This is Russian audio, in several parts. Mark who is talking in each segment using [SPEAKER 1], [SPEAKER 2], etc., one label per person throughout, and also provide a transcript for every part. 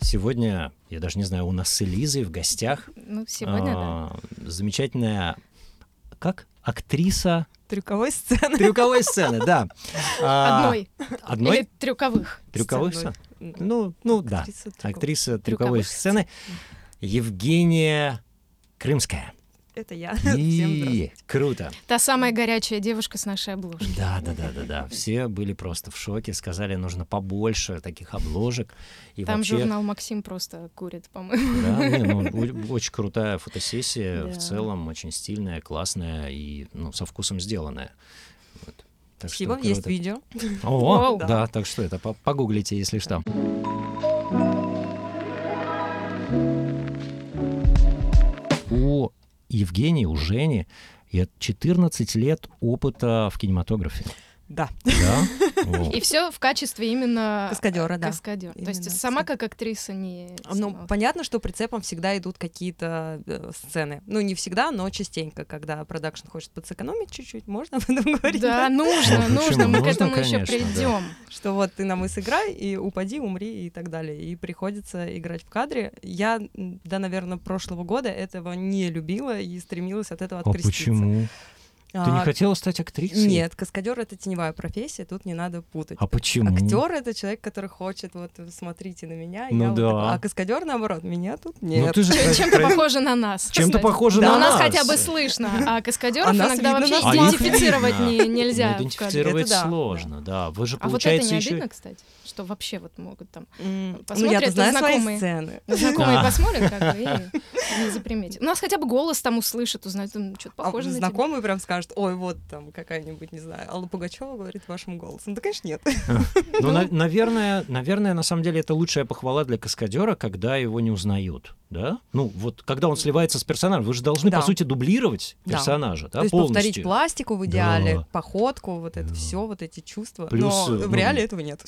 [SPEAKER 1] сегодня, я даже не знаю, у нас с Элизой в гостях
[SPEAKER 2] Ну, сегодня, да.
[SPEAKER 1] а, замечательная, как? Актриса
[SPEAKER 3] Трюковой сцены.
[SPEAKER 1] трюковой сцены, да. А,
[SPEAKER 2] Одной.
[SPEAKER 1] Одной?
[SPEAKER 2] Или трюковых.
[SPEAKER 1] Трюковых сцен? Ну, ну да.
[SPEAKER 3] Актриса трюков-
[SPEAKER 1] Актриса трюковой
[SPEAKER 2] трюковых
[SPEAKER 1] сцены Евгения Крымская.
[SPEAKER 3] Это я. Всем здравствуйте.
[SPEAKER 1] И- Круто.
[SPEAKER 2] Та самая горячая девушка с нашей обложки.
[SPEAKER 1] Да, да, да, да, да. Все были просто в шоке, сказали, нужно побольше таких обложек. И
[SPEAKER 2] Там
[SPEAKER 1] вообще,
[SPEAKER 2] журнал Максим просто курит, по-моему.
[SPEAKER 1] да, не, ну, у- очень крутая фотосессия, в
[SPEAKER 2] Да.
[SPEAKER 1] целом очень стильная, классная и ну, со вкусом сделанная. Вот. Так
[SPEAKER 3] С
[SPEAKER 1] что
[SPEAKER 3] Ивом есть
[SPEAKER 1] круто.
[SPEAKER 3] видео.
[SPEAKER 1] О,
[SPEAKER 2] Вау.
[SPEAKER 1] да. так что это по- погуглите, если что. У Евгении, у Жени я 14 лет опыта в кинематографе.
[SPEAKER 3] Да.
[SPEAKER 1] Да? О.
[SPEAKER 2] И все в качестве именно
[SPEAKER 3] Каскадера, да.
[SPEAKER 2] каскадер. То
[SPEAKER 3] Именно,
[SPEAKER 2] есть сама
[SPEAKER 3] кстати.
[SPEAKER 2] как актриса не
[SPEAKER 3] Ну,
[SPEAKER 2] снимала.
[SPEAKER 3] понятно, что прицепом всегда идут какие-то э, сцены. Ну, не всегда, но частенько, когда продакшн хочет подсэкономить чуть-чуть, можно об этом говорить.
[SPEAKER 2] Да, нужно,
[SPEAKER 1] Ну,
[SPEAKER 2] нужно,
[SPEAKER 1] почему?
[SPEAKER 2] мы к
[SPEAKER 1] Нужно,
[SPEAKER 2] этому еще
[SPEAKER 1] конечно,
[SPEAKER 2] придем.
[SPEAKER 3] что вот ты нам и сыграй, и упади, умри и так далее. И приходится играть в кадре. Я м, до, наверное, прошлого года этого не любила и стремилась от
[SPEAKER 1] А
[SPEAKER 3] этого откреститься.
[SPEAKER 1] почему? Ты не
[SPEAKER 3] А,
[SPEAKER 1] хотела стать актрисой?
[SPEAKER 3] Нет, каскадер это теневая профессия, тут не надо путать.
[SPEAKER 1] А почему?
[SPEAKER 3] Актер это человек, который хочет, вот смотрите на меня,
[SPEAKER 1] Ну
[SPEAKER 3] я вот
[SPEAKER 1] да.
[SPEAKER 3] такой. а каскадер наоборот, меня тут нет.
[SPEAKER 1] Ну ты же про-
[SPEAKER 2] Чем-то
[SPEAKER 1] про-
[SPEAKER 2] похоже на нас.
[SPEAKER 1] Чем-то
[SPEAKER 2] кстати.
[SPEAKER 1] похоже
[SPEAKER 2] Но
[SPEAKER 1] на
[SPEAKER 2] у нас
[SPEAKER 1] нас.
[SPEAKER 2] хотя бы слышно, а каскадеров
[SPEAKER 3] А нас
[SPEAKER 2] иногда
[SPEAKER 3] видно
[SPEAKER 2] вообще
[SPEAKER 3] на глаз.
[SPEAKER 2] идентифицировать
[SPEAKER 1] А их
[SPEAKER 2] не- нельзя. в кадре.
[SPEAKER 1] Идентифицировать
[SPEAKER 3] Это да,
[SPEAKER 1] сложно, да. Вы же,
[SPEAKER 2] А вот это
[SPEAKER 1] получается,
[SPEAKER 2] не
[SPEAKER 1] еще...
[SPEAKER 2] обидно, кстати, что вообще вот могут там
[SPEAKER 3] М, Ну
[SPEAKER 2] Посмотрят
[SPEAKER 3] я-то знаю свои
[SPEAKER 2] знакомые.
[SPEAKER 3] сцены.
[SPEAKER 2] Ну, знакомые
[SPEAKER 1] Да.
[SPEAKER 2] посмотрят как бы и не заприметят. У нас хотя бы голос там услышат, узнают, там что-то
[SPEAKER 3] А
[SPEAKER 2] похоже на тебя.
[SPEAKER 3] знакомые прям скажут, ой, вот там какая-нибудь, не знаю, Алла Пугачева говорит вашим голосом. Да, конечно, нет.
[SPEAKER 1] Ну, на- наверное, наверное, на самом деле это лучшая похвала для каскадера, когда его не узнают, да? Ну, вот когда он сливается с персонажем, вы же должны,
[SPEAKER 3] Да.
[SPEAKER 1] по сути, дублировать
[SPEAKER 3] Да.
[SPEAKER 1] персонажа, да,
[SPEAKER 3] То есть
[SPEAKER 1] полностью.
[SPEAKER 3] повторить пластику в идеале,
[SPEAKER 1] Да.
[SPEAKER 3] походку, вот это
[SPEAKER 1] Да.
[SPEAKER 3] все, вот эти чувства.
[SPEAKER 1] Плюс,
[SPEAKER 3] Но
[SPEAKER 1] э,
[SPEAKER 3] в
[SPEAKER 1] ну,
[SPEAKER 3] реале этого нет.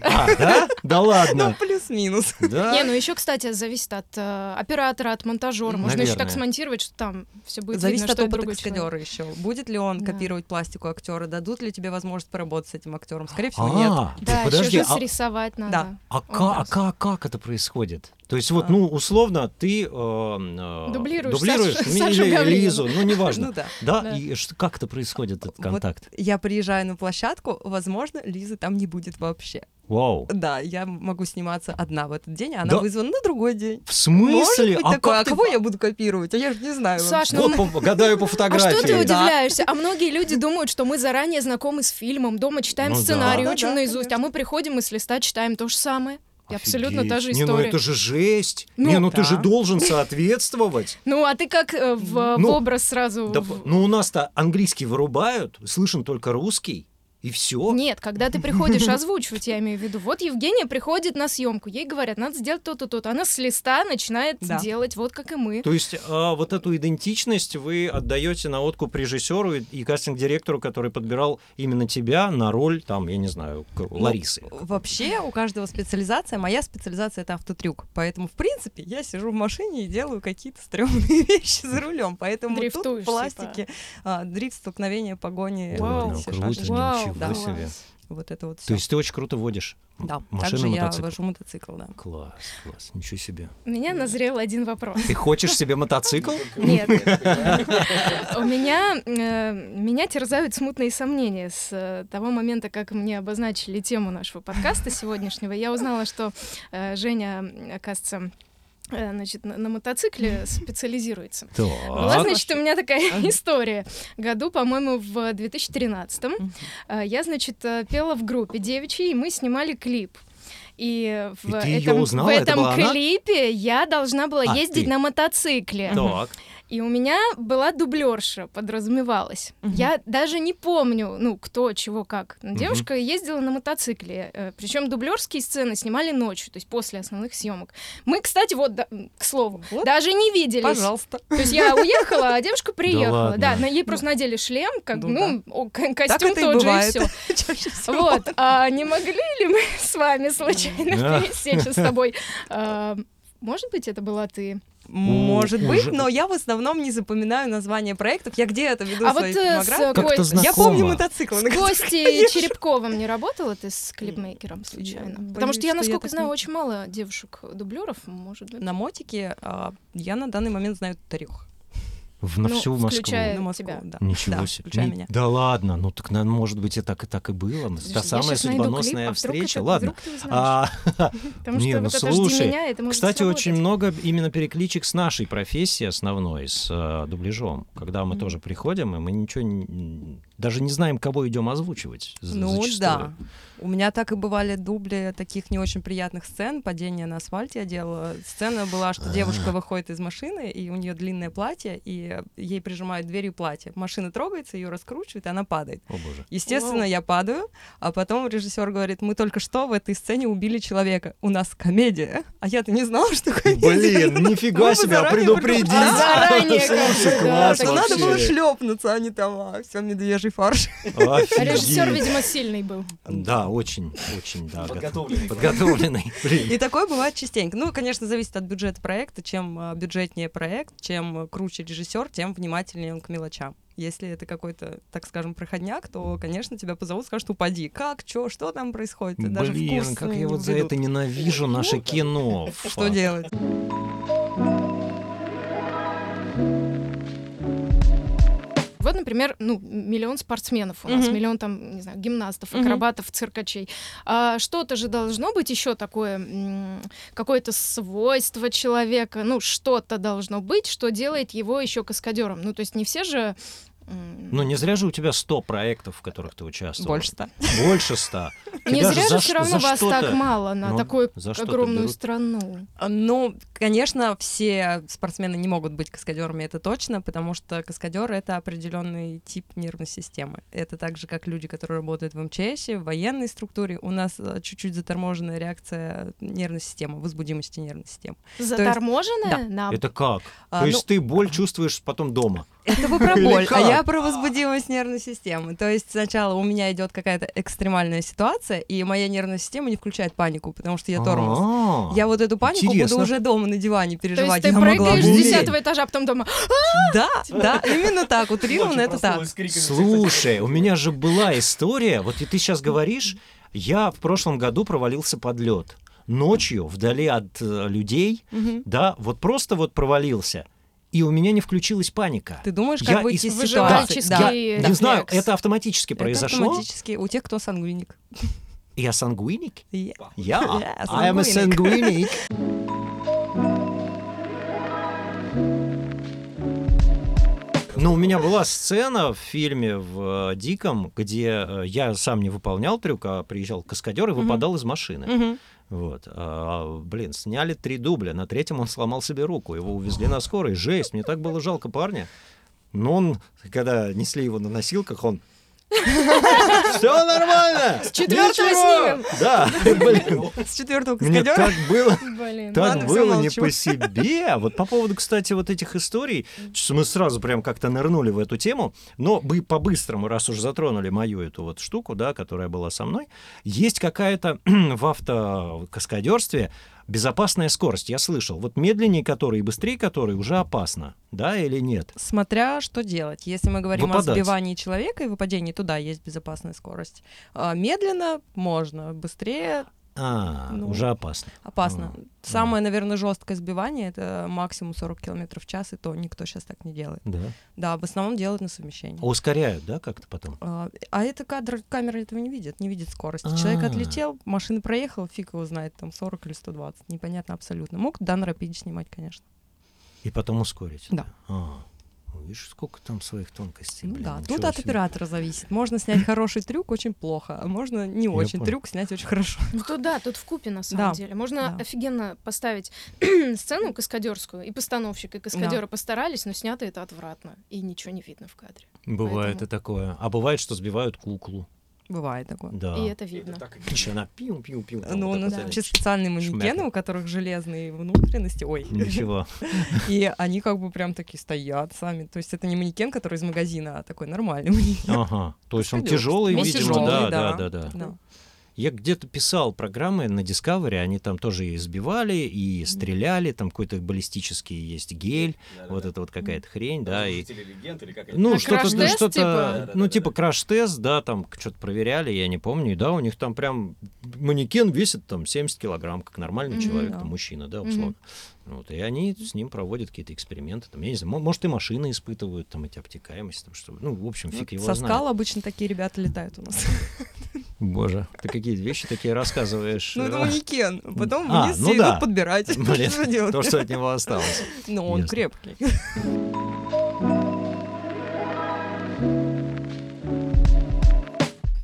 [SPEAKER 1] А, да? Да
[SPEAKER 3] Ну,
[SPEAKER 1] ладно.
[SPEAKER 3] плюс-минус.
[SPEAKER 1] Да?
[SPEAKER 2] Не, ну еще, кстати, зависит от э, оператора, от монтажера. Можно еще так
[SPEAKER 1] Наверное.
[SPEAKER 2] смонтировать, что там все будет
[SPEAKER 3] Зависит
[SPEAKER 2] видно,
[SPEAKER 3] от
[SPEAKER 2] что это
[SPEAKER 3] опыта
[SPEAKER 2] другой человек.
[SPEAKER 3] каскадера еще. Будет ли он
[SPEAKER 2] Да.
[SPEAKER 3] копировать пластику актера? Дадут ли тебе возможность поработать с этим актером? Скорее всего, нет.
[SPEAKER 1] А,
[SPEAKER 2] Да,
[SPEAKER 1] ты подожди,
[SPEAKER 2] еще же
[SPEAKER 1] а,
[SPEAKER 2] срисовать надо.
[SPEAKER 3] Да.
[SPEAKER 1] а ка- а
[SPEAKER 2] образ.
[SPEAKER 1] ка- как это происходит? То есть вот,
[SPEAKER 3] А.
[SPEAKER 1] ну, условно, ты э, э,
[SPEAKER 2] Дублируешь
[SPEAKER 1] дублируешь
[SPEAKER 2] Сашу-
[SPEAKER 1] ми-
[SPEAKER 2] Сашу
[SPEAKER 1] или
[SPEAKER 2] Гаврилину.
[SPEAKER 1] Лизу, ну, неважно.
[SPEAKER 3] Ну да. А,
[SPEAKER 1] Да,
[SPEAKER 2] Да.
[SPEAKER 1] и ш- как это происходит, этот
[SPEAKER 3] Вот
[SPEAKER 1] контакт?
[SPEAKER 3] Я приезжаю на площадку, возможно, Лизы там не будет вообще.
[SPEAKER 1] Вау.
[SPEAKER 3] Да, я могу сниматься одна в этот день, а она
[SPEAKER 1] Да.
[SPEAKER 3] вызвана на другой день.
[SPEAKER 1] В смысле?
[SPEAKER 3] Может быть
[SPEAKER 1] а
[SPEAKER 3] такое, а
[SPEAKER 1] как ты-
[SPEAKER 3] кого я буду копировать? А я же не знаю.
[SPEAKER 2] Саш, ну,
[SPEAKER 1] Вот по- гадаю по
[SPEAKER 2] а
[SPEAKER 1] фотографии.
[SPEAKER 2] что ты
[SPEAKER 3] Да.
[SPEAKER 2] удивляешься? А многие люди думают, что мы заранее знакомы с фильмом, дома читаем
[SPEAKER 1] Ну да.
[SPEAKER 2] сценарий,
[SPEAKER 3] Да,
[SPEAKER 2] учим
[SPEAKER 3] да,
[SPEAKER 2] наизусть, а
[SPEAKER 3] конечно.
[SPEAKER 2] мы приходим и с листа читаем то же самое. И Абсолютно та же
[SPEAKER 1] Офигеть. Не, ну
[SPEAKER 2] история.
[SPEAKER 1] это же жесть.
[SPEAKER 2] Ну,
[SPEAKER 1] не, ну ты
[SPEAKER 3] да.
[SPEAKER 1] же должен соответствовать.
[SPEAKER 2] Ну, а ты как э, в, в
[SPEAKER 1] Ну,
[SPEAKER 2] образ сразу...
[SPEAKER 1] Да,
[SPEAKER 2] в-
[SPEAKER 1] ну у нас-то английский вырубают, слышен только русский, и все.
[SPEAKER 2] Нет, когда ты приходишь озвучивать, я имею в виду. Вот Евгения приходит на съемку, ей говорят, надо сделать то-то, то-то. Она с листа начинает
[SPEAKER 3] Да.
[SPEAKER 2] делать вот как и мы.
[SPEAKER 1] То есть а, вот эту идентичность вы отдаете на откуп режиссеру и, и кастинг-директору, который подбирал именно тебя на роль, там, я не знаю, к-
[SPEAKER 3] Ну,
[SPEAKER 1] Ларисы.
[SPEAKER 3] Вообще у каждого специализация. Моя специализация это автотрюк. Поэтому, в принципе, я сижу в машине и делаю какие-то стрёмные вещи за рулем. Поэтому
[SPEAKER 2] Дрифтуешь,
[SPEAKER 3] тут
[SPEAKER 1] типа.
[SPEAKER 3] пластики, а, дрифт, столкновение, погони.
[SPEAKER 2] Вау,
[SPEAKER 3] вот
[SPEAKER 1] ну,
[SPEAKER 3] эти все
[SPEAKER 1] круто,
[SPEAKER 3] шашечки.
[SPEAKER 2] Вау,
[SPEAKER 1] ничего
[SPEAKER 2] класс.
[SPEAKER 1] себе.
[SPEAKER 3] Вот это вот все.
[SPEAKER 1] То есть ты очень круто водишь.
[SPEAKER 3] да.
[SPEAKER 1] машина,
[SPEAKER 3] Также я
[SPEAKER 1] мотоцикл.
[SPEAKER 3] вожу мотоцикл, да.
[SPEAKER 1] Класс, класс, ничего себе.
[SPEAKER 2] У меня назрел один вопрос.
[SPEAKER 1] Ты хочешь себе мотоцикл?
[SPEAKER 2] Нет. У меня, э, меня терзают смутные сомнения с э, того момента, как мне обозначили тему нашего подкаста сегодняшнего. Я узнала, что э, Женя, м, оказывается, э, значит, на- на мотоцикле специализируется. Была,
[SPEAKER 1] Так.
[SPEAKER 2] значит, у меня такая история. Году, по-моему, в 2013-м э, я, значит, э, пела в группе девичьей, и мы снимали клип. И в
[SPEAKER 1] И ты её
[SPEAKER 2] этом,
[SPEAKER 1] узнала?
[SPEAKER 2] в
[SPEAKER 1] Это
[SPEAKER 2] этом
[SPEAKER 1] была она?
[SPEAKER 2] клипе я должна была
[SPEAKER 1] А,
[SPEAKER 2] ездить
[SPEAKER 1] ты.
[SPEAKER 2] на мотоцикле.
[SPEAKER 1] Так.
[SPEAKER 2] И у меня была дублерша, подразумевалась.
[SPEAKER 3] Мгм.
[SPEAKER 2] Я даже не помню, ну, кто, чего, как. Но
[SPEAKER 1] Мгм.
[SPEAKER 2] девушка ездила на мотоцикле. Причем дублерские сцены снимали ночью, то есть после основных съемок. Мы, кстати, вот, да, м, к слову,
[SPEAKER 3] Вот,
[SPEAKER 2] даже не виделись.
[SPEAKER 3] Пожалуйста.
[SPEAKER 2] То есть я уехала, а девушка приехала.
[SPEAKER 1] ладно.
[SPEAKER 2] Да, но ей просто надели шлем, как
[SPEAKER 3] Ну
[SPEAKER 2] ну, о, к-
[SPEAKER 3] Так
[SPEAKER 2] костюм
[SPEAKER 3] это и
[SPEAKER 2] тот же и
[SPEAKER 3] бывает.
[SPEAKER 2] все.
[SPEAKER 3] Чаще всего.
[SPEAKER 2] Вот. А не могли ли мы с вами случайно пересечь с тобой э, Может быть, это была ты.
[SPEAKER 3] Может быть,
[SPEAKER 1] уже.
[SPEAKER 3] но я в основном не запоминаю название проектов. Я где-то веду
[SPEAKER 2] а вот
[SPEAKER 3] свои
[SPEAKER 2] э, с
[SPEAKER 3] фильмографии.
[SPEAKER 2] э, Кость-
[SPEAKER 1] Как-то
[SPEAKER 2] с
[SPEAKER 3] Я
[SPEAKER 1] знакомо.
[SPEAKER 3] помню мотоциклы. на которых-
[SPEAKER 2] Костей Черепковым не работала ты с клипмейкером случайно?
[SPEAKER 3] боюсь,
[SPEAKER 2] Потому что я,
[SPEAKER 3] что я
[SPEAKER 2] насколько
[SPEAKER 3] так
[SPEAKER 2] знаю,
[SPEAKER 3] не-
[SPEAKER 2] очень мало девушек-дублеров, может быть.
[SPEAKER 3] На мотике а, я на данный момент знаю трех.
[SPEAKER 1] В- на
[SPEAKER 2] Ну,
[SPEAKER 1] всю Москву.
[SPEAKER 2] включая- Э,
[SPEAKER 3] На Москву,
[SPEAKER 2] тебя.
[SPEAKER 3] да.
[SPEAKER 1] Ничего
[SPEAKER 3] Да,
[SPEAKER 1] себе.
[SPEAKER 3] включая
[SPEAKER 1] Ни-
[SPEAKER 3] меня.
[SPEAKER 1] Да ладно, ну так на- может быть и так и так и было. Та
[SPEAKER 2] Слушай, я
[SPEAKER 1] самая
[SPEAKER 2] щас найду клип,
[SPEAKER 1] судьбоносная
[SPEAKER 2] а вдруг
[SPEAKER 1] встреча.
[SPEAKER 2] это-
[SPEAKER 1] Ладно.
[SPEAKER 2] вдруг ты узнаешь.
[SPEAKER 1] А,
[SPEAKER 2] Потому
[SPEAKER 1] не,
[SPEAKER 2] что
[SPEAKER 1] ну
[SPEAKER 2] вот это «Жди
[SPEAKER 1] слушай,
[SPEAKER 2] меня, это может
[SPEAKER 1] Кстати,
[SPEAKER 2] сработать.
[SPEAKER 1] очень много именно перекличек с нашей профессией основной, с э, дубляжом, когда мы
[SPEAKER 3] Мгм.
[SPEAKER 1] тоже приходим, и мы ничего не- даже не знаем, кого идем озвучивать. за-
[SPEAKER 3] Ну
[SPEAKER 1] зачастую.
[SPEAKER 3] да. У меня так и бывали дубли таких не очень приятных сцен. Падение на асфальте я делала. Сцена была, что девушка выходит из машины, и у нее длинное платье, и ей прижимают дверью платье. Машина трогается, ее раскручивает, и она падает.
[SPEAKER 1] О боже.
[SPEAKER 3] Естественно,
[SPEAKER 2] Вау.
[SPEAKER 3] я падаю, а потом режиссер говорит, мы только что в этой сцене убили человека, у нас комедия. А я-то не знала, что комедия.
[SPEAKER 1] Блин, нифига
[SPEAKER 3] Вы бы
[SPEAKER 1] себя,
[SPEAKER 3] заранее
[SPEAKER 1] предупредить.
[SPEAKER 2] предупредили. А, Заранее как-то,
[SPEAKER 1] Слушай,
[SPEAKER 2] да,
[SPEAKER 1] класс
[SPEAKER 3] Так надо было
[SPEAKER 1] вообще.
[SPEAKER 3] шлепнуться, а не там, а, все, медвежий фарш.
[SPEAKER 2] А Режиссер,
[SPEAKER 1] Офигеть.
[SPEAKER 2] видимо, сильный был.
[SPEAKER 1] Да, очень, очень, да.
[SPEAKER 4] Подготовленный.
[SPEAKER 1] Подготовленный. Блин.
[SPEAKER 3] И такое бывает частенько. Ну, конечно, зависит от бюджета проекта. Чем а, бюджетнее проект, чем а, круче режиссер, тем внимательнее он к мелочам. Если это какой-то, так скажем, проходняк, то, конечно, тебя позовут, скажут, упади. Как, чё, что там происходит? И Даже в
[SPEAKER 1] Блин,
[SPEAKER 3] курс
[SPEAKER 1] как
[SPEAKER 3] не
[SPEAKER 1] я вот за
[SPEAKER 3] введут.
[SPEAKER 1] это ненавижу наше кино.
[SPEAKER 3] Что делать?
[SPEAKER 2] Вот, например, ну, миллион спортсменов у нас,
[SPEAKER 3] Мгм.
[SPEAKER 2] миллион там, не знаю, гимнастов,
[SPEAKER 3] Мгм.
[SPEAKER 2] акробатов, циркачей. А что-то же должно быть еще такое, м, какое-то свойство человека, ну, что-то должно быть, что делает его еще каскадером. Ну, то есть не все же... м,
[SPEAKER 1] Ну, не зря же у тебя 100 проектов, в которых ты участвовал.
[SPEAKER 3] Больше ста.
[SPEAKER 1] Больше 100.
[SPEAKER 2] не
[SPEAKER 1] тебя же
[SPEAKER 2] зря же
[SPEAKER 1] за
[SPEAKER 2] все
[SPEAKER 1] ш-
[SPEAKER 2] равно
[SPEAKER 1] за
[SPEAKER 2] вас так
[SPEAKER 1] что-то-
[SPEAKER 2] мало на
[SPEAKER 1] Ну,
[SPEAKER 2] такую
[SPEAKER 1] за что-то
[SPEAKER 2] огромную
[SPEAKER 1] берут.
[SPEAKER 2] страну.
[SPEAKER 3] Ну, конечно, все спортсмены не могут быть каскадерами, это точно, потому что каскадер это определенный тип нервной системы. Это так же, как люди, которые работают в МЧС, в военной структуре. У нас э, чуть-чуть заторможенная реакция нервной системы, возбудимости нервной системы.
[SPEAKER 2] Заторможенная нам.
[SPEAKER 1] Это как?
[SPEAKER 3] А,
[SPEAKER 1] То
[SPEAKER 3] ну,
[SPEAKER 1] есть ты боль чувствуешь потом дома.
[SPEAKER 3] Это вы про боль, а
[SPEAKER 1] как?
[SPEAKER 3] я про возбудимость нервной системы. То есть сначала у меня идет какая-то экстремальная ситуация, и моя нервная система не включает панику, потому что я тормоз.
[SPEAKER 1] А-а.
[SPEAKER 3] Я вот эту панику
[SPEAKER 1] А. интересно.
[SPEAKER 3] буду уже дома на
[SPEAKER 2] То
[SPEAKER 3] диване
[SPEAKER 2] есть
[SPEAKER 3] переживать.
[SPEAKER 2] ты
[SPEAKER 3] я могла
[SPEAKER 2] прыгаешь
[SPEAKER 3] бы
[SPEAKER 2] с
[SPEAKER 1] умереть.
[SPEAKER 2] десятого этажа, а потом дома.
[SPEAKER 3] Да, да, именно так. Утрированно это так.
[SPEAKER 1] Слушай, у меня же была история, вот и ты сейчас говоришь, я в прошлом году провалился под лед. Ночью, вдали от э, людей,
[SPEAKER 3] Мгм.
[SPEAKER 1] да, вот просто вот провалился, и у меня не включилась паника.
[SPEAKER 3] Ты думаешь,
[SPEAKER 1] Я
[SPEAKER 3] как
[SPEAKER 1] из-
[SPEAKER 3] выйти из ситуации?
[SPEAKER 2] Выживальческий
[SPEAKER 3] Да.
[SPEAKER 1] Я
[SPEAKER 2] И
[SPEAKER 1] не знаю,
[SPEAKER 2] рефлекс.
[SPEAKER 1] это автоматически
[SPEAKER 3] Это
[SPEAKER 1] произошло.
[SPEAKER 3] автоматически у тех, кто сангвиник.
[SPEAKER 1] Я сангвиник?
[SPEAKER 3] Е.
[SPEAKER 1] Я.
[SPEAKER 3] Yeah,
[SPEAKER 1] I am a сангвиник. Но у меня была сцена в фильме в э, Диком, где э, я сам не выполнял трюк, а приезжал каскадер и
[SPEAKER 3] Мгм.
[SPEAKER 1] выпадал из машины.
[SPEAKER 3] Мгм.
[SPEAKER 1] Вот. А, блин, сняли три дубля. На третьем он сломал себе руку. Его увезли на скорой. Жесть, мне так было жалко парня. Но он, когда несли его на носилках, он... Все нормально!
[SPEAKER 2] С четвертого
[SPEAKER 1] Ничего!»
[SPEAKER 2] снимем.
[SPEAKER 1] Да, блин.
[SPEAKER 3] С четвертого
[SPEAKER 1] Мне
[SPEAKER 3] каскадера.
[SPEAKER 1] так было, так
[SPEAKER 2] Блин.
[SPEAKER 3] Ну ладно, всё
[SPEAKER 1] было не
[SPEAKER 3] молчу.
[SPEAKER 1] по себе. Вот по поводу, кстати, вот этих историй, чё- мы сразу прям как-то нырнули в эту тему, но бы по-быстрому, раз уж затронули мою эту вот штуку, да, которая была со мной, есть какая-то в автокаскадерстве безопасная скорость. Я слышал, вот медленнее которой и быстрее которой уже опасно, да или нет?
[SPEAKER 3] Смотря что делать. Если мы говорим о
[SPEAKER 1] Выпадать.
[SPEAKER 3] сбивании человека и выпадении туда, есть безопасная скорость. А, Медленно можно, быстрее
[SPEAKER 1] А,
[SPEAKER 3] Ну.
[SPEAKER 1] уже опасно.
[SPEAKER 3] опасно.
[SPEAKER 1] Ну,
[SPEAKER 3] Самое, наверное, жесткое сбивание это максимум 40 км в час, и то никто сейчас так не делает.
[SPEAKER 1] Да.
[SPEAKER 3] Да, в основном делают на совмещении.
[SPEAKER 1] А Ускоряют, да, как-то потом?
[SPEAKER 3] А а это кадр, камера этого не видит, не видит скорости. Человек
[SPEAKER 1] А.
[SPEAKER 3] отлетел, машина проехала, фиг его знает, там 40 или 120, непонятно абсолютно. Мог Дан Рапиди снимать, конечно.
[SPEAKER 1] И потом ускорить?
[SPEAKER 3] Да.
[SPEAKER 1] А, видишь, сколько там своих тонкостей.
[SPEAKER 3] Ну
[SPEAKER 1] блин,
[SPEAKER 3] да,
[SPEAKER 1] ничего
[SPEAKER 3] тут от
[SPEAKER 1] себе.
[SPEAKER 3] оператора зависит. Можно снять хороший трюк очень плохо, а можно не
[SPEAKER 1] Я
[SPEAKER 3] очень
[SPEAKER 1] понял.
[SPEAKER 3] трюк снять очень хорошо.
[SPEAKER 2] Ну тут да, тут в купе на самом
[SPEAKER 3] Да,
[SPEAKER 2] деле. Можно
[SPEAKER 3] да.
[SPEAKER 2] офигенно поставить сцену каскадерскую, и постановщик, и каскадеры постарались, но снято это отвратно, и ничего не видно в кадре.
[SPEAKER 1] Бывает
[SPEAKER 2] Поэтому-
[SPEAKER 1] и такое. А бывает, что сбивают куклу.
[SPEAKER 3] Бывает такое.
[SPEAKER 1] Да.
[SPEAKER 2] И это видно.
[SPEAKER 1] Короче, она пиу-пиу-пиу. там
[SPEAKER 3] Ну, у
[SPEAKER 1] вот
[SPEAKER 3] нас
[SPEAKER 1] так вот
[SPEAKER 3] вообще специальные манекены,
[SPEAKER 1] шмякает.
[SPEAKER 3] у которых железные внутренности, ой,
[SPEAKER 1] Ничего.
[SPEAKER 3] и они как бы прям такие стоят сами. То есть это не манекен, который из магазина, а такой нормальный манекен.
[SPEAKER 1] Ага. То есть он
[SPEAKER 3] Каскадёр.
[SPEAKER 1] тяжелый,
[SPEAKER 2] Ну,
[SPEAKER 1] видимо,
[SPEAKER 2] тяжёлый,
[SPEAKER 1] да,
[SPEAKER 3] да.
[SPEAKER 1] да, да, да.
[SPEAKER 3] Да.
[SPEAKER 1] Я где-то писал программы на Discovery, они там тоже и избивали, и стреляли, там какой-то баллистический есть гель, вот это вот какая-то хрень, да, и...
[SPEAKER 4] легенд или как это?
[SPEAKER 1] Ну,
[SPEAKER 2] А
[SPEAKER 1] что-то, да,
[SPEAKER 2] краш-тест,
[SPEAKER 1] что-то,
[SPEAKER 2] типа?
[SPEAKER 1] ну, типа краш-тест, да, там что-то проверяли, я не помню, и да, у них там прям манекен весит там 70 килограмм, как нормальный
[SPEAKER 2] Мгм.
[SPEAKER 1] человек,
[SPEAKER 3] Да.
[SPEAKER 1] там, мужчина, да,
[SPEAKER 2] Мгм.
[SPEAKER 1] условно. Вот, и они с ним проводят какие-то эксперименты, там, я не знаю, мо- может, и машины испытывают, там, эти обтекаемости, там, что, ну, в общем, фиг его
[SPEAKER 3] Со
[SPEAKER 1] знает.
[SPEAKER 3] скал обычно такие ребята летают у нас.
[SPEAKER 1] Боже, ты какие вещи такие рассказываешь.
[SPEAKER 3] Ну, это
[SPEAKER 1] А,
[SPEAKER 3] манекен. Потом
[SPEAKER 1] А,
[SPEAKER 3] вниз
[SPEAKER 1] ну
[SPEAKER 3] все
[SPEAKER 1] да.
[SPEAKER 3] идут подбирать.
[SPEAKER 1] Блин,
[SPEAKER 3] Что делать?
[SPEAKER 1] то, что от него осталось.
[SPEAKER 3] Ну, он
[SPEAKER 1] Ясно.
[SPEAKER 3] крепкий.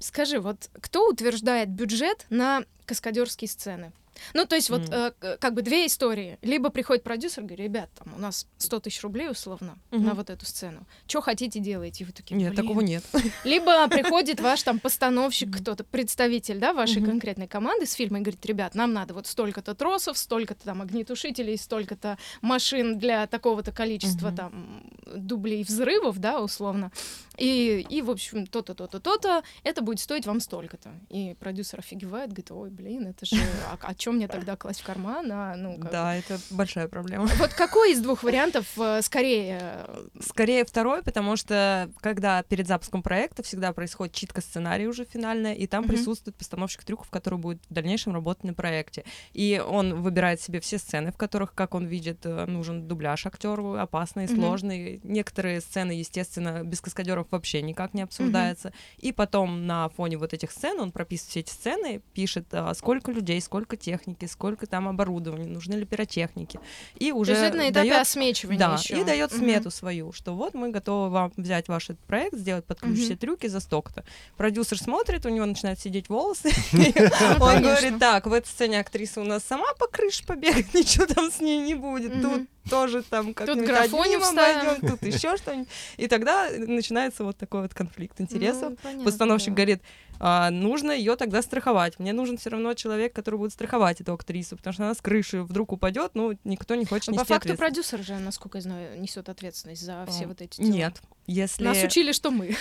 [SPEAKER 2] Скажи, вот кто утверждает бюджет на каскадерские сцены? Ну, то есть вот
[SPEAKER 3] М.
[SPEAKER 2] э, к- как бы две истории. Либо приходит продюсер, говорит, ребят, там у нас 100 тысяч рублей условно
[SPEAKER 3] Мгм.
[SPEAKER 2] на вот эту сцену. Что хотите, делаете. И вы такие,
[SPEAKER 3] Нет,
[SPEAKER 2] «Блин».
[SPEAKER 3] такого нет.
[SPEAKER 2] Либо приходит ваш там постановщик,
[SPEAKER 3] Мгм.
[SPEAKER 2] кто-то, представитель, да, вашей
[SPEAKER 3] Мгм.
[SPEAKER 2] конкретной команды с фильма и говорит, ребят, нам надо вот столько-то тросов, столько-то там огнетушителей, столько-то машин для такого-то количества
[SPEAKER 3] Мгм.
[SPEAKER 2] там дублей взрывов, да, условно. И, и, в общем, то-то, то-то, то-то, это будет стоить вам столько-то. И продюсер офигевает, говорит, ой, блин, это же, а, а чё мне тогда класть в карман? А, ну, как бы».
[SPEAKER 3] Да, это большая проблема.
[SPEAKER 2] Вот какой из двух вариантов э, скорее? э,
[SPEAKER 3] Скорее второй, потому что когда перед запуском проекта всегда происходит читка сценария уже финальная, и там
[SPEAKER 2] Мгм.
[SPEAKER 3] присутствует постановщик трюков, который будет в дальнейшем работать на проекте. И он выбирает себе все сцены, в которых, как он видит, э, нужен дубляж актеру, опасный,
[SPEAKER 2] Мгм.
[SPEAKER 3] сложный. Некоторые сцены, естественно, без каскадеров вообще никак не обсуждаются. И потом на фоне вот этих сцен он прописывает все эти сцены, пишет, а, сколько людей, сколько техники, сколько там оборудования, нужны ли пиротехники. И
[SPEAKER 2] то
[SPEAKER 3] уже
[SPEAKER 2] есть это на этапе
[SPEAKER 3] даёт
[SPEAKER 2] осмечивания
[SPEAKER 3] да,
[SPEAKER 2] ещё.
[SPEAKER 3] и дает
[SPEAKER 2] Мгм.
[SPEAKER 3] смету свою, что вот мы готовы вам взять ваш этот проект, сделать под ключ
[SPEAKER 2] Мгм.
[SPEAKER 3] все трюки за столько-то. Продюсер смотрит, у него начинают сидеть волосы.
[SPEAKER 2] Ну,
[SPEAKER 3] Он
[SPEAKER 2] конечно.
[SPEAKER 3] говорит, так, в этой сцене актриса у нас сама по крыше побегает, ничего там с ней не будет.
[SPEAKER 2] Мгм.
[SPEAKER 3] Тут тоже там как
[SPEAKER 2] графоним вставим.
[SPEAKER 3] тут еще что-нибудь. И тогда начинается вот такой вот конфликт интересов.
[SPEAKER 2] Ну, понятно,
[SPEAKER 3] Постановщик
[SPEAKER 2] да.
[SPEAKER 3] говорит, «А, нужно ее тогда страховать. Мне нужен все равно человек, который будет страховать эту актрису, потому что она с крыши вдруг упадет, ну никто не хочет
[SPEAKER 2] Ну,
[SPEAKER 3] нести
[SPEAKER 2] по факту
[SPEAKER 3] ответственность».
[SPEAKER 2] продюсер же, насколько я знаю, несет ответственность за все
[SPEAKER 3] Ам,
[SPEAKER 2] вот эти дела.
[SPEAKER 3] Нет. Если... Э,
[SPEAKER 2] Нас учили, что мы,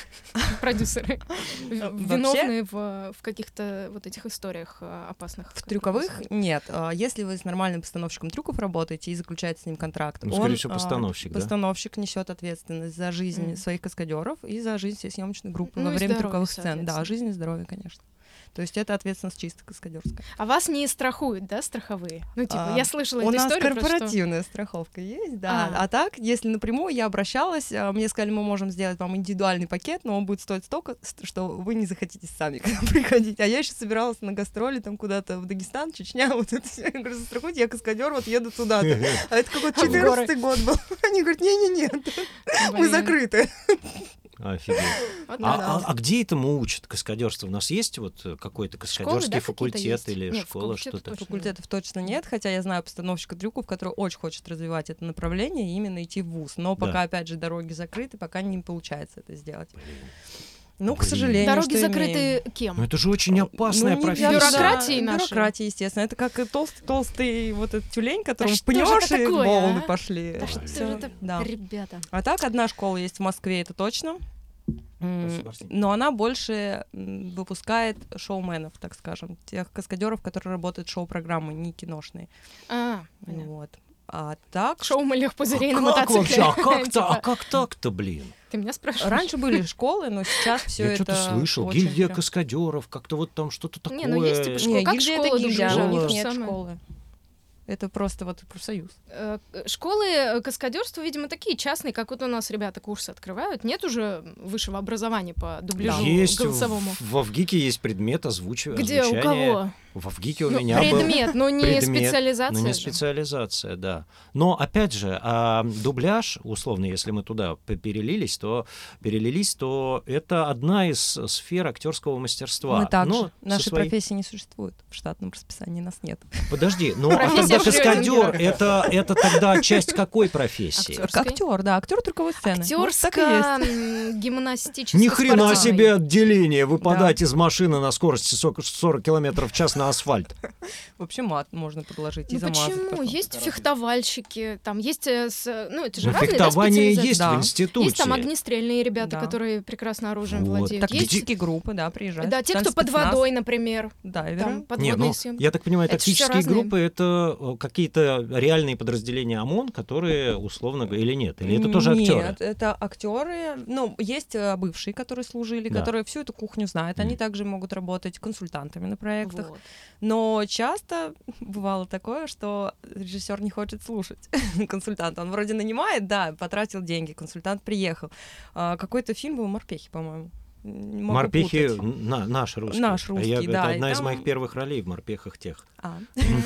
[SPEAKER 2] продюсеры, в-
[SPEAKER 3] вообще-
[SPEAKER 2] виновны в, в каких-то вот этих историях э, опасных.
[SPEAKER 3] В трюковых нет. А, Если вы с нормальным постановщиком трюков работаете и заключаете с ним контракт,
[SPEAKER 1] Ну,
[SPEAKER 3] он,
[SPEAKER 1] скорее всего,
[SPEAKER 3] а,
[SPEAKER 1] постановщик, да?
[SPEAKER 3] постановщик несет ответственность за жизнь
[SPEAKER 2] Мгм.
[SPEAKER 3] своих каскадеров и за жизнь всей съемочной группы
[SPEAKER 2] Ну
[SPEAKER 3] во
[SPEAKER 2] и
[SPEAKER 3] время
[SPEAKER 2] здоровье,
[SPEAKER 3] трюковых сцен. Да,
[SPEAKER 2] соответственно.
[SPEAKER 3] жизнь и здоровье, конечно. То есть это ответственность чисто каскадерская.
[SPEAKER 2] А вас не страхуют, да, страховые? Ну, типа,
[SPEAKER 3] А,
[SPEAKER 2] я слышала
[SPEAKER 3] У
[SPEAKER 2] эту
[SPEAKER 3] нас
[SPEAKER 2] историю про что-
[SPEAKER 3] корпоративная страховка есть, да.
[SPEAKER 2] А.
[SPEAKER 3] А. так, если напрямую я обращалась, а, мне сказали, мы можем сделать вам индивидуальный пакет, но он будет стоить столько, ст- что вы не захотите сами к нам приходить. А я еще собиралась на гастроли там куда-то в Дагестан, Чечня, вот это все. Я говорю, застрахуйте, я каскадер, вот еду туда-то. А это какой-то
[SPEAKER 2] А в горы?
[SPEAKER 3] 14 год был. Они говорят, не-не-не, мы
[SPEAKER 2] ну, Блин.
[SPEAKER 3] закрыты.
[SPEAKER 1] Офигеть. А,
[SPEAKER 2] Вот надо.
[SPEAKER 1] а- а где этому учат каскадерство? У нас есть вот э, какой-то каскадерский
[SPEAKER 2] да, какие-то
[SPEAKER 1] факультет
[SPEAKER 2] есть?
[SPEAKER 1] или
[SPEAKER 2] Нет,
[SPEAKER 1] школа,
[SPEAKER 2] факультета
[SPEAKER 1] что-то?
[SPEAKER 2] точно.
[SPEAKER 3] Факультетов точно нет, хотя я знаю постановщика трюков, который очень хочет развивать это направление и именно идти в ВУЗ. Но
[SPEAKER 1] Да.
[SPEAKER 3] пока, опять же, дороги закрыты, пока не получается это сделать.
[SPEAKER 1] Блин.
[SPEAKER 3] Ну, к
[SPEAKER 1] Блин.
[SPEAKER 3] сожалению,
[SPEAKER 2] Дороги
[SPEAKER 3] что
[SPEAKER 2] закрыты
[SPEAKER 3] имеем.
[SPEAKER 1] Ну
[SPEAKER 2] кем?
[SPEAKER 1] это же очень опасная
[SPEAKER 3] Ну, не
[SPEAKER 1] профессия.
[SPEAKER 3] всегда.
[SPEAKER 2] Бюрократии нашей.
[SPEAKER 3] Бюрократии, естественно. Это как и толстый, толстый вот этот тюлень, которого
[SPEAKER 2] что же это
[SPEAKER 3] пнешь, и
[SPEAKER 2] такое,
[SPEAKER 3] волны
[SPEAKER 2] а?
[SPEAKER 3] пошли.
[SPEAKER 2] Да что
[SPEAKER 3] Всё,
[SPEAKER 2] же это,
[SPEAKER 3] да.
[SPEAKER 2] ребята?
[SPEAKER 3] А так, одна школа есть в Москве, это точно. М,
[SPEAKER 1] Спасибо, Арсений.
[SPEAKER 3] Но она больше м, выпускает шоуменов, так скажем, тех каскадеров, которые работают шоу-программы, не киношные.
[SPEAKER 2] А, понятно.
[SPEAKER 3] Вот. Ну, А так
[SPEAKER 2] Шоу малых пузырей на
[SPEAKER 1] как вообще? А
[SPEAKER 2] мотоцикле.
[SPEAKER 1] как, то а
[SPEAKER 2] Типа,
[SPEAKER 1] как так-то, блин?
[SPEAKER 2] Ты меня спрашиваешь?
[SPEAKER 3] раньше были школы, но сейчас все
[SPEAKER 1] Я
[SPEAKER 3] это.
[SPEAKER 1] что-то слышал.
[SPEAKER 3] очень
[SPEAKER 1] Гильдия
[SPEAKER 3] прям-
[SPEAKER 1] каскадеров, как-то вот там что-то такое.
[SPEAKER 2] Не, ну есть типа
[SPEAKER 3] Не,
[SPEAKER 2] Школа- как
[SPEAKER 3] гильдия
[SPEAKER 2] школа
[SPEAKER 3] это гильдия,
[SPEAKER 1] дружина?
[SPEAKER 3] а у них
[SPEAKER 2] Школа.
[SPEAKER 3] нет школы. Это просто вот профсоюз.
[SPEAKER 2] Э, к- Школы э, каскадерства, видимо, такие частные, как вот у нас ребята курсы открывают. Нет уже высшего образования по дубляжу
[SPEAKER 1] Есть в-
[SPEAKER 2] голосовому.
[SPEAKER 1] в Авгике есть предмет озвучивания.
[SPEAKER 2] Где у кого?
[SPEAKER 1] В Авгике у
[SPEAKER 2] Ну,
[SPEAKER 1] меня был
[SPEAKER 2] предмет, но не
[SPEAKER 1] предмет,
[SPEAKER 2] специализация.
[SPEAKER 1] Ну, не
[SPEAKER 2] же.
[SPEAKER 1] специализация, да. Но опять же, а, дубляж, условно, если мы туда п- перелились, то перелились, то это одна из сфер актерского мастерства.
[SPEAKER 3] Мы также.
[SPEAKER 1] Ну, со
[SPEAKER 3] Нашей
[SPEAKER 1] своей-
[SPEAKER 3] профессии не существует. В штатном расписании нас нет.
[SPEAKER 1] Подожди, ну а
[SPEAKER 2] Профессия
[SPEAKER 1] тогда каскадер
[SPEAKER 2] Шрёдингера.
[SPEAKER 1] это, это тогда часть какой профессии?
[SPEAKER 2] Актер.
[SPEAKER 3] Как актер, да, актер трюковой сцены. Ну, Вот так и есть.
[SPEAKER 2] Актерско-гимнастическая.
[SPEAKER 1] Ни хрена себе отделение выпадать
[SPEAKER 3] Да.
[SPEAKER 1] из машины на скорости сок- 40 километров в час на на асфальт.
[SPEAKER 3] Вообще мат можно подложить и
[SPEAKER 2] Ну
[SPEAKER 3] замазать.
[SPEAKER 2] почему?
[SPEAKER 3] потом.
[SPEAKER 2] Есть фехтовальщики, там есть, э, с- ну это же
[SPEAKER 1] Ну,
[SPEAKER 2] разные да,
[SPEAKER 1] Фехтование
[SPEAKER 2] специализации?
[SPEAKER 1] есть
[SPEAKER 3] Да.
[SPEAKER 1] в
[SPEAKER 3] Есть
[SPEAKER 1] институте.
[SPEAKER 2] Есть там огнестрельные ребята,
[SPEAKER 3] Да.
[SPEAKER 2] которые прекрасно оружием
[SPEAKER 1] Вот.
[SPEAKER 2] владеют. Есть,
[SPEAKER 3] Тактические группы, да, приезжают.
[SPEAKER 2] да, те, кто под
[SPEAKER 3] спецназ,
[SPEAKER 2] водой, например,
[SPEAKER 3] Дайверы.
[SPEAKER 2] там
[SPEAKER 1] Не,
[SPEAKER 2] подводные
[SPEAKER 1] ну,
[SPEAKER 2] съемки.
[SPEAKER 1] я так понимаю,
[SPEAKER 2] Это всё
[SPEAKER 1] тактические
[SPEAKER 2] разные.
[SPEAKER 1] группы это э, какие-то реальные подразделения ОМОН, которые условно г- или нет, или это тоже
[SPEAKER 3] Нет,
[SPEAKER 1] актеры.
[SPEAKER 3] это актеры. Ну, есть э, бывшие, которые служили,
[SPEAKER 1] Да.
[SPEAKER 3] которые всю эту кухню знают. Они
[SPEAKER 1] Мгм.
[SPEAKER 3] также могут работать консультантами на проектах.
[SPEAKER 2] Вот.
[SPEAKER 3] Но часто бывало такое, что режиссер не хочет слушать консультанта. Он вроде нанимает, да, потратил деньги, консультант приехал. А, какой-то фильм был «Морпехи», по-моему. М, могу
[SPEAKER 1] Морпехи
[SPEAKER 3] путать.
[SPEAKER 1] н- на- наш русский. А
[SPEAKER 3] Наш русский,
[SPEAKER 1] Я-
[SPEAKER 3] да,
[SPEAKER 1] Это
[SPEAKER 3] и
[SPEAKER 1] одна из
[SPEAKER 3] там-
[SPEAKER 1] моих первых ролей в морпехах тех.
[SPEAKER 3] А.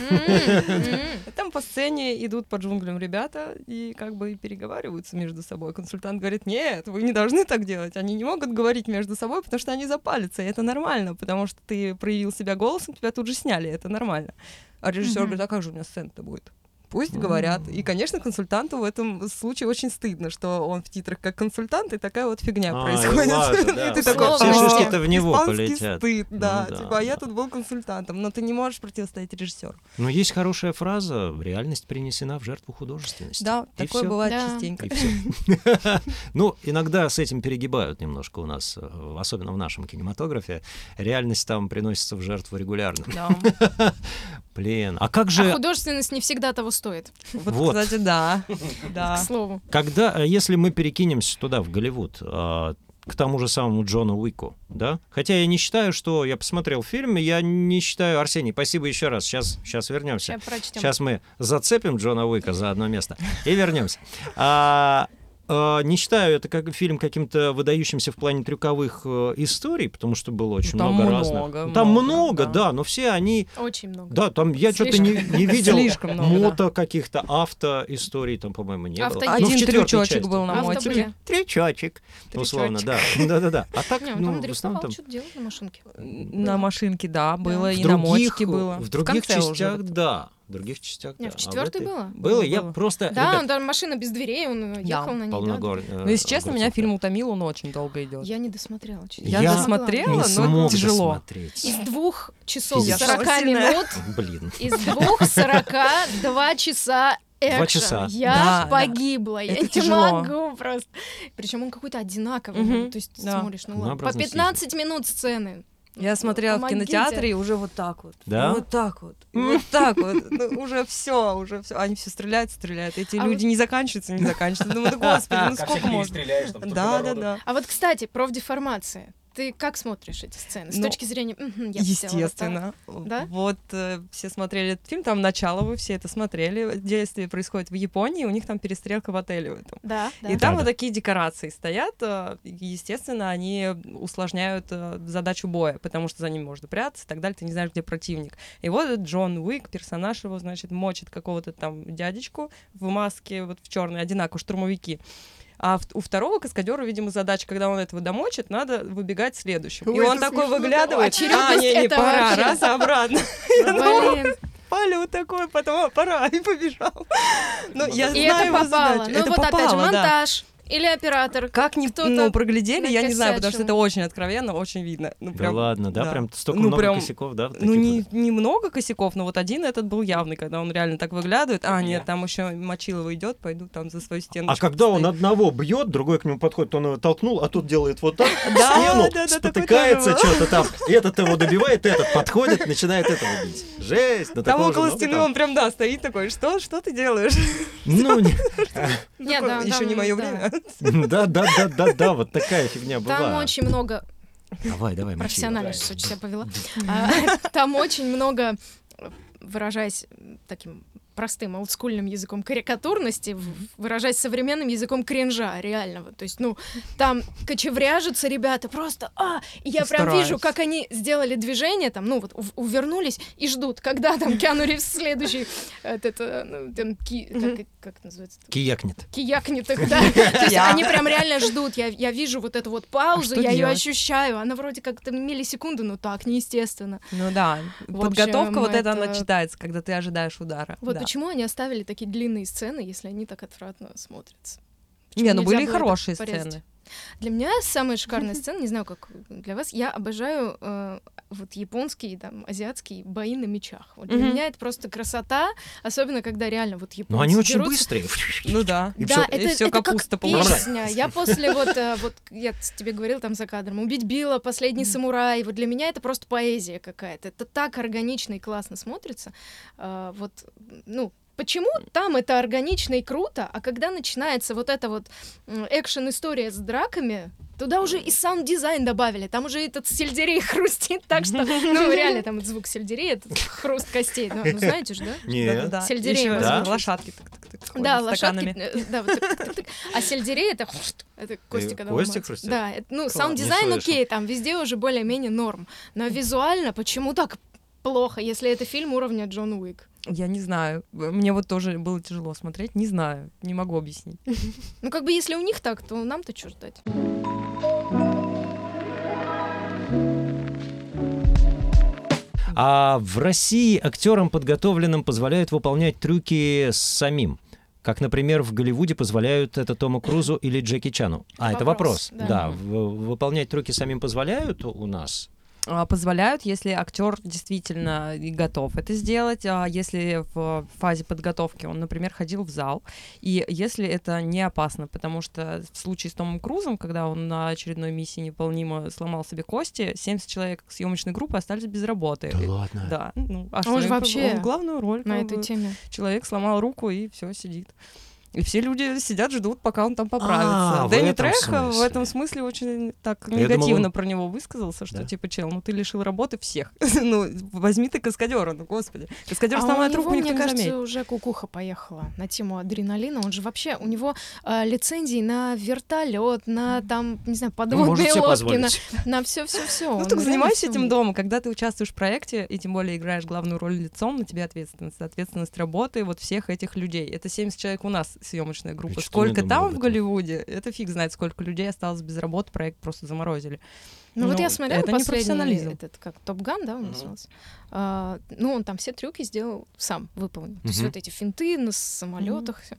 [SPEAKER 2] М-м-м.
[SPEAKER 3] Там по сцене идут по джунглям ребята и как бы и переговариваются между собой. Консультант говорит, нет, вы не должны так делать. Они не могут говорить между собой, потому что они запалятся. И это нормально, потому что ты проявил себя голосом, тебя тут же сняли, это нормально. А режиссер
[SPEAKER 2] Мгм.
[SPEAKER 3] говорит, а как же у меня сцена-то будет? Пусть говорят. И, конечно, консультанту в этом случае очень стыдно, что он в титрах как консультант, и такая вот фигня
[SPEAKER 1] А, и
[SPEAKER 3] происходит.
[SPEAKER 1] ладно,
[SPEAKER 3] И
[SPEAKER 1] да,
[SPEAKER 3] ты
[SPEAKER 1] все-
[SPEAKER 3] такой,
[SPEAKER 2] все
[SPEAKER 3] «А,
[SPEAKER 1] шишки-то в него
[SPEAKER 3] испанский
[SPEAKER 1] полетят».
[SPEAKER 3] стыд,
[SPEAKER 1] Ну
[SPEAKER 3] да.
[SPEAKER 1] да,
[SPEAKER 3] Типа, а я
[SPEAKER 1] да.
[SPEAKER 3] тут был консультантом, но ты не можешь противостоять режиссеру.
[SPEAKER 1] Но есть хорошая фраза: реальность принесена в жертву художественности.
[SPEAKER 3] Да,
[SPEAKER 1] И
[SPEAKER 3] такое
[SPEAKER 1] всё.
[SPEAKER 3] бывает
[SPEAKER 2] Да.
[SPEAKER 3] частенько.
[SPEAKER 1] И всё. Ну, иногда с этим перегибают немножко у нас, э, особенно в нашем кинематографе. Реальность там приносится в жертву регулярно.
[SPEAKER 3] Да.
[SPEAKER 1] Блин, а как
[SPEAKER 2] А
[SPEAKER 1] же,
[SPEAKER 2] художественность не всегда того стоит,
[SPEAKER 3] Вот,
[SPEAKER 1] Вот.
[SPEAKER 3] кстати, да.
[SPEAKER 2] к
[SPEAKER 3] Да.
[SPEAKER 2] слову.
[SPEAKER 1] когда, э, если мы перекинемся туда, в Голливуд, а, к тому же самому Джону Уику, да? Хотя я не считаю, что я посмотрел фильм, я не считаю... Арсений, спасибо еще раз, сейчас, сейчас вернемся.
[SPEAKER 2] Сейчас прочтем.
[SPEAKER 1] Сейчас мы зацепим Джона Уика за одно место и вернемся. А, а, не считаю это как фильм каким-то выдающимся в плане трюковых э, историй, потому что было очень
[SPEAKER 3] Ну, там
[SPEAKER 1] много
[SPEAKER 3] много,
[SPEAKER 1] разных. Ну, там
[SPEAKER 3] много,
[SPEAKER 1] много,
[SPEAKER 3] да.
[SPEAKER 1] да. но все они.
[SPEAKER 2] Очень много.
[SPEAKER 1] Да, там я что-то не, не видел
[SPEAKER 3] Слишком много, да.
[SPEAKER 1] мото каких-то авто историй там, по-моему, не
[SPEAKER 2] Авто
[SPEAKER 1] было.
[SPEAKER 2] есть.
[SPEAKER 1] Ну, в
[SPEAKER 3] Один
[SPEAKER 1] четвертой
[SPEAKER 3] трючочек
[SPEAKER 1] части.
[SPEAKER 3] был на
[SPEAKER 2] Авто
[SPEAKER 3] мотике.
[SPEAKER 2] были.
[SPEAKER 1] Трючочек, условно, да. Да-да-да. А так,
[SPEAKER 2] Не, он
[SPEAKER 1] ну,
[SPEAKER 2] там
[SPEAKER 1] в основном
[SPEAKER 2] рисовал,
[SPEAKER 1] там
[SPEAKER 2] что-то делал на машинке.
[SPEAKER 3] На машинке, да, было,
[SPEAKER 2] Да.
[SPEAKER 3] и
[SPEAKER 1] в
[SPEAKER 3] на
[SPEAKER 1] других, э,
[SPEAKER 3] мотике было.
[SPEAKER 1] в
[SPEAKER 3] В
[SPEAKER 1] других
[SPEAKER 3] конце уже
[SPEAKER 1] частях,
[SPEAKER 3] вот.
[SPEAKER 1] да. В других частях,
[SPEAKER 2] Не,
[SPEAKER 1] да.
[SPEAKER 2] в
[SPEAKER 1] А
[SPEAKER 2] четвертой
[SPEAKER 1] этой-
[SPEAKER 2] было.
[SPEAKER 1] Было, я
[SPEAKER 3] Было.
[SPEAKER 1] просто...
[SPEAKER 2] Да,
[SPEAKER 1] ребят,
[SPEAKER 2] он там машина без дверей, он э, ехал на ней. да, да.
[SPEAKER 1] полногор... э,
[SPEAKER 3] Ну, если честно, меня фильм утомил, он очень долго идет.
[SPEAKER 2] Я не досмотрела. честно.
[SPEAKER 1] Я
[SPEAKER 3] Я,
[SPEAKER 2] Не смогла.
[SPEAKER 3] досмотрела,
[SPEAKER 1] не
[SPEAKER 3] но
[SPEAKER 1] смог
[SPEAKER 3] тяжело.
[SPEAKER 2] Из
[SPEAKER 1] досмотреть.
[SPEAKER 2] двух часов
[SPEAKER 1] Я
[SPEAKER 2] 40
[SPEAKER 3] сильная.
[SPEAKER 2] минут
[SPEAKER 1] Блин.
[SPEAKER 2] Из двух сорока два часа экшен.
[SPEAKER 1] часа.
[SPEAKER 3] Да,
[SPEAKER 2] Я
[SPEAKER 3] да.
[SPEAKER 2] погибла, я
[SPEAKER 3] Это
[SPEAKER 2] не
[SPEAKER 3] тяжело.
[SPEAKER 2] могу просто. Причем он какой-то одинаковый,
[SPEAKER 3] Мгм,
[SPEAKER 2] ну, то есть ты
[SPEAKER 3] да.
[SPEAKER 2] смотришь, ну ладно. По
[SPEAKER 1] Однообразно
[SPEAKER 2] 15 минут сцены.
[SPEAKER 3] Я смотрела в
[SPEAKER 2] Помогите.
[SPEAKER 3] кинотеатре и уже вот так вот.
[SPEAKER 1] Да?
[SPEAKER 3] Вот так вот. и Вот так вот. Ну, уже все, уже все. Они все стреляют, стреляют. Эти
[SPEAKER 2] А
[SPEAKER 3] люди не заканчиваются, не заканчиваются. Думаю, да господи, ну сколько можно?
[SPEAKER 4] стреляешь, там
[SPEAKER 3] Да, да, да.
[SPEAKER 2] А вот, кстати, профдеформация. Ты как смотришь эти сцены? С
[SPEAKER 3] Ну,
[SPEAKER 2] точки зрения... «Мгм, я бы сделала вот так».
[SPEAKER 3] Естественно.
[SPEAKER 2] Да?
[SPEAKER 3] Вот э, все смотрели этот фильм, там начало вы все это смотрели. Действие происходит в Японии, у них там перестрелка в отеле в этом.
[SPEAKER 2] Да, да.
[SPEAKER 3] И там
[SPEAKER 1] Да-да.
[SPEAKER 3] вот такие декорации стоят. э, и, Естественно, они усложняют э, задачу боя, потому что за ним можно прятаться и так далее, ты не знаешь, где противник. И вот этот Джон Уик, персонаж его, значит, мочит какого-то там дядечку в маске, вот в черной, одинаково, штурмовики. А в- у второго каскадера, видимо, задача, когда он этого домочит, надо выбегать следующим.
[SPEAKER 4] Ой,
[SPEAKER 3] и он
[SPEAKER 4] это
[SPEAKER 3] такой
[SPEAKER 4] смешно.
[SPEAKER 3] выглядывает, а,
[SPEAKER 2] Очередность
[SPEAKER 3] не, не,
[SPEAKER 2] это
[SPEAKER 3] пора,
[SPEAKER 2] вообще.
[SPEAKER 3] раз, и обратно. Я думала,
[SPEAKER 2] Блин.
[SPEAKER 3] Полю такой, потом «А, пора, и побежал. Ну, я
[SPEAKER 2] И
[SPEAKER 3] знаю
[SPEAKER 2] это
[SPEAKER 3] его
[SPEAKER 2] попало.
[SPEAKER 3] задачу.
[SPEAKER 2] Ну
[SPEAKER 3] Это
[SPEAKER 2] вот опять же,
[SPEAKER 3] попало, да.
[SPEAKER 2] монтаж или оператор.
[SPEAKER 3] Как не
[SPEAKER 2] Кто-то
[SPEAKER 3] ну, проглядели, я не знаю, потому что
[SPEAKER 2] накосячил.
[SPEAKER 3] это очень откровенно, очень видно. Ну,
[SPEAKER 1] Да ладно, да, прям столько
[SPEAKER 3] Ну,
[SPEAKER 1] много
[SPEAKER 3] прям,
[SPEAKER 1] косяков, да? вот
[SPEAKER 3] Ну,
[SPEAKER 1] таких
[SPEAKER 3] не,
[SPEAKER 1] вот.
[SPEAKER 3] немного косяков, но вот один этот был явный, когда он реально так выглядывает. А,
[SPEAKER 4] Я.
[SPEAKER 3] нет, там еще Мочилова идет, пойду там за свою стену.
[SPEAKER 1] А когда он одного бьет, другой к нему подходит, он его толкнул, а тот делает вот так, в
[SPEAKER 3] Да,
[SPEAKER 1] стену,
[SPEAKER 3] да, да, такое
[SPEAKER 1] спотыкается
[SPEAKER 3] тоже
[SPEAKER 1] что-то там, этот его добивает, этот подходит, начинает этого бить. Жесть! ну,
[SPEAKER 3] Там
[SPEAKER 1] такого же
[SPEAKER 3] около
[SPEAKER 1] много
[SPEAKER 3] стены
[SPEAKER 1] там.
[SPEAKER 3] он прям, да, стоит такой, что, что ты делаешь?
[SPEAKER 1] Ну, не-
[SPEAKER 2] Нет, да,
[SPEAKER 3] еще
[SPEAKER 2] там,
[SPEAKER 3] не мое
[SPEAKER 2] да.
[SPEAKER 3] время.
[SPEAKER 1] да, да, да, да, да, вот такая фигня была.
[SPEAKER 2] Там очень много
[SPEAKER 1] Давай, давай, мочи.
[SPEAKER 2] профессионально
[SPEAKER 4] да.
[SPEAKER 2] сейчас очень себя повела. А, Там очень много, э, выражаясь м, таким простым олдскульным языком карикатурности, в- выражаясь современным языком кринжа реального. То есть, ну, там кочевряжутся ребята просто, а, и я прям
[SPEAKER 3] Стараюсь.
[SPEAKER 2] вижу, как они сделали движение, там, ну, вот, ув- увернулись и ждут, когда там Киану Ривз следующий, этот, э, ну, там, ки- так, как называется,
[SPEAKER 1] Киякнет.
[SPEAKER 2] киякнет их, да. То есть
[SPEAKER 3] Я. А
[SPEAKER 2] они прям реально ждут. Я, я вижу вот эту вот паузу,
[SPEAKER 3] что
[SPEAKER 2] я ее
[SPEAKER 3] делать?
[SPEAKER 2] ощущаю. Она вроде как-то миллисекунды, но так, неестественно.
[SPEAKER 3] Ну да,
[SPEAKER 2] В
[SPEAKER 3] подготовка
[SPEAKER 2] общем,
[SPEAKER 3] вот это она
[SPEAKER 2] это-
[SPEAKER 3] читается, когда ты ожидаешь удара.
[SPEAKER 2] Вот
[SPEAKER 3] да.
[SPEAKER 2] почему они оставили такие длинные сцены, если они так отвратно смотрятся? Почему
[SPEAKER 3] Не, ну
[SPEAKER 2] нельзя
[SPEAKER 3] были и
[SPEAKER 2] было это
[SPEAKER 3] хорошие
[SPEAKER 2] порезать?
[SPEAKER 3] сцены.
[SPEAKER 2] Для меня самая шикарная сцена, не знаю, как для вас, я обожаю э, вот японский, там, азиатский бои на мечах. Вот для
[SPEAKER 3] Мгм.
[SPEAKER 2] меня это просто красота, особенно когда реально вот японцы
[SPEAKER 1] Но они очень
[SPEAKER 2] дерутся.
[SPEAKER 1] быстрые.
[SPEAKER 3] Ну да.
[SPEAKER 1] И
[SPEAKER 2] да,
[SPEAKER 1] всё.
[SPEAKER 2] это,
[SPEAKER 3] И всё,
[SPEAKER 2] это
[SPEAKER 3] капуста
[SPEAKER 2] как
[SPEAKER 1] поломалась.
[SPEAKER 2] песня. Я после вот, э, вот я с- тебе говорила там за кадром, убить Билла, последний самурай. Вот для меня это просто поэзия какая-то. Это так органично и классно смотрится. А, вот, ну, почему там это органично и круто, а когда начинается вот эта вот м, экшен-история с драками, туда уже и сам дизайн добавили. Там уже этот сельдерей хрустит так, что, ну, реально там этот звук сельдерея, этот хруст костей. Ну, ну, знаете же, да?
[SPEAKER 1] Нет.
[SPEAKER 3] Да-да-да.
[SPEAKER 2] Сельдерей
[SPEAKER 3] Ещё
[SPEAKER 1] Да?
[SPEAKER 3] Лошадки. тык-тык-тык ходят
[SPEAKER 2] Да,
[SPEAKER 3] с
[SPEAKER 2] лошадки.
[SPEAKER 3] стаканами. Э,
[SPEAKER 2] э, да, вот так, так, так. А сельдерей это хруст, это кости,
[SPEAKER 1] кости
[SPEAKER 2] когда ломаются.
[SPEAKER 1] хрустят?
[SPEAKER 2] Да, это, ну,
[SPEAKER 1] Класс.
[SPEAKER 2] саунд-дизайн
[SPEAKER 1] Не слышал.
[SPEAKER 2] окей, там везде уже более-менее норм. Но визуально почему так плохо, если это фильм уровня Джон Уик?
[SPEAKER 3] Я не знаю. Мне вот тоже было тяжело смотреть. Не знаю. Не могу объяснить.
[SPEAKER 2] Ну, как бы если у них так, то нам-то что ждать?
[SPEAKER 3] Ну,
[SPEAKER 1] А в России актерам подготовленным позволяют выполнять трюки самим. Как, например, в Голливуде позволяют это Тому Крузу или Джеки Чану. А, это
[SPEAKER 2] Вопрос,
[SPEAKER 1] вопрос.
[SPEAKER 2] да.
[SPEAKER 1] Да, в- выполнять трюки самим позволяют у нас?
[SPEAKER 3] А, Позволяют, если актер действительно и готов это сделать, а если в фазе подготовки он, например, ходил в зал, и если это не опасно, потому что в случае с Томом Крузом, когда он на очередной миссии неполнимо сломал себе кости, 70 человек съемочной группы остались без работы.
[SPEAKER 1] ладно.
[SPEAKER 3] Да, ну, а
[SPEAKER 2] же
[SPEAKER 3] Шрёдингер,
[SPEAKER 2] вообще
[SPEAKER 3] он главную роль
[SPEAKER 2] На
[SPEAKER 3] как
[SPEAKER 2] этой
[SPEAKER 3] бы,
[SPEAKER 2] теме.
[SPEAKER 3] человек сломал руку и все сидит. И все люди сидят, ждут, пока он там
[SPEAKER 1] А,
[SPEAKER 3] поправится.
[SPEAKER 1] в
[SPEAKER 3] Дэнни
[SPEAKER 1] этом
[SPEAKER 3] Трехо в
[SPEAKER 1] смысле.
[SPEAKER 3] этом смысле очень так
[SPEAKER 1] думал,
[SPEAKER 3] негативно
[SPEAKER 1] он-
[SPEAKER 3] про него высказался, что
[SPEAKER 1] Да?
[SPEAKER 3] типа, чел, ну ты лишил работы всех. ну, возьми ты каскадера, ну господи. Каскадер сломает руку, никто
[SPEAKER 2] А мне
[SPEAKER 3] не
[SPEAKER 2] кажется,
[SPEAKER 3] заметит.
[SPEAKER 2] уже кукуха поехала на тему адреналина. Он же вообще, у него э, лицензии на вертолет, на там, не знаю,
[SPEAKER 1] Ну, может
[SPEAKER 2] подводные
[SPEAKER 1] себе
[SPEAKER 2] лодки, на,
[SPEAKER 1] позволить.
[SPEAKER 2] на все-все-все.
[SPEAKER 3] Ну так занимайся этим дома. Когда ты участвуешь в проекте и тем более играешь главную роль лицом, на тебе ответственность. Ответственность работы вот всех этих людей. Это 70 человек у нас съемочная группа.
[SPEAKER 1] что-то не
[SPEAKER 3] Сколько
[SPEAKER 1] думал
[SPEAKER 3] там
[SPEAKER 1] об
[SPEAKER 3] в
[SPEAKER 1] этом.
[SPEAKER 3] Голливуде? Это фиг знает, сколько людей осталось без работы, проект просто заморозили.
[SPEAKER 2] Ну, вот
[SPEAKER 3] Ну,
[SPEAKER 2] я смотрела
[SPEAKER 3] это не
[SPEAKER 2] последний
[SPEAKER 3] профессионализм. Ну.
[SPEAKER 2] этот, как Топган, да, он
[SPEAKER 3] Мгм.
[SPEAKER 2] назывался. А, ну, он там все трюки сделал сам, выполнил. То есть
[SPEAKER 1] Мгм.
[SPEAKER 2] вот эти финты на самолетах. всё.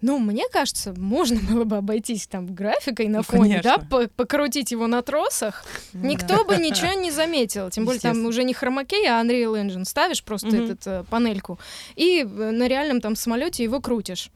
[SPEAKER 2] Ну, мне кажется, можно было бы обойтись там графикой на
[SPEAKER 3] Ну,
[SPEAKER 2] фоне, да,
[SPEAKER 3] конечно.
[SPEAKER 2] по- покрутить его на тросах. Никто бы ничего не заметил. Тем более там
[SPEAKER 3] Естественно.
[SPEAKER 2] уже не хромакей, а Unreal Engine. Ставишь просто
[SPEAKER 3] Мгм.
[SPEAKER 2] этот э, панельку и э, на реальном там самолете его крутишь.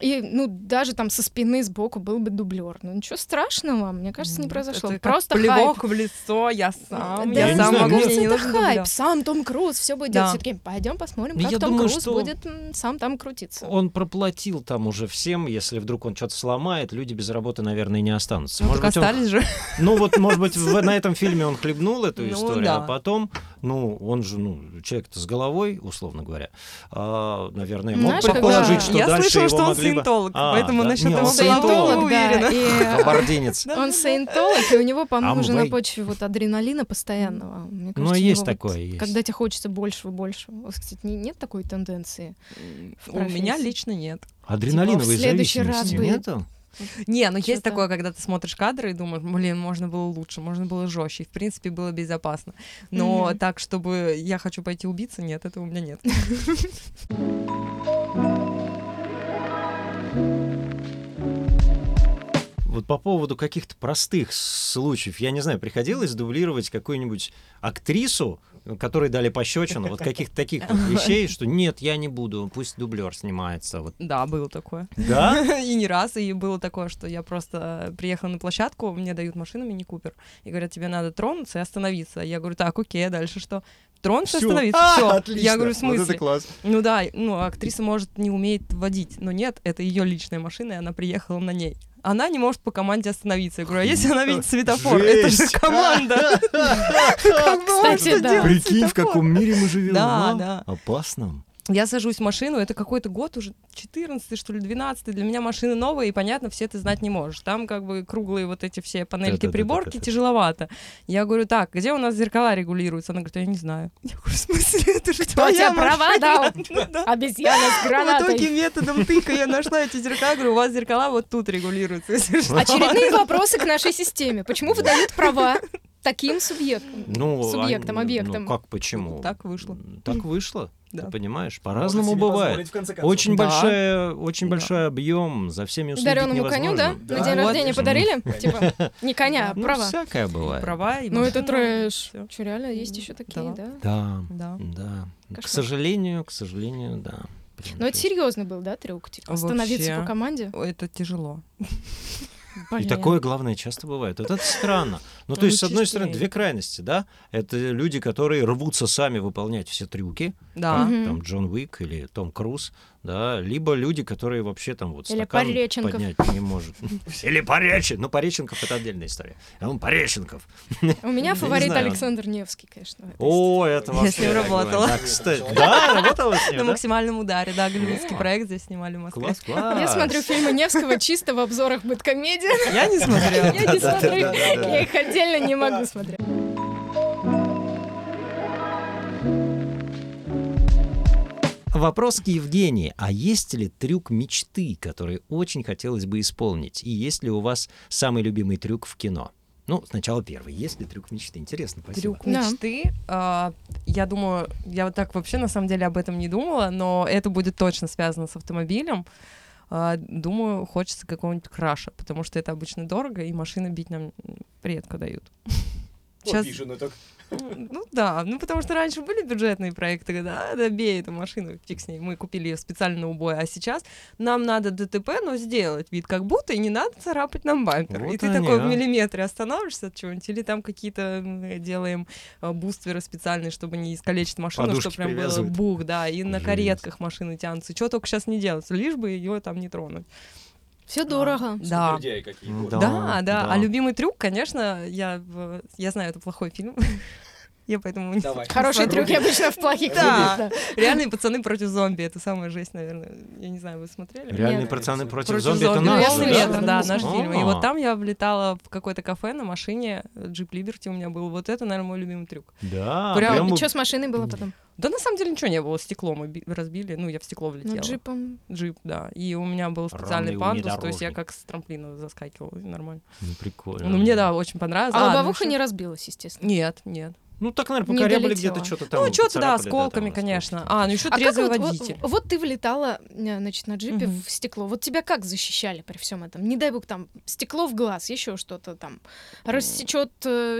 [SPEAKER 2] И, ну, даже там со спины сбоку был бы дублер. Ну, ничего страшного, мне кажется, не
[SPEAKER 3] М,
[SPEAKER 2] произошло.
[SPEAKER 3] это как
[SPEAKER 2] Просто хайп.
[SPEAKER 3] плевок в лицо, я сам,
[SPEAKER 2] Да.
[SPEAKER 1] Я
[SPEAKER 3] я
[SPEAKER 1] не
[SPEAKER 3] сам
[SPEAKER 1] знаю,
[SPEAKER 3] могу,
[SPEAKER 1] мне
[SPEAKER 3] мне не
[SPEAKER 2] это
[SPEAKER 3] нужен
[SPEAKER 2] хайп.
[SPEAKER 3] дубля.
[SPEAKER 2] Сам Том Круз, все будет.
[SPEAKER 3] Да.
[SPEAKER 2] Все таки пойдем посмотрим,
[SPEAKER 1] Ну,
[SPEAKER 2] как
[SPEAKER 1] я
[SPEAKER 2] Том
[SPEAKER 1] думаю,
[SPEAKER 2] Круз
[SPEAKER 1] что-
[SPEAKER 2] будет м, сам там крутиться.
[SPEAKER 1] Он проплатил там уже всем, если вдруг он что-то сломает, люди без работы, наверное, не останутся.
[SPEAKER 3] Ну, так
[SPEAKER 1] быть, он-
[SPEAKER 3] остались же.
[SPEAKER 1] Ну вот, может быть, в- на этом фильме он хлебнул эту
[SPEAKER 3] Ну
[SPEAKER 1] историю,
[SPEAKER 3] да.
[SPEAKER 1] а потом, ну, он же, ну, человек-то с головой, условно говоря, а, наверное, мог
[SPEAKER 2] Знаешь, как
[SPEAKER 1] предположить,
[SPEAKER 2] да.
[SPEAKER 1] что
[SPEAKER 3] Я
[SPEAKER 1] дальше
[SPEAKER 3] слышала,
[SPEAKER 1] его
[SPEAKER 3] что он
[SPEAKER 1] могли бы-
[SPEAKER 3] саентолог,
[SPEAKER 1] А,
[SPEAKER 3] поэтому
[SPEAKER 1] да.
[SPEAKER 3] насчет
[SPEAKER 1] Не,
[SPEAKER 3] его
[SPEAKER 1] он
[SPEAKER 3] головы
[SPEAKER 1] саентолог,
[SPEAKER 3] уверена.
[SPEAKER 2] да. и, э,
[SPEAKER 3] типа,
[SPEAKER 1] Кабардинец.
[SPEAKER 2] Он саентолог, и у него,
[SPEAKER 1] А
[SPEAKER 2] по-моему,
[SPEAKER 1] мы
[SPEAKER 2] уже на
[SPEAKER 1] вой-
[SPEAKER 2] почве вот адреналина постоянного. Мне
[SPEAKER 1] Ну,
[SPEAKER 2] кажется, у
[SPEAKER 1] есть
[SPEAKER 2] него вот
[SPEAKER 1] такое, есть.
[SPEAKER 2] Когда тебе хочется большего, большего. У вас, Кстати, не- нет такой тенденции.
[SPEAKER 3] У меня
[SPEAKER 2] профессии.
[SPEAKER 3] лично нет.
[SPEAKER 1] Адреналиновые
[SPEAKER 2] Типа, в следующий раз
[SPEAKER 1] зависимости
[SPEAKER 2] бы-
[SPEAKER 1] нету?
[SPEAKER 3] Не, ну есть
[SPEAKER 2] Чё-то-
[SPEAKER 3] такое, когда ты смотришь кадры и думаешь, блин, можно было лучше, можно было жестче, в принципе, было безопасно. Но
[SPEAKER 2] Мгм.
[SPEAKER 3] так, чтобы я хочу пойти убиться, нет, этого у меня нет.
[SPEAKER 1] Вот по поводу каких-то простых случаев, я не знаю, приходилось дублировать какую-нибудь актрису, которой дали пощечину, вот каких-то таких вот вещей, что нет, я не буду, пусть дублер снимается. Вот.
[SPEAKER 3] Да, было такое.
[SPEAKER 1] Да?
[SPEAKER 3] И не раз, и было такое, что я просто э, приехала на площадку, мне дают машину мини-купер, и говорят, тебе надо тронуться и остановиться. Я говорю, так, окей, а дальше что? Тронуться, и
[SPEAKER 1] Всё.
[SPEAKER 3] остановиться,
[SPEAKER 1] А,
[SPEAKER 3] все.
[SPEAKER 1] отлично.
[SPEAKER 3] Я говорю, в
[SPEAKER 1] Вот это
[SPEAKER 3] смысле?
[SPEAKER 1] класс.
[SPEAKER 3] Ну да, ну актриса может не умеет водить, но нет, это ее личная машина, и она приехала на ней. Она не может по команде остановиться. Я говорю, а если она видит светофор, это же
[SPEAKER 1] Жесть. А,
[SPEAKER 3] команда. Как бы он
[SPEAKER 2] Кстати,
[SPEAKER 3] что
[SPEAKER 2] да.
[SPEAKER 3] делает,
[SPEAKER 1] Прикинь, в
[SPEAKER 3] светофор?
[SPEAKER 1] каком мире мы живем.
[SPEAKER 3] Да,
[SPEAKER 1] а?
[SPEAKER 3] да.
[SPEAKER 1] Опасном.
[SPEAKER 3] Я сажусь в машину, это какой-то год уже, 14 что ли, 12 для меня машина новая, и, понятно, все ты знать не можешь. Там как бы круглые вот эти все панельки-приборки,
[SPEAKER 1] Да-да-да-да-да-да.
[SPEAKER 3] тяжеловато. Я говорю, так, где у нас зеркала регулируются? Она говорит, я не знаю. Я говорю, в смысле, это же
[SPEAKER 2] Кто
[SPEAKER 3] твоя
[SPEAKER 2] тебе права
[SPEAKER 3] машина?»
[SPEAKER 2] дал?
[SPEAKER 3] Ну да.
[SPEAKER 2] Обезьяна с
[SPEAKER 3] В
[SPEAKER 2] гранатой.
[SPEAKER 3] итоге методом тыка я нашла эти зеркала, говорю, у вас зеркала вот тут регулируются. если что».
[SPEAKER 2] Очередные вопросы к нашей системе. Почему выдают права таким субъектам?
[SPEAKER 1] Ну,
[SPEAKER 2] Субъектом,
[SPEAKER 1] они-
[SPEAKER 2] объектом.
[SPEAKER 1] Ну, как почему?
[SPEAKER 3] Так вышло.
[SPEAKER 1] Так вышло.
[SPEAKER 3] Да.
[SPEAKER 1] Ты понимаешь,
[SPEAKER 4] Может
[SPEAKER 1] по-разному
[SPEAKER 4] себе
[SPEAKER 1] бывает.
[SPEAKER 4] позволить, в конце концов.
[SPEAKER 1] Очень
[SPEAKER 3] Да.
[SPEAKER 1] большая, очень
[SPEAKER 3] Да.
[SPEAKER 1] большой объем, за всеми услугами.
[SPEAKER 2] Дареному коню, да?
[SPEAKER 4] Да.
[SPEAKER 2] На день
[SPEAKER 4] Вот.
[SPEAKER 2] рождения подарили? Типа, не коня, а
[SPEAKER 1] Ну,
[SPEAKER 2] права.
[SPEAKER 1] всякое бывает.
[SPEAKER 3] Права и
[SPEAKER 2] Ну, это
[SPEAKER 3] машина,
[SPEAKER 2] трэш.
[SPEAKER 3] всё.
[SPEAKER 2] Че, реально, есть еще такие,
[SPEAKER 3] Да.
[SPEAKER 2] да?
[SPEAKER 1] Да,
[SPEAKER 3] Да.
[SPEAKER 1] да. К
[SPEAKER 2] Кошмар.
[SPEAKER 1] сожалению, к сожалению, да. Блин,
[SPEAKER 2] Ну, это
[SPEAKER 1] жесть.
[SPEAKER 2] серьезно был, да, трюк? Типа, остановиться
[SPEAKER 3] Вообще.
[SPEAKER 2] по команде?
[SPEAKER 3] О, Это тяжело.
[SPEAKER 1] И
[SPEAKER 2] Блин.
[SPEAKER 1] такое, главное, часто бывает. Вот это странно. Ну, то
[SPEAKER 3] Ну,
[SPEAKER 1] есть, с одной
[SPEAKER 3] чисто
[SPEAKER 1] стороны,
[SPEAKER 3] лень.
[SPEAKER 1] две крайности, да? Это люди, которые рвутся сами выполнять все трюки,
[SPEAKER 3] Да.
[SPEAKER 2] Мгм.
[SPEAKER 1] там Джон Уик или Том Круз, да, либо люди, которые вообще там вот
[SPEAKER 2] Или
[SPEAKER 1] стакан
[SPEAKER 2] Пореченков.
[SPEAKER 1] поднять не может. Или Пореченков. Ну, Пореченков — это отдельная история. А он Пореченков.
[SPEAKER 2] У меня
[SPEAKER 1] не
[SPEAKER 2] фаворит
[SPEAKER 1] знаю.
[SPEAKER 2] Александр Невский, конечно. в этой
[SPEAKER 1] О, это
[SPEAKER 3] Я с
[SPEAKER 1] вообще...
[SPEAKER 3] ним
[SPEAKER 1] так бывает.
[SPEAKER 3] работала.
[SPEAKER 1] Да, кстати. Да, работала с
[SPEAKER 3] На
[SPEAKER 1] ним, да?
[SPEAKER 3] максимальном ударе, да, голливудский
[SPEAKER 1] О.
[SPEAKER 3] проект здесь снимали в Москве.
[SPEAKER 1] Класс, класс.
[SPEAKER 2] Я смотрю фильмы Невского чисто в обзорах быткомедии.
[SPEAKER 3] Я не смотрела.
[SPEAKER 2] Я не
[SPEAKER 1] Да-да-да-да-да.
[SPEAKER 2] смотрю. Я их отдельно не могу смотреть.
[SPEAKER 1] Вопрос к Евгении. А есть ли трюк мечты, который очень хотелось бы исполнить? И есть ли у вас самый любимый трюк в кино? Ну, сначала первый. Есть ли трюк мечты? Интересно, спасибо.
[SPEAKER 3] Трюк
[SPEAKER 2] Да.
[SPEAKER 3] мечты. а, Я думаю, я вот так вообще на самом деле об этом не думала, но это будет точно связано с автомобилем. А, Думаю, хочется какого-нибудь краша, потому что это обычно дорого, и машины бить нам редко дают.
[SPEAKER 4] Вот
[SPEAKER 3] Сейчас-
[SPEAKER 4] вижу, ну так
[SPEAKER 3] Ну да, ну потому что раньше были бюджетные проекты, когда «А, да бей эту машину, фиг с ней, мы купили ее специально на убой, а сейчас нам надо ДТП, но сделать вид как будто, и не надо царапать нам бампер.
[SPEAKER 1] Вот
[SPEAKER 3] и ты
[SPEAKER 1] они,
[SPEAKER 3] такой
[SPEAKER 1] а.
[SPEAKER 3] в миллиметре останавливаешься от чего-нибудь, или там какие-то мы делаем э, бустеры специальные, чтобы не искалечить машину,
[SPEAKER 1] Подушки
[SPEAKER 3] чтобы прям было
[SPEAKER 1] привязывают.
[SPEAKER 3] бух, да, и на
[SPEAKER 1] Жесть.
[SPEAKER 3] каретках машины тянутся, чего только сейчас не делается, лишь бы ее там не тронуть.
[SPEAKER 2] Все дорого.
[SPEAKER 3] Да.
[SPEAKER 4] супердяи какие.
[SPEAKER 1] Ну
[SPEAKER 4] вот.
[SPEAKER 1] да.
[SPEAKER 3] Да, да.
[SPEAKER 1] да.
[SPEAKER 3] А любимый трюк, конечно, я, в- я знаю, это плохой фильм. Я поэтому не
[SPEAKER 4] Давай.
[SPEAKER 2] Хорошие
[SPEAKER 4] Смотрю.
[SPEAKER 2] трюки обычно в плохих
[SPEAKER 3] Да.
[SPEAKER 2] фильмах. да.
[SPEAKER 3] Реальные пацаны против зомби. Это самая жесть, наверное. Я не знаю, вы смотрели?
[SPEAKER 1] Реальные
[SPEAKER 2] Нет.
[SPEAKER 1] пацаны против,
[SPEAKER 3] Против
[SPEAKER 1] зомби, это
[SPEAKER 2] Ну,
[SPEAKER 1] наш,
[SPEAKER 2] я
[SPEAKER 3] «Красный
[SPEAKER 1] же,
[SPEAKER 3] ветер»,
[SPEAKER 2] слышала.
[SPEAKER 3] да, наш фильм. И
[SPEAKER 1] А.
[SPEAKER 3] вот там я влетала в какое-то кафе на машине, джип Либерти у меня был. Вот это, наверное, мой любимый трюк.
[SPEAKER 1] Да,
[SPEAKER 3] Прям-
[SPEAKER 1] прям
[SPEAKER 2] И что с машиной было потом?
[SPEAKER 3] Да на самом деле ничего не было. Стекло мы би- разбили. Ну, я в стекло влетела.
[SPEAKER 2] Ну, джипом.
[SPEAKER 3] Джип, да. И у меня был специальный
[SPEAKER 1] Рамный
[SPEAKER 3] пандус, то есть я
[SPEAKER 1] внедорожник.
[SPEAKER 3] как с трамплина заскакивала. и Нормально.
[SPEAKER 1] Ну, прикольно.
[SPEAKER 3] Ну, мне, да, очень понравилось.
[SPEAKER 2] А
[SPEAKER 3] ну
[SPEAKER 2] лобовуха
[SPEAKER 3] ещё-
[SPEAKER 2] не разбилась, естественно.
[SPEAKER 3] Нет, нет.
[SPEAKER 1] Ну, так, наверное,
[SPEAKER 2] Не
[SPEAKER 1] покорябли
[SPEAKER 2] долетела.
[SPEAKER 1] где-то что-то там.
[SPEAKER 3] Ну, что-то, да,
[SPEAKER 1] поцарапали, там,
[SPEAKER 3] осколками, конечно. А, ну еще
[SPEAKER 2] А как
[SPEAKER 3] трезвый
[SPEAKER 2] вот, вот-
[SPEAKER 3] водитель.
[SPEAKER 2] вот ты влетала, э, значит, на джипе
[SPEAKER 3] Мгм.
[SPEAKER 2] в стекло. Вот тебя как защищали при всем этом? Не дай бог там стекло в глаз, еще что-то там рассечет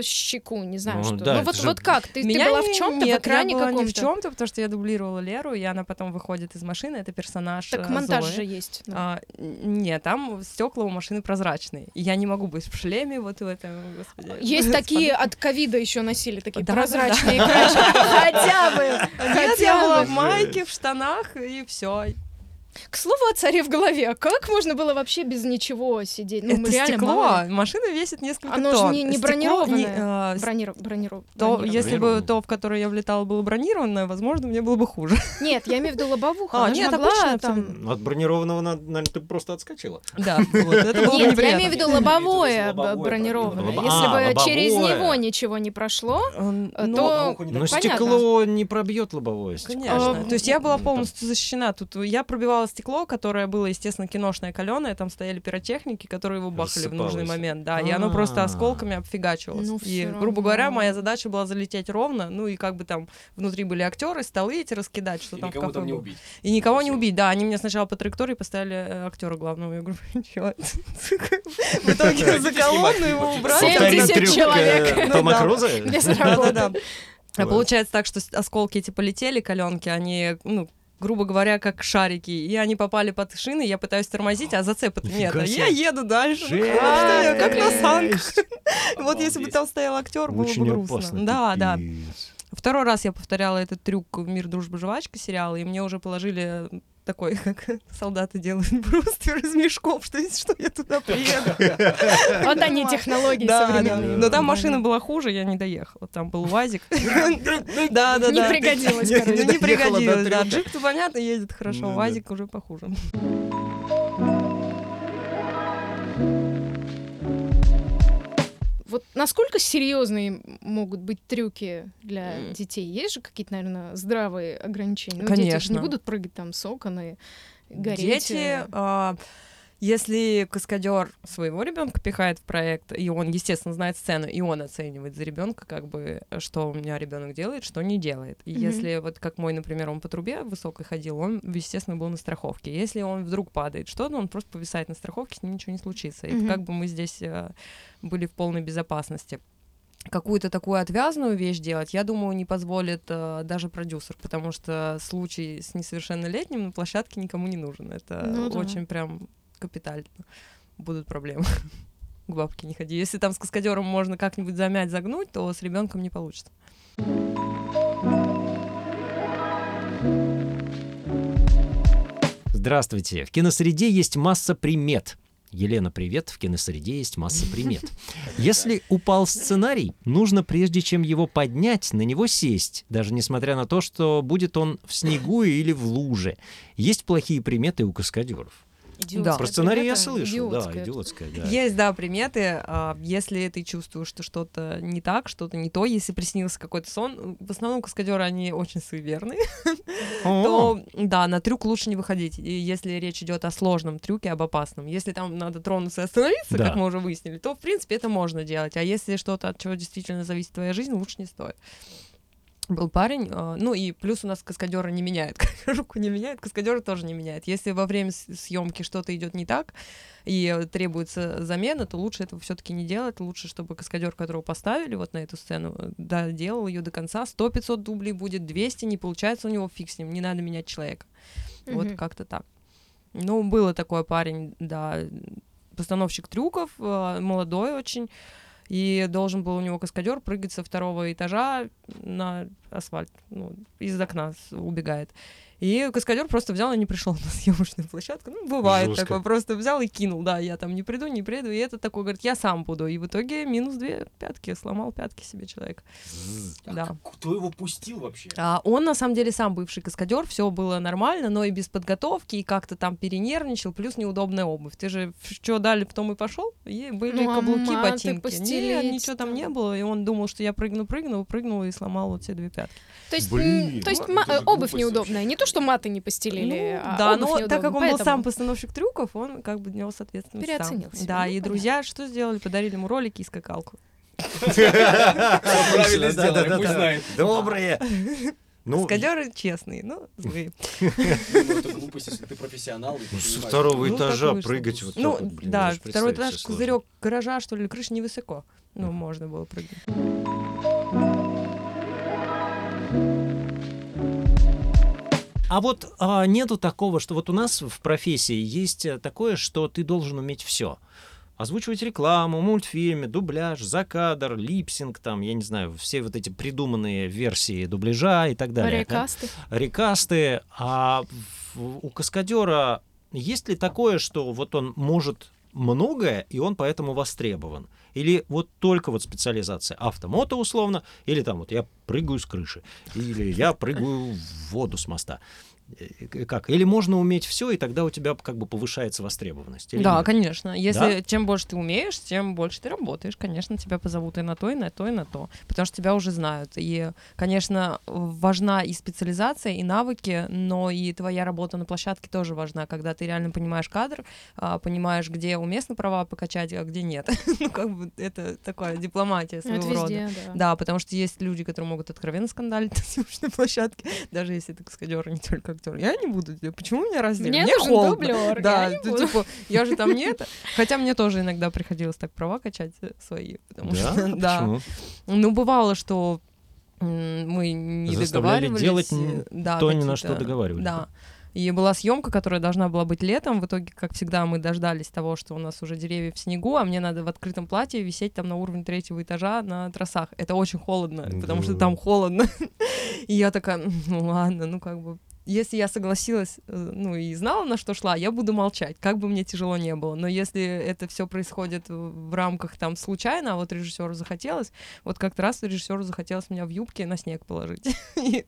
[SPEAKER 2] щеку, не знаю
[SPEAKER 1] Ну,
[SPEAKER 2] что.
[SPEAKER 1] да,
[SPEAKER 2] ну вот,
[SPEAKER 1] это же-
[SPEAKER 2] вот как? Ты, ты
[SPEAKER 3] Меня
[SPEAKER 2] была в
[SPEAKER 3] не-
[SPEAKER 2] чем-то, в
[SPEAKER 3] нет,
[SPEAKER 2] экране
[SPEAKER 3] я была
[SPEAKER 2] каком-то?
[SPEAKER 3] не в чем-то, потому что я дублировала Леру, и она потом выходит из машины, это персонаж
[SPEAKER 2] Так
[SPEAKER 3] э,
[SPEAKER 2] монтаж
[SPEAKER 3] Зои.
[SPEAKER 2] же есть. ну.
[SPEAKER 3] А, н- не, там стекла у машины прозрачные. И я не могу быть в шлеме, вот в этом,
[SPEAKER 1] Э,
[SPEAKER 3] господи.
[SPEAKER 2] Э, Есть такие от ковида еще носили, такие
[SPEAKER 3] Да, да, да.
[SPEAKER 2] прозрачные экранчики. Хотя бы,
[SPEAKER 3] Нет, я
[SPEAKER 2] хотя
[SPEAKER 3] была в
[SPEAKER 2] бы.
[SPEAKER 3] майке, в штанах, и все.
[SPEAKER 2] К слову о царе в голове, а как можно было вообще без ничего сидеть? Ну,
[SPEAKER 3] это
[SPEAKER 2] реально,
[SPEAKER 3] стекло.
[SPEAKER 2] мало ли.
[SPEAKER 3] Машина весит несколько
[SPEAKER 2] Оно же
[SPEAKER 3] тонн.
[SPEAKER 2] не- не
[SPEAKER 3] Стекло
[SPEAKER 2] бронированное.
[SPEAKER 3] э, с-
[SPEAKER 2] Брониров- брониров-
[SPEAKER 3] То,
[SPEAKER 2] бронированное.
[SPEAKER 3] если бы
[SPEAKER 1] Бронированное.
[SPEAKER 3] то, в которое я влетала, было бронированное, возможно, мне было бы хуже.
[SPEAKER 2] Нет, я имею в виду лобовуха.
[SPEAKER 3] А,
[SPEAKER 2] Она ж
[SPEAKER 3] нет,
[SPEAKER 2] могла
[SPEAKER 3] обычная
[SPEAKER 2] там...
[SPEAKER 1] Ну, От бронированного, надо- наверное, ты просто отскочила.
[SPEAKER 3] Да, вот, это было бы
[SPEAKER 2] Нет, я имею в
[SPEAKER 3] неприятно.
[SPEAKER 2] виду
[SPEAKER 4] Я имею в виду, то
[SPEAKER 2] лобовое
[SPEAKER 4] есть лобовое
[SPEAKER 2] б- бронированное.
[SPEAKER 1] бронированное.
[SPEAKER 2] Если
[SPEAKER 1] А,
[SPEAKER 2] бы
[SPEAKER 1] лобовое.
[SPEAKER 2] через него ничего не прошло,
[SPEAKER 3] Эм,
[SPEAKER 2] э,
[SPEAKER 3] ну,
[SPEAKER 2] то
[SPEAKER 4] Лобовуху не
[SPEAKER 1] Но
[SPEAKER 4] так-
[SPEAKER 2] понятно.
[SPEAKER 1] стекло не пробьет лобовое стекло.
[SPEAKER 3] Конечно.
[SPEAKER 2] А,
[SPEAKER 3] То есть я была
[SPEAKER 1] ну,
[SPEAKER 3] полностью защищена. Тут я пробивала стекло, которое было, естественно, киношное каленое. Там стояли пиротехники, которые его бахали в нужный
[SPEAKER 1] Рассыпалось.
[SPEAKER 3] момент. Да, и оно просто
[SPEAKER 1] А.
[SPEAKER 3] осколками обфигачивалось.
[SPEAKER 2] Ну,
[SPEAKER 3] и,
[SPEAKER 2] всё
[SPEAKER 3] грубо говоря,
[SPEAKER 2] равно.
[SPEAKER 3] моя задача была залететь ровно. Ну и как бы там внутри были актеры, столы эти раскидать, что
[SPEAKER 4] И
[SPEAKER 3] там в
[SPEAKER 4] никого
[SPEAKER 3] кафе
[SPEAKER 4] там не
[SPEAKER 3] было.
[SPEAKER 4] убить.
[SPEAKER 3] И никого не
[SPEAKER 4] Всё.
[SPEAKER 3] убить. Да, они мне сначала по траектории поставили э, актера главного. Я говорю, «Чё?» В итоге за колонну его убрали.
[SPEAKER 1] Повтори
[SPEAKER 2] 70
[SPEAKER 1] трюк, э,
[SPEAKER 2] человек.
[SPEAKER 3] Ну
[SPEAKER 1] Тома
[SPEAKER 3] да.
[SPEAKER 1] Круза?
[SPEAKER 2] без
[SPEAKER 3] Да,
[SPEAKER 2] работы.
[SPEAKER 3] да. А получается так, что с- осколки эти полетели, коленки, они, ну, грубо говоря, как шарики, и они попали под шины, я пытаюсь тормозить, а зацепа нет.
[SPEAKER 1] Нифига
[SPEAKER 3] а Я
[SPEAKER 1] себе.
[SPEAKER 3] еду дальше. Ну,
[SPEAKER 1] Жесть.
[SPEAKER 3] что я, Как на санках.
[SPEAKER 1] Жесть.
[SPEAKER 3] Вот если бы там стоял актер, было бы
[SPEAKER 1] Очень
[SPEAKER 3] грустно.
[SPEAKER 1] опасно.
[SPEAKER 3] Да, да.
[SPEAKER 1] пипец.
[SPEAKER 3] Второй раз я повторяла этот трюк в «Мир, дружба, жвачка» сериала, и мне уже положили такой, как солдаты делают бруствер из мешков, что, что я туда приеду.
[SPEAKER 2] Вот они, технологии
[SPEAKER 3] Да, да.
[SPEAKER 2] современные.
[SPEAKER 3] Но там машина была хуже, я не доехала. Там был УАЗик. Да, да, да.
[SPEAKER 2] Не пригодилась,
[SPEAKER 1] Не-
[SPEAKER 2] короче.
[SPEAKER 3] Не
[SPEAKER 1] доехала
[SPEAKER 3] пригодилось,
[SPEAKER 1] до
[SPEAKER 3] да.
[SPEAKER 1] трёх.
[SPEAKER 3] Джип-то понятно едет хорошо,
[SPEAKER 1] Ну да.
[SPEAKER 3] УАЗик уже похуже.
[SPEAKER 2] Вот насколько серьезные могут быть трюки для
[SPEAKER 3] М.
[SPEAKER 2] детей? Есть же какие-то, наверное, здравые ограничения? Ну, Дети же
[SPEAKER 3] Конечно.
[SPEAKER 2] не будут прыгать там с окон и гореть.
[SPEAKER 3] Дети... а, Если каскадер своего ребенка пихает в проект, и он, естественно, знает сцену, и он оценивает за ребенка, как бы, что у меня ребенок делает, что не делает. И
[SPEAKER 2] Мгм.
[SPEAKER 3] если вот как мой, например, он по трубе высокой ходил, он, естественно, был на страховке. Если он вдруг падает что-то, он просто повисает на страховке, с ним ничего не случится. И
[SPEAKER 2] Мгм.
[SPEAKER 3] как бы мы здесь э, были в полной безопасности. Какую-то такую отвязную вещь делать, я думаю, не позволит э, даже продюсер, потому что случай с несовершеннолетним на площадке никому не нужен. Это
[SPEAKER 2] Ну да.
[SPEAKER 3] очень прям капитально. Будут проблемы. К бабке не ходи. Если там с каскадером можно как-нибудь замять, загнуть, то с ребенком не получится.
[SPEAKER 1] Здравствуйте. В киносреде есть масса примет. Елена, привет. В киносреде есть масса примет. Если упал сценарий, нужно прежде чем его поднять, на него сесть, даже несмотря на то, что будет он в снегу или в луже. Есть плохие приметы у каскадеров.
[SPEAKER 3] Да.
[SPEAKER 4] А
[SPEAKER 1] Про сценарий я слышал, да,
[SPEAKER 2] идиотская.
[SPEAKER 1] идиотская. да.
[SPEAKER 3] Есть, да, приметы. а, Если ты чувствуешь, что что-то не так, что-то не то, если приснился какой-то сон, в основном каскадеры, они очень суеверны,
[SPEAKER 1] О,
[SPEAKER 3] то, да, на трюк лучше не выходить, И если речь идет о сложном трюке, об опасном. Если там надо тронуться и остановиться,
[SPEAKER 1] Да.
[SPEAKER 3] как мы уже выяснили, то, в принципе, это можно делать. А если что-то, от чего действительно зависит твоя жизнь, лучше не стоит. Был парень, э, ну и плюс у нас каскадеры не меняют, руку не меняют, каскадеры тоже не меняют. Если во время съемки что-то идет не так, и э, требуется замена, то лучше этого все-таки не делать. Лучше, чтобы каскадер, которого поставили вот на эту сцену, э, доделал ее до конца. 100-500 дублей будет, 200 не получается у него, фиг с ним, не надо менять человека. Вот
[SPEAKER 2] Мгм.
[SPEAKER 3] как-то так. Ну, было такой парень, да, постановщик трюков, э, молодой очень, и должен был у него каскадер прыгать со второго этажа на асфальт, ну, из окна с- убегает. И каскадер просто взял и не пришел на съемочную площадку. Ну, бывает
[SPEAKER 1] Жестко.
[SPEAKER 3] такое. Просто взял и кинул. Да, я там не приду, не приду. И этот такой говорит, я сам буду. И в итоге минус две пятки. Сломал пятки себе человек. Да.
[SPEAKER 4] А Кто его пустил вообще?
[SPEAKER 3] А он на самом деле сам бывший каскадер, все было нормально, но и без подготовки, и как-то там перенервничал, плюс неудобная обувь. Ты же что дали, потом и пошел, и были
[SPEAKER 2] Ну, а
[SPEAKER 3] каблуки,
[SPEAKER 2] манты,
[SPEAKER 3] ботинки. Нет,
[SPEAKER 2] постелить
[SPEAKER 3] ничего там
[SPEAKER 2] там.
[SPEAKER 3] не было, и он думал, что я прыгну, прыгну, прыгнул и сломал вот все две пятки.
[SPEAKER 2] То есть,
[SPEAKER 4] Блин, ну
[SPEAKER 2] м, то есть
[SPEAKER 4] это
[SPEAKER 2] ма-
[SPEAKER 4] же
[SPEAKER 2] э, обувь
[SPEAKER 4] глупость
[SPEAKER 2] неудобная.
[SPEAKER 4] вообще.
[SPEAKER 2] Не то, что маты не
[SPEAKER 3] Ну,
[SPEAKER 2] постелили, а
[SPEAKER 3] да,
[SPEAKER 2] обувь
[SPEAKER 3] но
[SPEAKER 2] неудобна,
[SPEAKER 3] так как он был сам
[SPEAKER 2] поэтому-
[SPEAKER 3] постановщик трюков, он как бы нес ответственность. сам.
[SPEAKER 2] Переоценил себя,
[SPEAKER 3] Да,
[SPEAKER 2] ну,
[SPEAKER 3] и друзья что сделали? Подарили ему ролики и скакалку.
[SPEAKER 1] Да,
[SPEAKER 4] Правильно
[SPEAKER 1] да,
[SPEAKER 4] сделали,
[SPEAKER 1] да,
[SPEAKER 4] пусть
[SPEAKER 1] да.
[SPEAKER 4] знает.
[SPEAKER 1] Добрые. Ну,
[SPEAKER 3] Каскадеры честные, но злые.
[SPEAKER 4] Ну, это глупость, если ты профессионал. и ты
[SPEAKER 1] со
[SPEAKER 4] понимаешь.
[SPEAKER 1] второго
[SPEAKER 3] Ну,
[SPEAKER 1] этажа
[SPEAKER 3] так вышло.
[SPEAKER 1] прыгать вот так
[SPEAKER 3] Ну,
[SPEAKER 1] вот, блин,
[SPEAKER 3] да,
[SPEAKER 1] даже
[SPEAKER 3] второй
[SPEAKER 1] представить
[SPEAKER 3] этаж,
[SPEAKER 1] себе сложно.
[SPEAKER 3] козырек гаража, что ли, крыша невысоко. Ну,
[SPEAKER 1] Мгм.
[SPEAKER 3] можно было прыгнуть.
[SPEAKER 1] А вот а, нету такого, что вот у нас в профессии есть э, такое, что ты должен уметь все. Озвучивать рекламу, мультфильмы, дубляж, закадр, липсинг, там, я не знаю, все вот эти придуманные версии дубляжа и так далее. да?
[SPEAKER 2] Рекасты.
[SPEAKER 1] Рекасты. А в- у каскадера есть ли такое, что вот он может многое, и он поэтому востребован? Или вот только вот специализация автомото условно, или там вот я прыгаю с крыши, или я прыгаю в воду с моста. Э, э, Как? Или можно уметь все, и тогда у тебя как бы повышается востребованность? или
[SPEAKER 3] Да,
[SPEAKER 1] нет?
[SPEAKER 3] конечно. Если чем больше ты умеешь, тем больше ты работаешь. Конечно, тебя позовут и на то, и на то, и на то. Потому что тебя уже знают. И, конечно, важна и специализация, и навыки, но и твоя работа на площадке тоже важна, когда ты реально понимаешь кадр, а, понимаешь, где уместно права покачать, а где нет. Ну, как бы это такая дипломатия
[SPEAKER 2] Ну, Это
[SPEAKER 3] своего рода.
[SPEAKER 2] везде, да.
[SPEAKER 3] Да, потому что есть люди, которые могут откровенно скандалить на съемочной площадке, даже если ты каскадер, а не только актер. Я не буду, я- почему меня раздели?
[SPEAKER 2] Мне нужен
[SPEAKER 3] холодно.
[SPEAKER 2] дублёр,
[SPEAKER 3] Да,
[SPEAKER 2] я не
[SPEAKER 3] ты
[SPEAKER 2] буду.
[SPEAKER 3] типа, я же там нет. Хотя мне тоже иногда приходилось так права качать э, свои, потому
[SPEAKER 1] Да?
[SPEAKER 3] что, да.
[SPEAKER 1] Почему?
[SPEAKER 3] Ну, бывало, что м, мы не
[SPEAKER 1] Заставляли
[SPEAKER 3] договаривались.
[SPEAKER 1] делать
[SPEAKER 3] э,
[SPEAKER 1] н-
[SPEAKER 3] да,
[SPEAKER 1] то, ни на
[SPEAKER 3] какие-то-
[SPEAKER 1] что договаривались.
[SPEAKER 3] Да. И была съемка, которая должна была быть летом. В итоге, как всегда, мы дождались того, что у нас уже деревья в снегу, а мне надо в открытом платье висеть там на уровне третьего этажа на тросах. Это очень холодно, потому что
[SPEAKER 1] Да.
[SPEAKER 3] там холодно. И я такая, «М, ну ладно, ну как бы если я согласилась, э, ну и знала, на что шла, я буду молчать, как бы мне тяжело не было. Но если это все происходит в в рамках там случайно, а вот режиссеру захотелось, вот как-то раз режиссеру захотелось меня в юбке на снег положить. И,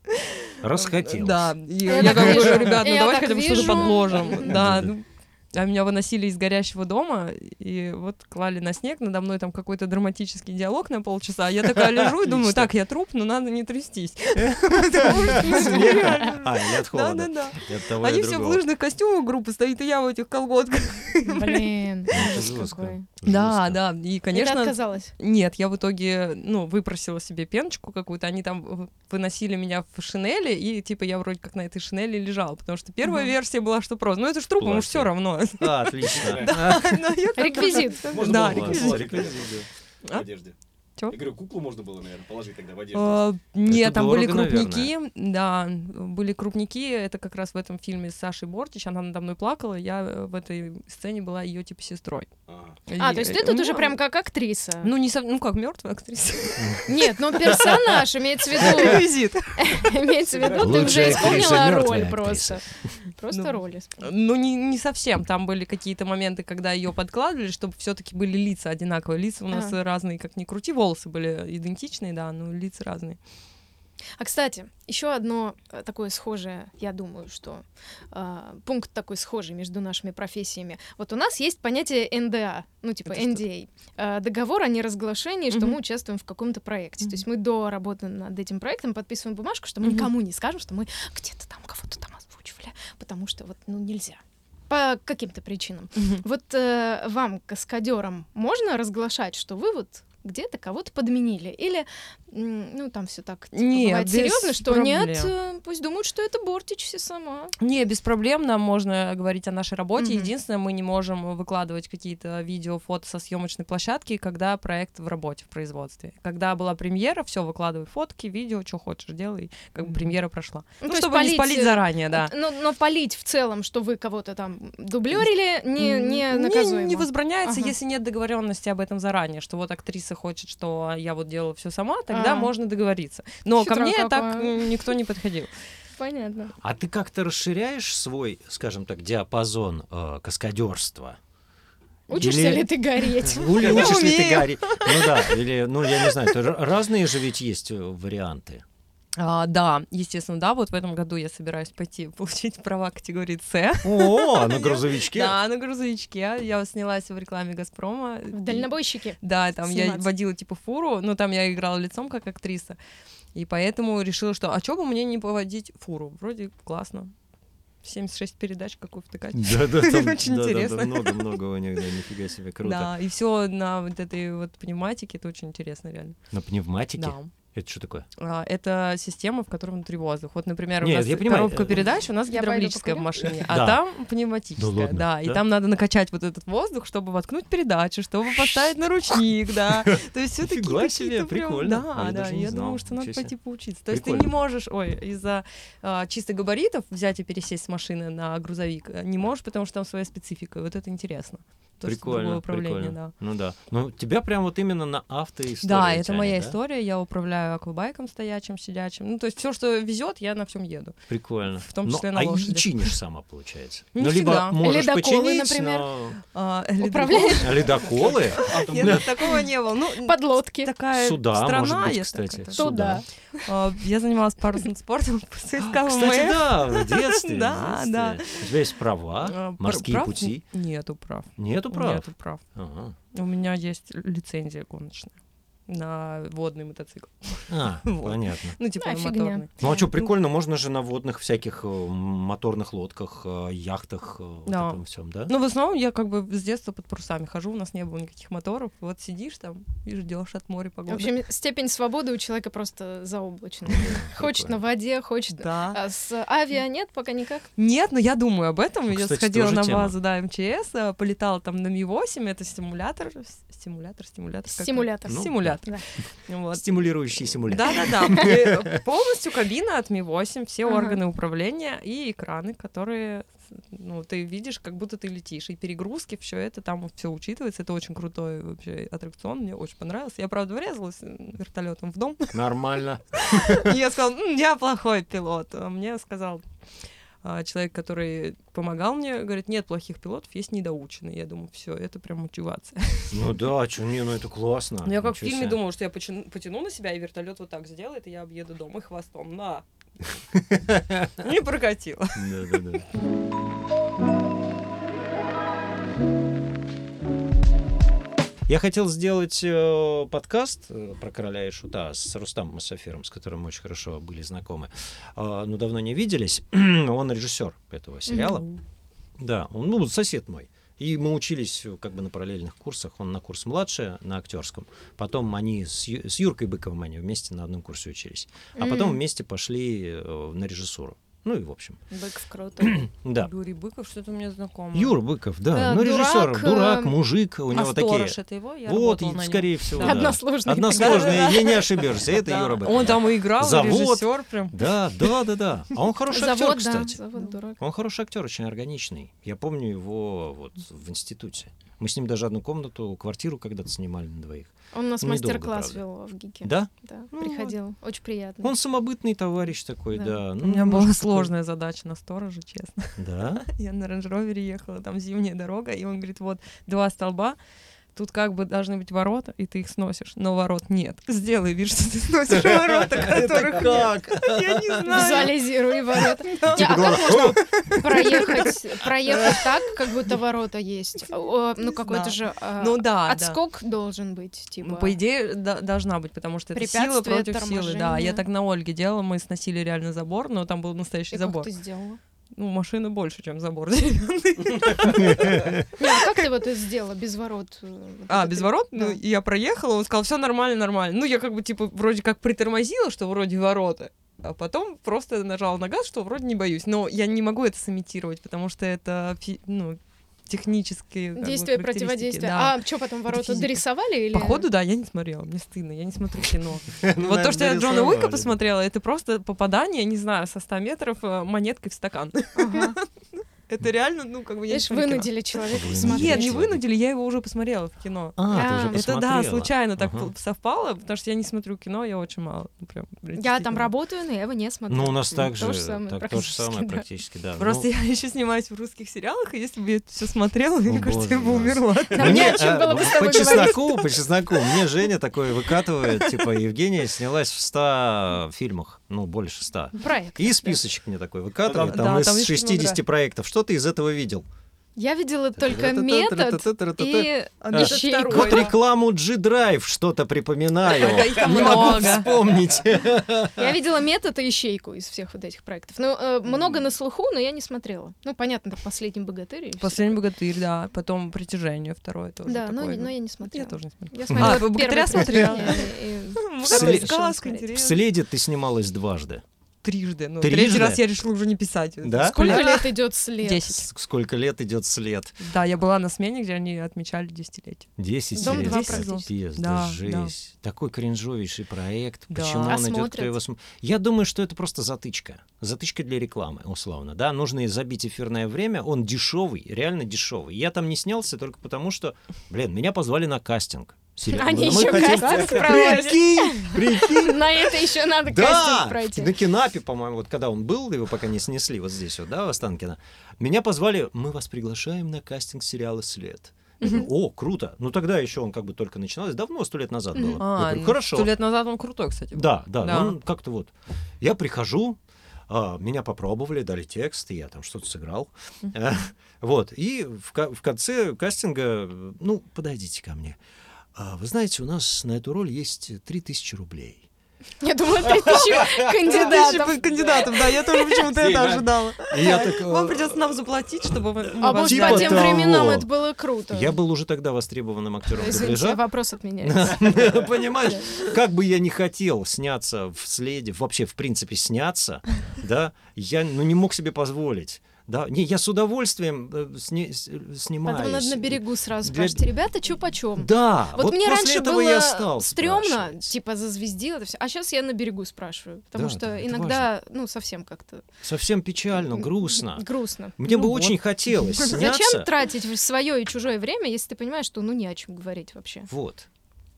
[SPEAKER 1] Расхотелось.
[SPEAKER 3] Да. И
[SPEAKER 2] Я
[SPEAKER 3] я
[SPEAKER 2] так
[SPEAKER 3] говорю,
[SPEAKER 2] вижу.
[SPEAKER 3] ребят, ну
[SPEAKER 2] Я
[SPEAKER 3] давай
[SPEAKER 2] так
[SPEAKER 3] хотя бы что-то
[SPEAKER 2] вижу».
[SPEAKER 3] подложим. Да,
[SPEAKER 1] Да-да.
[SPEAKER 3] ну, А меня выносили из горящего дома, и вот клали на снег, надо мной там какой-то драматический диалог на полчаса, а я такая лежу и думаю,
[SPEAKER 1] Отлично.
[SPEAKER 3] так, я труп, но надо не трястись. Потому что, ну, реально.
[SPEAKER 1] А, или от холода.
[SPEAKER 3] Да-да-да.
[SPEAKER 1] И от того, и
[SPEAKER 3] Они
[SPEAKER 1] от
[SPEAKER 3] все в
[SPEAKER 1] другого.
[SPEAKER 3] лыжных костюмах группы стоит, и я в этих колготках.
[SPEAKER 2] Блин,
[SPEAKER 1] Это
[SPEAKER 2] ужас
[SPEAKER 1] жестко.
[SPEAKER 2] какой.
[SPEAKER 3] Да,
[SPEAKER 1] Жестко.
[SPEAKER 3] да, и,
[SPEAKER 2] И ты
[SPEAKER 3] конечно,
[SPEAKER 2] отказалась.
[SPEAKER 3] нет, я в итоге, ну, выпросила себе пеночку какую-то, они там в- выносили меня в шинели, и, типа, я вроде как на этой шинели лежала, потому что первая
[SPEAKER 2] Мгм.
[SPEAKER 3] версия была, что просто, ну, это ж труп, ему
[SPEAKER 1] Платье.
[SPEAKER 3] все равно.
[SPEAKER 1] А, отлично.
[SPEAKER 3] Но я как-то-
[SPEAKER 2] Реквизит.
[SPEAKER 4] Можно
[SPEAKER 3] Да,
[SPEAKER 4] было
[SPEAKER 1] реквизит.
[SPEAKER 4] куклу положить тогда в
[SPEAKER 3] А?
[SPEAKER 4] одежде.
[SPEAKER 3] Чё?
[SPEAKER 4] Я говорю, куклу можно было, наверное, положить тогда в одежду.
[SPEAKER 3] Э, Нет, там были
[SPEAKER 1] дорого, наверное.
[SPEAKER 3] крупники, да, были крупники, это как раз в этом фильме с Сашей Бортич, она надо мной плакала, я э, в этой сцене была ее типа сестрой.
[SPEAKER 4] Ага.
[SPEAKER 2] А,
[SPEAKER 3] И-
[SPEAKER 2] то есть
[SPEAKER 3] э,
[SPEAKER 2] ты тут уже
[SPEAKER 3] ну,
[SPEAKER 2] прям как актриса.
[SPEAKER 3] Ну, не сов- ну как мертвая актриса.
[SPEAKER 2] Нет, ну персонаж, имеется в виду,
[SPEAKER 3] Реквизит.
[SPEAKER 2] имеется в виду, ты
[SPEAKER 1] Лучшая
[SPEAKER 2] уже исполнила
[SPEAKER 1] актриса,
[SPEAKER 2] роль
[SPEAKER 1] мёртвая
[SPEAKER 2] просто. Просто
[SPEAKER 3] Ну.
[SPEAKER 2] роль исполнила.
[SPEAKER 3] Ну, не, не совсем. Там были какие-то моменты, когда ее подкладывали, чтобы все-таки были лица одинаковые. Лица у нас
[SPEAKER 2] Ага.
[SPEAKER 3] э, разные, как ни крути, волосы были идентичные, да, но лица разные.
[SPEAKER 2] А кстати, еще одно э, такое схожее, я думаю, что э, пункт такой схожий между нашими профессиями. Вот у нас есть понятие НДА, ну типа
[SPEAKER 3] Это что?
[SPEAKER 2] NDA, э, договор о неразглашении, что
[SPEAKER 3] Мгм.
[SPEAKER 2] мы участвуем в каком-то проекте. То есть
[SPEAKER 3] Мгм.
[SPEAKER 2] мы до работы над этим проектом подписываем бумажку, что мы
[SPEAKER 3] Мгм.
[SPEAKER 2] никому не скажем, что мы где-то там кого-то там озвучивали, потому что вот ну нельзя по каким-то причинам. Вот э, вам, каскадерам, можно разглашать, что вы вот где-то кого-то подменили? Или, м, ну, там все так типа,
[SPEAKER 3] Не,
[SPEAKER 2] бывает
[SPEAKER 3] без
[SPEAKER 2] серьезно, что
[SPEAKER 3] проблем.
[SPEAKER 2] нет, э, пусть думают, что это Бортич все сама. Ну,
[SPEAKER 3] Не, без проблем, нам можно говорить о нашей работе.
[SPEAKER 2] Мгм.
[SPEAKER 3] Единственное, мы не можем выкладывать какие-то видео, фото со съемочной площадки, когда проект в работе, в производстве. Когда была премьера, все, выкладывай фотки, видео, что хочешь, делай, как бы премьера прошла.
[SPEAKER 2] Ну,
[SPEAKER 3] Ну,
[SPEAKER 2] то есть
[SPEAKER 3] чтобы не спалить
[SPEAKER 2] э,
[SPEAKER 3] заранее, да.
[SPEAKER 2] Но, но палить в целом, что вы кого-то там дублерили, не, не
[SPEAKER 3] М,
[SPEAKER 2] наказуемо.
[SPEAKER 3] Не, не возбраняется,
[SPEAKER 2] Ага.
[SPEAKER 3] если нет договоренности об этом заранее, что вот актриса хочет, что я вот делала все сама, тогда
[SPEAKER 2] А.
[SPEAKER 3] можно договориться. Но ко
[SPEAKER 2] Хитро
[SPEAKER 3] мне так
[SPEAKER 2] какое.
[SPEAKER 3] м, никто не подходил.
[SPEAKER 2] Понятно.
[SPEAKER 1] А ты как-то расширяешь свой, скажем так, диапазон э, каскадерства?
[SPEAKER 2] Учишься
[SPEAKER 1] Или-
[SPEAKER 2] ли ты гореть?
[SPEAKER 1] Ну, или
[SPEAKER 3] Я
[SPEAKER 1] учишь ли ты
[SPEAKER 3] умею.
[SPEAKER 1] гореть? Ну да, или, ну я не знаю, это р- разные же ведь есть э, варианты.
[SPEAKER 3] А, да, естественно, да, вот в этом году я собираюсь пойти получить права категории С.
[SPEAKER 1] О, на грузовичке?
[SPEAKER 3] Да, на грузовичке. Я снялась в рекламе Газпрома.
[SPEAKER 2] В дальнобойщике.
[SPEAKER 3] Да, там я
[SPEAKER 2] Сниматься.
[SPEAKER 3] водила типа фуру, но там я играла лицом как актриса. И поэтому решила, что а чё бы мне не поводить фуру? Вроде классно. 76 передач, какую втыкать.
[SPEAKER 1] Да, да, там,
[SPEAKER 3] Очень
[SPEAKER 1] да, да, да,
[SPEAKER 3] интересно.
[SPEAKER 1] много-много у них, да, нифига себе, круто.
[SPEAKER 3] Да, и все на вот этой вот пневматике, это очень интересно, реально.
[SPEAKER 1] На пневматике?
[SPEAKER 3] Да.
[SPEAKER 1] Это что такое?
[SPEAKER 3] А, Это система, в которой внутри воздух. Вот, например,
[SPEAKER 1] Нет,
[SPEAKER 3] у нас
[SPEAKER 1] я понимаю,
[SPEAKER 3] коробка
[SPEAKER 1] э,
[SPEAKER 3] передач, у нас
[SPEAKER 2] Я
[SPEAKER 3] гидравлическая в
[SPEAKER 2] пойду
[SPEAKER 3] машине, а
[SPEAKER 1] Да.
[SPEAKER 3] там пневматическая,
[SPEAKER 1] Да ладно,
[SPEAKER 3] да. И
[SPEAKER 1] да?
[SPEAKER 3] там надо накачать вот этот воздух, чтобы воткнуть передачу, чтобы поставить наручник, да. То есть все такие
[SPEAKER 1] Нифига себе,
[SPEAKER 3] какие-то прям-
[SPEAKER 1] прикольно. А
[SPEAKER 3] Да,
[SPEAKER 1] я
[SPEAKER 3] да,
[SPEAKER 1] даже не
[SPEAKER 3] я
[SPEAKER 1] знал.
[SPEAKER 3] думаю, что надо
[SPEAKER 1] Ничего себе.
[SPEAKER 3] пойти поучиться. То есть ты
[SPEAKER 1] Прикольно.
[SPEAKER 3] не можешь, ой, из-за а, чисто габаритов взять и пересесть с машины на грузовик э, не можешь, потому что там своя специфика. И Вот это интересно. То, что другое
[SPEAKER 1] прикольно,
[SPEAKER 3] управление, да.
[SPEAKER 1] прикольно. Ну да. Ну тебя прям вот именно на автоисторию
[SPEAKER 3] Да, это
[SPEAKER 1] тянет,
[SPEAKER 3] моя
[SPEAKER 1] да?
[SPEAKER 3] история. Я управляю аквабайком стоячим, сидячим. Ну, то есть все, что везет, я на всем еду.
[SPEAKER 1] Прикольно.
[SPEAKER 3] В том
[SPEAKER 1] Ну,
[SPEAKER 3] числе на
[SPEAKER 1] а и- и
[SPEAKER 3] лошади.
[SPEAKER 1] чинишь сама, получается.
[SPEAKER 3] Не
[SPEAKER 1] ну, либо
[SPEAKER 3] всегда.
[SPEAKER 1] можешь
[SPEAKER 2] Ледоколы,
[SPEAKER 1] починить,
[SPEAKER 2] например.
[SPEAKER 1] но-
[SPEAKER 3] А, ледокол-
[SPEAKER 2] Управляешь?
[SPEAKER 1] А Ледоколы?
[SPEAKER 3] Нет, такого не было. Ну,
[SPEAKER 2] Подлодки.
[SPEAKER 3] такая
[SPEAKER 1] Суда,
[SPEAKER 3] страна
[SPEAKER 1] может быть,
[SPEAKER 3] есть
[SPEAKER 1] кстати.
[SPEAKER 3] такая.
[SPEAKER 2] Суда.
[SPEAKER 3] А, Я занималась парусным спортом в ЦСКА
[SPEAKER 1] Кстати,
[SPEAKER 3] ВМФ.
[SPEAKER 1] да, в детстве. в
[SPEAKER 3] Да,
[SPEAKER 1] детстве.
[SPEAKER 3] да.
[SPEAKER 1] У тебя есть
[SPEAKER 3] А,
[SPEAKER 1] права,
[SPEAKER 3] пр-
[SPEAKER 1] морские
[SPEAKER 3] прав?
[SPEAKER 1] пути.
[SPEAKER 3] Нету прав.
[SPEAKER 1] Нету прав?
[SPEAKER 3] Нету прав.
[SPEAKER 1] Ага.
[SPEAKER 3] У меня есть лицензия гоночная на водный мотоцикл.
[SPEAKER 1] А,
[SPEAKER 3] Вот.
[SPEAKER 1] понятно.
[SPEAKER 3] Ну, типа
[SPEAKER 2] А,
[SPEAKER 3] на
[SPEAKER 2] фигня.
[SPEAKER 3] моторный.
[SPEAKER 1] Ну а что, прикольно, можно же на водных всяких э, моторных лодках, э, яхтах, э, вот
[SPEAKER 3] Да.
[SPEAKER 1] этом всем, да?
[SPEAKER 3] Ну, в основном я как бы с детства под парусами хожу, у нас не было никаких моторов. Вот сидишь там и ждешь от моря
[SPEAKER 2] В
[SPEAKER 3] погоды.
[SPEAKER 2] общем, степень свободы у человека просто заоблачная. Хочет
[SPEAKER 1] Прикольно.
[SPEAKER 2] на воде, хочет...
[SPEAKER 3] да.
[SPEAKER 2] А с авиа нет пока никак?
[SPEAKER 3] Нет, но я думаю об этом. я
[SPEAKER 1] Ну, Кстати,
[SPEAKER 3] сходила
[SPEAKER 1] тоже
[SPEAKER 3] на
[SPEAKER 1] тема.
[SPEAKER 3] базу, да, МЧС, э, полетала там на Ми-8, это стимулятор, с- стимулятор, стимулятор. как это?
[SPEAKER 2] Стимулятор.
[SPEAKER 1] Ну,
[SPEAKER 3] Стимулятор. Вот.
[SPEAKER 1] Стимулирующий симулятор.
[SPEAKER 3] Да-да-да, И полностью кабина от Ми-8, все
[SPEAKER 2] Ага.
[SPEAKER 3] органы управления и экраны, которые, ну, ты видишь, как будто ты летишь, и перегрузки, все это, там все учитывается, это очень крутой вообще аттракцион, мне очень понравился. Я, правда, врезалась вертолетом в дом,
[SPEAKER 1] Нормально.
[SPEAKER 3] и я сказала, «М, я плохой пилот. А Мне сказал а, человек, который помогал мне, говорит, нет плохих пилотов, есть недоученные. Я думаю, все, это прям мотивация.
[SPEAKER 1] Ну да, что, не, ну это классно.
[SPEAKER 3] Но я как в
[SPEAKER 1] Ничего
[SPEAKER 3] фильме
[SPEAKER 1] себе.
[SPEAKER 3] думала, что я потяну, потяну на себя, и вертолет вот так сделает, и я объеду дом и хвостом. На! Не прокатило.
[SPEAKER 1] Да-да-да. Я хотел сделать э, подкаст э, про короля и шута с Рустамом Масафиром, с которым мы очень хорошо были знакомы, А, но давно не виделись. Он режиссер этого сериала. Да, он ну, сосед мой. И мы учились э, как бы на параллельных курсах. Он на курс младше, на актерском. Потом они с, Ю- с Юркой Быковым они вместе на одном курсе учились. А потом
[SPEAKER 2] М.
[SPEAKER 1] вместе пошли э, на режиссуру. Ну и в общем.
[SPEAKER 2] Быков круто.
[SPEAKER 1] Да.
[SPEAKER 3] Юрий Быков, что-то мне знакомо.
[SPEAKER 1] Юр Быков, да.
[SPEAKER 2] Э,
[SPEAKER 1] ну, режиссер,
[SPEAKER 2] дурак,
[SPEAKER 1] дурак,
[SPEAKER 2] э,
[SPEAKER 1] мужик, у него
[SPEAKER 3] а
[SPEAKER 1] такие.
[SPEAKER 3] «Сторож» это его? Я
[SPEAKER 1] вот,
[SPEAKER 3] работала
[SPEAKER 1] и,
[SPEAKER 3] на нем.
[SPEAKER 1] скорее всего, да.
[SPEAKER 2] Односложный.
[SPEAKER 1] Односложная,
[SPEAKER 3] Да-да-да.
[SPEAKER 1] и не ошибешься. Это
[SPEAKER 3] Да.
[SPEAKER 1] Юра Быков.
[SPEAKER 3] Он там и играл,
[SPEAKER 1] Завод.
[SPEAKER 3] режиссер прям.
[SPEAKER 1] Да, да, да, да. А он хороший актер,
[SPEAKER 2] Завод, да.
[SPEAKER 1] кстати.
[SPEAKER 2] Завод дурак.
[SPEAKER 1] Он хороший актер, очень органичный. Я помню его вот в институте. Мы с ним даже одну комнату, квартиру когда-то снимали на двоих.
[SPEAKER 2] Он у нас
[SPEAKER 1] Недолго,
[SPEAKER 2] мастер-класс
[SPEAKER 1] правда.
[SPEAKER 2] вел в ГИКе.
[SPEAKER 1] Да?
[SPEAKER 2] Да,
[SPEAKER 1] Ну,
[SPEAKER 2] приходил. Очень
[SPEAKER 3] Ну,
[SPEAKER 2] приятно.
[SPEAKER 1] Он самобытный товарищ такой,
[SPEAKER 2] Да.
[SPEAKER 1] да. Ну,
[SPEAKER 3] У меня была
[SPEAKER 1] может,
[SPEAKER 3] сложная задача на стороже, честно.
[SPEAKER 1] такой- Да?
[SPEAKER 3] Я на рейндж-ровере ехала, там зимняя дорога, и он говорит, вот, два столба, тут как бы должны быть ворота, и ты их сносишь, но ворот нет. Сделай вид, что ты сносишь ворота, которых нет. Я не знаю.
[SPEAKER 2] Визуализируй ворота.
[SPEAKER 3] Да.
[SPEAKER 2] Тя- а как можно проехать, проехать так, как будто ворота есть? О, Ну,
[SPEAKER 3] Не
[SPEAKER 2] какой-то же
[SPEAKER 3] знаю.
[SPEAKER 2] а,
[SPEAKER 3] Ну да, да.
[SPEAKER 2] отскок должен быть,
[SPEAKER 3] Ну,
[SPEAKER 2] типа.
[SPEAKER 3] По идее, да- должна быть, потому что это сила
[SPEAKER 2] Препятствие,
[SPEAKER 3] против силы. Да,
[SPEAKER 2] торможение.
[SPEAKER 3] я так на Ольге делала, мы сносили реально забор, но там был настоящий
[SPEAKER 2] И как
[SPEAKER 3] забор.
[SPEAKER 2] ты сделала?
[SPEAKER 3] Ну, машина больше, чем забор деревянный.
[SPEAKER 2] Не, а как ты вот это сделала без ворот? э, вот
[SPEAKER 3] А,
[SPEAKER 2] это
[SPEAKER 3] без
[SPEAKER 2] ты-
[SPEAKER 3] ворот?
[SPEAKER 2] да.
[SPEAKER 3] Ну, и я проехала, он сказал, все нормально, нормально. Ну, я как бы, типа, вроде как притормозила, что вроде ворота. А потом просто нажала на газ, что вроде не боюсь. Но я не могу это сымитировать, потому что это, фи- ну, технические... как бы,
[SPEAKER 2] Действие
[SPEAKER 3] Ну, характеристики,
[SPEAKER 2] противодействия.
[SPEAKER 3] да.
[SPEAKER 2] А что, потом ворота
[SPEAKER 3] физика.
[SPEAKER 2] дорисовали? Или...
[SPEAKER 3] Походу, да, я не смотрела, мне стыдно, я не смотрю кино.
[SPEAKER 1] Ну,
[SPEAKER 3] Вот то,
[SPEAKER 1] наверное,
[SPEAKER 3] что я Джона Уика
[SPEAKER 1] нарисовали.
[SPEAKER 3] посмотрела, это просто попадание, не знаю, со 100 метров э, монеткой в стакан.
[SPEAKER 2] Ага.
[SPEAKER 3] Это реально, ну, как бы я не
[SPEAKER 2] Видишь,
[SPEAKER 3] смотрю кино.
[SPEAKER 2] вынудили человека
[SPEAKER 1] Вынудили.
[SPEAKER 2] посмотреть.
[SPEAKER 3] Нет, не
[SPEAKER 1] Смотрела.
[SPEAKER 3] вынудили, я его уже посмотрела в кино.
[SPEAKER 1] А, ты
[SPEAKER 2] А,
[SPEAKER 1] уже
[SPEAKER 3] Это да,
[SPEAKER 1] посмотрела.
[SPEAKER 3] случайно так
[SPEAKER 1] Ага.
[SPEAKER 3] пл- совпало, потому что я не смотрю кино, я очень мало. ну, прям,
[SPEAKER 2] Я там
[SPEAKER 3] действительно.
[SPEAKER 2] работаю, но я его не смотрю.
[SPEAKER 1] Ну, у нас так же.
[SPEAKER 2] То же самое
[SPEAKER 1] так, То же
[SPEAKER 2] практически,
[SPEAKER 1] самое
[SPEAKER 2] да.
[SPEAKER 1] практически, да. Ну,
[SPEAKER 3] Просто я еще снимаюсь в русских сериалах, и если бы я все смотрела, мне
[SPEAKER 1] боже
[SPEAKER 3] кажется, я бы
[SPEAKER 1] мой.
[SPEAKER 3] умерла.
[SPEAKER 2] Нам не
[SPEAKER 1] Мне,
[SPEAKER 2] о чем
[SPEAKER 1] э,
[SPEAKER 3] ну,
[SPEAKER 2] было бы с тобой
[SPEAKER 1] по
[SPEAKER 2] говорить.
[SPEAKER 1] чесноку, по чесноку. Мне Женя такое выкатывает, типа, Евгения снялась в 100 фильмах, ну, больше 100.
[SPEAKER 2] Проект.
[SPEAKER 1] И списочек мне такой выкатывает,
[SPEAKER 4] Да,
[SPEAKER 1] там
[SPEAKER 3] да,
[SPEAKER 1] из
[SPEAKER 3] там очень
[SPEAKER 1] 60 проектов. Что ты из этого видел?
[SPEAKER 2] Я видела только метод и
[SPEAKER 1] А,
[SPEAKER 2] ищейку.
[SPEAKER 3] второе.
[SPEAKER 1] Вот рекламу G-Drive что-то
[SPEAKER 3] Да,
[SPEAKER 1] припоминаю.
[SPEAKER 3] их там
[SPEAKER 1] Не могу
[SPEAKER 3] много.
[SPEAKER 1] вспомнить.
[SPEAKER 2] Я видела метод и ищейку из всех вот этих проектов. Ну, э, много на слуху, но я не смотрела. Ну, понятно, так последний богатырь. и всё.
[SPEAKER 3] Последний богатырь, да. Потом притяжение второе тоже.
[SPEAKER 2] Да, но,
[SPEAKER 3] такое,
[SPEAKER 2] но
[SPEAKER 3] ну,
[SPEAKER 2] я не
[SPEAKER 3] я
[SPEAKER 2] смотрела.
[SPEAKER 3] тоже не смотрела.
[SPEAKER 2] Я смотрела
[SPEAKER 3] А, вы «Богатыря»
[SPEAKER 2] первый
[SPEAKER 3] смотрела?
[SPEAKER 2] «Богатырь», и- и-
[SPEAKER 3] Ну,
[SPEAKER 1] След-
[SPEAKER 3] какая-то сказка
[SPEAKER 2] След-
[SPEAKER 1] В
[SPEAKER 3] интересная.
[SPEAKER 1] следе ты снималась дважды.
[SPEAKER 3] Трижды. Ну,
[SPEAKER 1] Трижды?
[SPEAKER 3] Третий раз я решила уже не писать.
[SPEAKER 1] Да?
[SPEAKER 2] Сколько лет идет след?
[SPEAKER 3] Десять.
[SPEAKER 1] С- Сколько лет идет след?
[SPEAKER 3] Да, я была на смене, где они отмечали десятилетие.
[SPEAKER 1] 10
[SPEAKER 2] Дом
[SPEAKER 1] лет.
[SPEAKER 2] два
[SPEAKER 1] Капец,
[SPEAKER 3] практически.
[SPEAKER 1] да
[SPEAKER 3] Да,
[SPEAKER 1] жесть. Такой кринжовейший проект.
[SPEAKER 3] Да.
[SPEAKER 1] Почему
[SPEAKER 2] А
[SPEAKER 1] он идет, кто
[SPEAKER 2] смотрят?
[SPEAKER 1] его см- Я думаю, что это просто затычка. Затычка для рекламы, условно. Да, нужно и забить эфирное время. Он дешевый, реально дешевый. Я там не снялся только потому, что, блин, меня позвали на кастинг. Серьезно.
[SPEAKER 2] Они
[SPEAKER 1] Мы
[SPEAKER 2] еще
[SPEAKER 1] хотим-
[SPEAKER 2] кастинг проводят.
[SPEAKER 1] Прикинь, прикинь.
[SPEAKER 2] На это еще надо
[SPEAKER 1] Да,
[SPEAKER 2] кастинг пройти.
[SPEAKER 1] на Кинапе, по-моему, вот когда он был, его пока не снесли вот здесь вот, да, в Останкино, меня позвали, мы вас приглашаем на кастинг сериала «След». Я говорю, О, круто. Ну тогда еще он как бы только начинался, давно, сто лет назад было.
[SPEAKER 2] Мгм.
[SPEAKER 1] Я говорю, Ну, хорошо.
[SPEAKER 3] А, Сто лет назад он крутой, кстати. был.
[SPEAKER 1] Да, да,
[SPEAKER 3] Да.
[SPEAKER 1] ну, он как-то вот. Я прихожу, а, меня попробовали, дали текст, и я там что-то сыграл. Э, Вот, и в ка- в конце кастинга, ну, подойдите ко мне. «А, Вы знаете, у нас на эту роль есть 3000 рублей.
[SPEAKER 2] Я думала, 3000
[SPEAKER 3] Кандидатов.
[SPEAKER 2] кандидатов.
[SPEAKER 3] Кандидатов, да, я тоже почему-то это
[SPEAKER 4] Сильно.
[SPEAKER 3] ожидала.
[SPEAKER 1] И я так,
[SPEAKER 3] Вам
[SPEAKER 1] э,
[SPEAKER 3] придется нам заплатить, чтобы мы мы
[SPEAKER 2] А
[SPEAKER 3] вас
[SPEAKER 2] может,
[SPEAKER 1] Типа
[SPEAKER 2] по
[SPEAKER 3] взяли.
[SPEAKER 2] тем
[SPEAKER 1] того.
[SPEAKER 2] временам это было круто.
[SPEAKER 1] Я был уже тогда востребованным актером
[SPEAKER 2] Извините,
[SPEAKER 1] дубляжа.
[SPEAKER 2] вопрос отменяется.
[SPEAKER 1] Понимаешь, как бы я не хотел сняться в следе, вообще, в принципе, сняться, да, я ну, не мог себе позволить. Да, не, я с удовольствием э, сни- с- э, снимаюсь.
[SPEAKER 2] Потом надо на берегу сразу
[SPEAKER 1] Для-
[SPEAKER 2] спрашивать, ребята, чё почем?
[SPEAKER 1] Да,
[SPEAKER 2] Вот, мне
[SPEAKER 1] после
[SPEAKER 2] раньше
[SPEAKER 1] этого
[SPEAKER 2] было
[SPEAKER 1] я стал
[SPEAKER 2] стрёмно,
[SPEAKER 1] спрашивать.
[SPEAKER 2] типа зазвездила, это всё. а сейчас я на берегу спрашиваю, потому
[SPEAKER 1] Да,
[SPEAKER 2] что
[SPEAKER 1] да, это
[SPEAKER 2] иногда, ну, совсем как-то
[SPEAKER 1] Совсем печально, грустно.
[SPEAKER 2] грустно.
[SPEAKER 1] Мне
[SPEAKER 3] Ну
[SPEAKER 1] бы
[SPEAKER 3] вот.
[SPEAKER 1] очень хотелось сняться.
[SPEAKER 2] Зачем тратить свое и чужое время, если ты понимаешь, что ну не о чем говорить вообще?
[SPEAKER 1] Вот.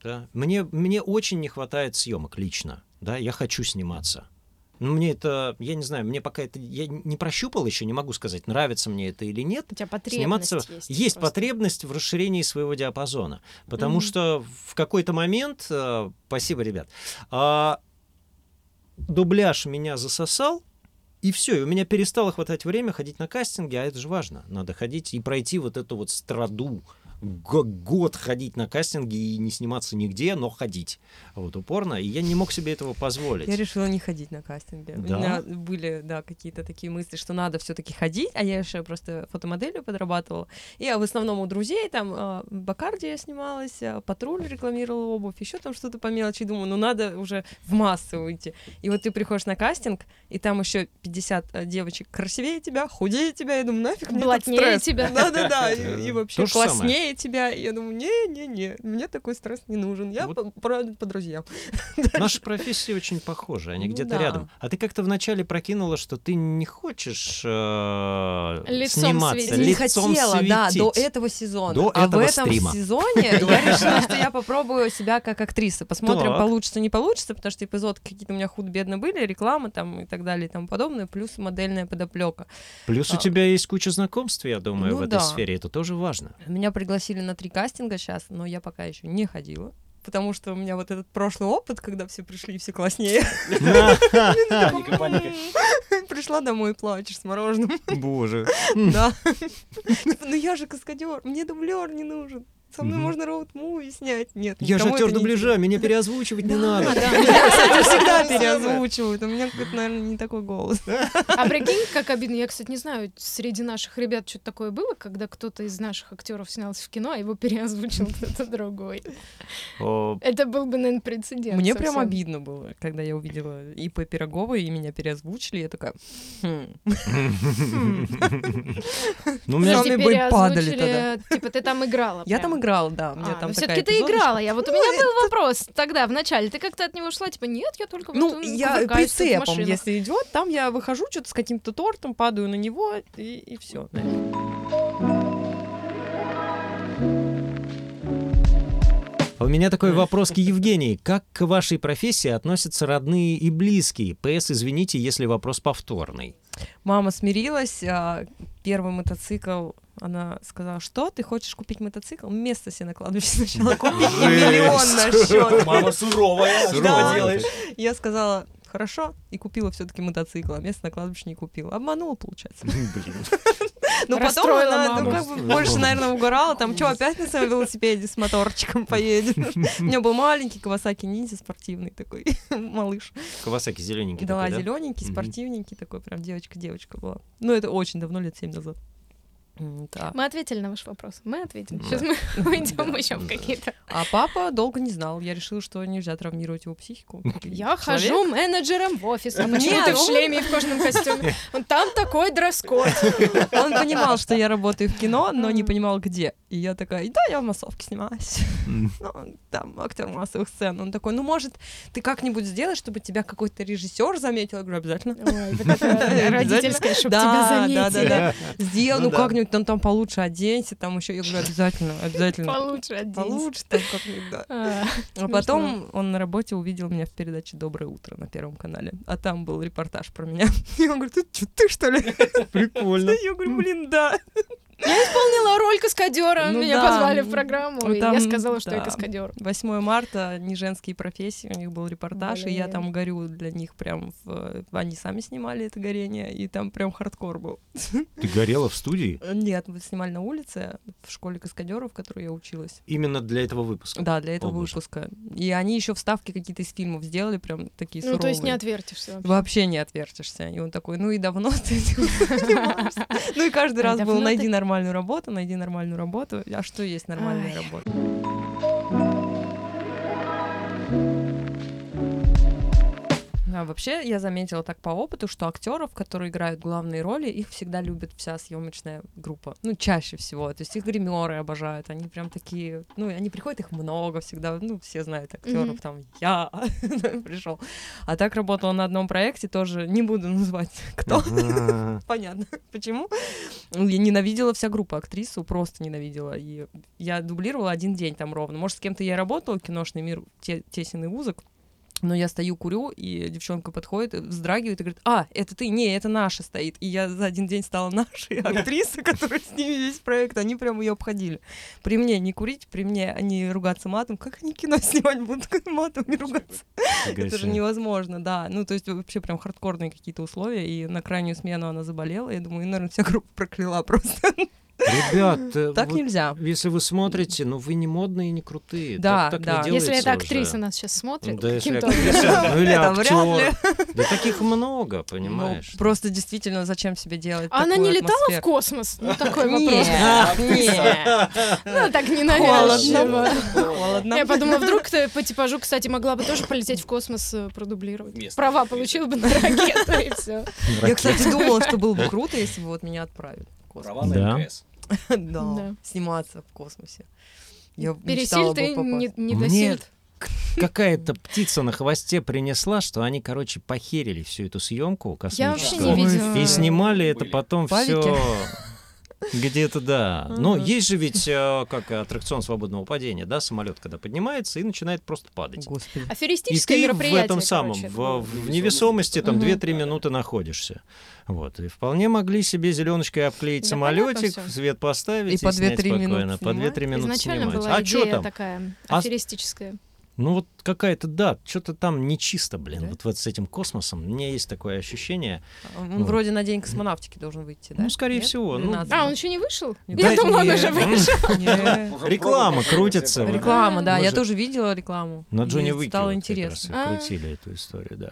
[SPEAKER 1] Да. Мне, мне очень не хватает съемок лично. Да, я хочу сниматься. Но мне это, я не знаю, мне пока это, я не прощупал еще, не могу сказать, нравится мне это или нет.
[SPEAKER 2] У тебя потребность
[SPEAKER 1] Сниматься
[SPEAKER 2] есть.
[SPEAKER 1] есть
[SPEAKER 2] просто.
[SPEAKER 1] потребность в расширении своего диапазона, потому
[SPEAKER 3] Мгм.
[SPEAKER 1] что в какой-то момент, э, спасибо, ребят, а, дубляж меня засосал, И все, и у меня перестало хватать время ходить на кастинги, а это же важно. Надо ходить и пройти вот эту вот страду. Г- год ходить на кастинги и не сниматься нигде, но ходить. Вот упорно. И я не мог себе этого позволить.
[SPEAKER 3] Я решила не ходить на кастинги.
[SPEAKER 1] Да?
[SPEAKER 3] У меня были, да, какие-то такие мысли, что надо все-таки ходить, а я еще просто фотомоделью подрабатывала. Я в основном у друзей, там, э, в Бакарде я снималась, э, Патруль рекламировала обувь, еще там что-то по мелочи, думаю, ну надо уже в массы уйти. И вот ты приходишь на кастинг, и там еще 50 э, девочек красивее тебя, худее тебя, я думаю, нафиг мне этот
[SPEAKER 2] Блатнее
[SPEAKER 3] стресс.
[SPEAKER 2] тебя.
[SPEAKER 3] Да-да-да,
[SPEAKER 1] Да-да.
[SPEAKER 3] и, и вообще
[SPEAKER 1] Э, То же самое.
[SPEAKER 3] класснее тебя. И я думаю, не-не-не, мне такой стресс не нужен, я
[SPEAKER 1] Вот.
[SPEAKER 3] по, по- по друзьям.
[SPEAKER 1] Наши профессии очень похожи, они
[SPEAKER 3] Ну
[SPEAKER 1] где-то
[SPEAKER 3] да.
[SPEAKER 1] рядом. А ты как-то вначале прокинула, что ты не хочешь э,
[SPEAKER 2] Лицом
[SPEAKER 1] сниматься,
[SPEAKER 2] светить.
[SPEAKER 3] не
[SPEAKER 1] лицом
[SPEAKER 3] хотела, да, до
[SPEAKER 1] светить.
[SPEAKER 3] этого сезона.
[SPEAKER 1] До
[SPEAKER 3] а
[SPEAKER 1] этого
[SPEAKER 3] в этом
[SPEAKER 1] стрима.
[SPEAKER 3] сезоне я решила, что я попробую себя как актриса. Посмотрим,
[SPEAKER 1] Так.
[SPEAKER 3] получится, не получится, потому что эпизоды какие-то у меня худ-бедно были, реклама там и так далее и тому подобное, плюс модельная подоплека.
[SPEAKER 1] Плюс у
[SPEAKER 3] А.
[SPEAKER 1] тебя есть куча знакомств, я думаю,
[SPEAKER 3] Ну
[SPEAKER 1] в этой
[SPEAKER 3] да.
[SPEAKER 1] сфере. Это тоже важно.
[SPEAKER 3] Меня пригласили на три кастинга сейчас, но я пока еще не ходила. Потому что у меня вот этот прошлый опыт, когда все пришли, и все класснее.
[SPEAKER 4] Паника, паника.
[SPEAKER 3] Пришла домой и плачешь с мороженым.
[SPEAKER 1] Боже.
[SPEAKER 3] Да. Типа, Ну я же каскадер, мне дублер не нужен. Со мной
[SPEAKER 1] Мгм.
[SPEAKER 3] можно роуд-муви снять. Нет,
[SPEAKER 1] Я же
[SPEAKER 3] никому это
[SPEAKER 1] актер
[SPEAKER 3] не
[SPEAKER 1] дубляжа, меня переозвучивать не
[SPEAKER 3] Да,
[SPEAKER 1] надо.
[SPEAKER 3] да. Меня, кстати, всегда переозвучивают. У меня какой-то, наверное, не такой голос.
[SPEAKER 2] А прикинь, как обидно. Я, кстати, не знаю, среди наших ребят что-то такое было, когда кто-то из наших актеров снялся в кино, а его переозвучил кто-то другой.
[SPEAKER 1] О,
[SPEAKER 2] Это был бы, наверное, прецедент.
[SPEAKER 3] Мне
[SPEAKER 2] совсем.
[SPEAKER 3] прям обидно было, когда я увидела ИП Пирогова, и меня переозвучили. Я такая... «Хм».
[SPEAKER 1] Ну, у
[SPEAKER 2] Подожди,
[SPEAKER 1] меня...
[SPEAKER 3] Главное, бы и падали
[SPEAKER 2] переозвучили, Типа ты там играла.
[SPEAKER 3] Я там играла, да. у меня там
[SPEAKER 2] все-таки
[SPEAKER 3] такая
[SPEAKER 2] ты
[SPEAKER 3] эпизодочка. Ну,
[SPEAKER 2] играла. Я вот у меня был вопрос тогда в начале. Ты как-то от него шла, типа нет, я только вот,
[SPEAKER 3] Ну,
[SPEAKER 2] м,
[SPEAKER 3] я
[SPEAKER 2] кувыркаюсь тут в
[SPEAKER 3] прицепом,
[SPEAKER 2] машинах.
[SPEAKER 3] если идет, там я выхожу что-то с каким-то тортом, падаю на него, и, и все.
[SPEAKER 1] У меня такой вопрос к Евгении. Как к вашей профессии относятся родные и близкие? ПС, извините, если вопрос повторный.
[SPEAKER 3] Мама смирилась, а, первый мотоцикл она сказала, что ты хочешь купить мотоцикл? Место себе на кладбище сначала купить и миллион на счет.
[SPEAKER 4] Мама суровая, что
[SPEAKER 3] Суровая.
[SPEAKER 4] поделаешь?
[SPEAKER 3] Я сказала, хорошо, и купила все-таки мотоцикл, а место на кладбище не купила. Обманула, получается.
[SPEAKER 1] Блин.
[SPEAKER 3] Но потом
[SPEAKER 2] Расстроила
[SPEAKER 3] она, ну,
[SPEAKER 2] маму.
[SPEAKER 3] как бы больше, наверное, угорала. Там, что, опять на своем велосипеде с моторчиком поедешь? У меня был маленький Кавасаки Ниндзя спортивный такой, малыш.
[SPEAKER 1] Кавасаки зелененький
[SPEAKER 3] Да,
[SPEAKER 1] Ну, такой, да?
[SPEAKER 3] зелененький,
[SPEAKER 1] Мгм.
[SPEAKER 3] спортивненький такой, прям девочка-девочка была. Ну, это очень давно, лет семь назад. М, да.
[SPEAKER 2] Мы ответили на ваш вопрос. Мы ответим.
[SPEAKER 1] Да.
[SPEAKER 2] Сейчас мы уйдем
[SPEAKER 3] Да,
[SPEAKER 2] еще в
[SPEAKER 1] да.
[SPEAKER 2] какие-то.
[SPEAKER 3] А папа долго не знал. Я решила, что нельзя травмировать его психику.
[SPEAKER 2] Я
[SPEAKER 3] Человек-
[SPEAKER 2] хожу менеджером в офис. А
[SPEAKER 3] Нет,
[SPEAKER 2] почему ты в
[SPEAKER 3] он-
[SPEAKER 2] шлеме и в кожаном костюме? Он там такой дресс-код.
[SPEAKER 3] Он понимал, что я работаю в кино, но не понимал, где. И я такая, да, я в массовке снималась.
[SPEAKER 1] Мгм.
[SPEAKER 3] Ну, там актер массовых сцен. Он такой, ну, может, ты как-нибудь сделаешь, чтобы тебя какой-то режиссер заметил? Я говорю, обязательно.
[SPEAKER 2] Ой, вот это родительское, чтобы тебя
[SPEAKER 3] Да, да,
[SPEAKER 2] заметили.
[SPEAKER 3] да, да. Сделай,
[SPEAKER 1] Ну
[SPEAKER 3] ну,
[SPEAKER 1] да.
[SPEAKER 3] как-нибудь там, там получше оденься, там еще. Я говорю, обязательно, обязательно.
[SPEAKER 2] Получше оденься.
[SPEAKER 3] Получше там как-нибудь, да.
[SPEAKER 2] А,
[SPEAKER 3] А потом он на работе увидел меня в передаче «Доброе утро» на Первом канале. А там был репортаж про меня. И он говорит, ты, чё, ты что ли?
[SPEAKER 1] Прикольно.
[SPEAKER 3] Я говорю, блин, да.
[SPEAKER 2] Исполнила роль каскадера,
[SPEAKER 3] Ну
[SPEAKER 2] меня
[SPEAKER 3] да.
[SPEAKER 2] позвали в программу,
[SPEAKER 3] Ну
[SPEAKER 2] и
[SPEAKER 3] там,
[SPEAKER 2] я сказала, что я
[SPEAKER 3] да.
[SPEAKER 2] каскадер.
[SPEAKER 3] 8 марта, не женские профессии, у них был репортаж, и я
[SPEAKER 2] Блин.
[SPEAKER 3] там горю для них прям, в- они сами снимали это горение, и там прям хардкор был.
[SPEAKER 1] Ты горела в студии?
[SPEAKER 3] Нет, мы снимали на улице, в школе каскадеров, в которой я училась.
[SPEAKER 1] Именно для этого выпуска.
[SPEAKER 3] Да, для этого
[SPEAKER 1] боже.
[SPEAKER 3] выпуска. И они еще вставки какие-то из фильмов сделали, прям такие
[SPEAKER 2] Ну, то есть не
[SPEAKER 3] суровые.
[SPEAKER 2] отвертишься.
[SPEAKER 3] Вообще не отвертишься. И он такой, ну и давно ты этим занимаешься?» Ну и каждый
[SPEAKER 2] А
[SPEAKER 3] раз был,
[SPEAKER 2] давно
[SPEAKER 3] найди
[SPEAKER 2] ты-
[SPEAKER 3] нормальную работу, найди нормальную работу. А что есть нормальная
[SPEAKER 2] Ай.
[SPEAKER 3] работа? Да, Ну, а вообще я заметила так по опыту, что актеров, которые играют главные роли, их всегда любит вся съемочная группа. Ну, чаще всего. То есть их гримеры обожают. Они прям такие, ну, и они приходят, их много всегда. Ну, все знают актеров,
[SPEAKER 2] Мгм.
[SPEAKER 3] там я пришел. А так работала на одном проекте, тоже не буду называть кто.
[SPEAKER 1] Ага.
[SPEAKER 3] Понятно, почему. Ну, Я ненавидела вся группа актрису, просто ненавидела. И я дублировала один день там ровно. Может, с кем-то я и работала, киношный мир, те- тесен и узок. Но я стою, курю, и девчонка подходит, и вздрагивает и говорит, а, это ты, не, это наша стоит. И я за один день стала нашей, а актрисы, которые с ними весь проект, они прям ее обходили. При мне не курить, при мне они ругаться матом. Как они кино снимать будут, матом не ругаться? Это же невозможно, да. Ну, то есть вообще прям хардкорные какие-то условия, и на крайнюю смену она заболела, я думаю, и, наверное, вся группа прокляла просто.
[SPEAKER 1] Ребят, э,
[SPEAKER 3] Так
[SPEAKER 1] вот
[SPEAKER 3] нельзя.
[SPEAKER 1] если вы смотрите, ну вы не модные и не крутые.
[SPEAKER 3] Да,
[SPEAKER 1] так, так
[SPEAKER 3] да.
[SPEAKER 1] не
[SPEAKER 2] Если
[SPEAKER 1] делается
[SPEAKER 2] это
[SPEAKER 1] уже. Ну
[SPEAKER 2] актриса нас сейчас смотрит,
[SPEAKER 1] Да, если
[SPEAKER 2] каким-то
[SPEAKER 1] актриса, ну или
[SPEAKER 3] Это вряд ли.
[SPEAKER 1] актер. Да таких много,
[SPEAKER 3] Ну,
[SPEAKER 1] понимаешь?
[SPEAKER 3] просто действительно, зачем себе делать
[SPEAKER 2] А она не
[SPEAKER 3] такую
[SPEAKER 2] летала в
[SPEAKER 3] атмосферу?
[SPEAKER 2] космос? Ну, такой вопрос.
[SPEAKER 3] Нет, нет.
[SPEAKER 2] Ну, так
[SPEAKER 3] Холодно.
[SPEAKER 2] ненавязчиво.
[SPEAKER 3] Холодно.
[SPEAKER 2] Я подумала, вдруг ты по типажу, кстати, могла бы тоже полететь в космос э, продублировать.
[SPEAKER 4] Вместо
[SPEAKER 2] Права
[SPEAKER 4] актрисы.
[SPEAKER 2] получила бы на ракету, и все.
[SPEAKER 3] Я, кстати, думала, что было бы круто, если бы вот меня отправили. в космос.
[SPEAKER 4] Права
[SPEAKER 1] Да.
[SPEAKER 4] на МКС.
[SPEAKER 3] Да.
[SPEAKER 2] Да.
[SPEAKER 3] Сниматься в космосе. Я мечтала
[SPEAKER 2] Пересиль
[SPEAKER 3] бы
[SPEAKER 2] ты, не
[SPEAKER 3] попасть.
[SPEAKER 2] не
[SPEAKER 1] Мне
[SPEAKER 2] досиль.
[SPEAKER 1] Какая-то птица на хвосте принесла, что они, короче, похерили всю эту съемку
[SPEAKER 2] Я вообще
[SPEAKER 1] космическую.
[SPEAKER 2] не
[SPEAKER 4] Ой,
[SPEAKER 2] видела.
[SPEAKER 1] И снимали это
[SPEAKER 4] Были.
[SPEAKER 1] потом
[SPEAKER 3] Павики.
[SPEAKER 1] все где-то, да. Но
[SPEAKER 3] Мгм.
[SPEAKER 1] есть же ведь э, как аттракцион свободного падения, да, самолет, когда поднимается и начинает просто падать.
[SPEAKER 3] Господи.
[SPEAKER 1] И
[SPEAKER 2] Аферистическое
[SPEAKER 1] ты в
[SPEAKER 2] мероприятие,
[SPEAKER 1] этом самом,
[SPEAKER 2] короче, это
[SPEAKER 1] в,
[SPEAKER 2] было.
[SPEAKER 1] в невесомости там
[SPEAKER 2] Мгм.
[SPEAKER 1] 2-3 минуты находишься. Вот. И вполне могли себе зеленочкой обклеить
[SPEAKER 2] Да
[SPEAKER 1] самолетик,
[SPEAKER 2] понятно всё.
[SPEAKER 1] свет поставить
[SPEAKER 3] И
[SPEAKER 1] и,
[SPEAKER 3] по
[SPEAKER 1] снять
[SPEAKER 3] 2-3 минуты
[SPEAKER 1] спокойно. По 2-3 минуты
[SPEAKER 2] Изначально
[SPEAKER 1] снимать.
[SPEAKER 2] была
[SPEAKER 1] а что
[SPEAKER 2] идея
[SPEAKER 1] там?
[SPEAKER 2] такая,
[SPEAKER 1] А-
[SPEAKER 2] аферистическая.
[SPEAKER 1] Ну вот какая-то, да, что-то там нечисто, блин,
[SPEAKER 3] Да?
[SPEAKER 1] вот, вот с этим космосом. У меня есть такое ощущение.
[SPEAKER 3] Он вроде на день космонавтики должен выйти, да?
[SPEAKER 1] А, Ну, скорее
[SPEAKER 3] Нет?
[SPEAKER 1] всего, ну,
[SPEAKER 3] 12.
[SPEAKER 2] А, он еще не вышел?
[SPEAKER 3] Не
[SPEAKER 2] Я
[SPEAKER 3] дай-
[SPEAKER 2] думала, он
[SPEAKER 3] не.
[SPEAKER 2] уже вышел.
[SPEAKER 3] Нет.
[SPEAKER 4] Уже
[SPEAKER 1] Реклама
[SPEAKER 4] пробовали,
[SPEAKER 1] крутится,
[SPEAKER 4] все
[SPEAKER 1] вот.
[SPEAKER 4] пробовали.
[SPEAKER 3] Реклама, да.
[SPEAKER 1] Мы
[SPEAKER 3] Я
[SPEAKER 1] же-
[SPEAKER 3] тоже видела рекламу.
[SPEAKER 1] На
[SPEAKER 3] И
[SPEAKER 1] Джонни Уике вот
[SPEAKER 3] Стало
[SPEAKER 1] как
[SPEAKER 3] интересно.
[SPEAKER 1] раз и
[SPEAKER 2] А.
[SPEAKER 1] крутили эту историю, да.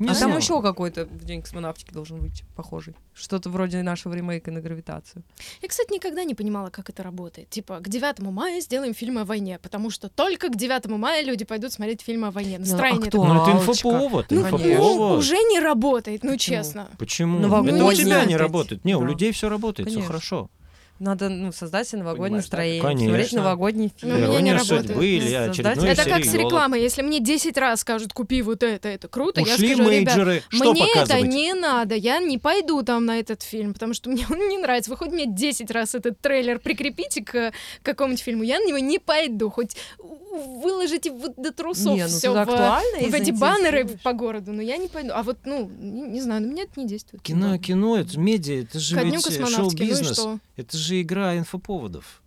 [SPEAKER 3] а
[SPEAKER 1] знаю.
[SPEAKER 3] там еще какой-то в день космонавтики должен выйти, похожий. Что-то вроде нашего ремейка на гравитацию.
[SPEAKER 2] Я, кстати, никогда не понимала, как это работает. Типа, к 9 мая сделаем фильм о войне, потому что только к 9 мая люди пойдут смотреть фильм о войне. Настроение
[SPEAKER 3] кто?
[SPEAKER 2] такое.
[SPEAKER 1] Ну это
[SPEAKER 3] Палочка.
[SPEAKER 1] инфоповод,
[SPEAKER 3] Ну,
[SPEAKER 2] Ну,
[SPEAKER 1] инфоповод.
[SPEAKER 2] уже не работает, ну
[SPEAKER 3] Почему?
[SPEAKER 2] честно.
[SPEAKER 1] Почему?
[SPEAKER 3] Новогодний.
[SPEAKER 1] Это у тебя не
[SPEAKER 3] Опять.
[SPEAKER 1] работает. Не, у
[SPEAKER 3] Да.
[SPEAKER 1] людей все работает, все
[SPEAKER 3] Конечно.
[SPEAKER 1] хорошо.
[SPEAKER 3] Надо ну, создать себе новогоднее
[SPEAKER 4] Понимаешь, да?
[SPEAKER 3] настроение,
[SPEAKER 1] Конечно.
[SPEAKER 3] смотреть новогодний фильм.
[SPEAKER 2] Ну, у меня не
[SPEAKER 1] Ирония
[SPEAKER 2] работает.
[SPEAKER 1] судьбы или
[SPEAKER 3] Создать-
[SPEAKER 1] очередной
[SPEAKER 3] Ну,
[SPEAKER 2] это как с
[SPEAKER 1] сериал.
[SPEAKER 2] рекламой. Если мне 10 раз скажут, купи вот это, это круто,
[SPEAKER 1] Ушли
[SPEAKER 2] я скажу, ребят,
[SPEAKER 1] мейджеры, что
[SPEAKER 2] мне это
[SPEAKER 1] показывать?
[SPEAKER 2] не надо, я не пойду там на этот фильм, потому что мне он не нравится. Вы хоть мне 10 раз этот трейлер прикрепите к э, какому-нибудь фильму, я на него не пойду. Хоть у- выложите вот до трусов
[SPEAKER 3] Не, ну,
[SPEAKER 2] все
[SPEAKER 3] туда
[SPEAKER 2] в, э,
[SPEAKER 3] актуально,
[SPEAKER 2] в
[SPEAKER 3] если
[SPEAKER 2] эти баннеры
[SPEAKER 3] интересуешь.
[SPEAKER 2] по городу, но я не пойду. А вот, ну, не, не знаю, на меня это не действует. Типа,
[SPEAKER 1] Кино, кино, это же медиа, это же
[SPEAKER 2] Ко дню
[SPEAKER 1] ведь э,
[SPEAKER 2] космонавтики, ну и
[SPEAKER 1] шоу-бизнес.
[SPEAKER 2] что?
[SPEAKER 1] Это же игра инфоповодов.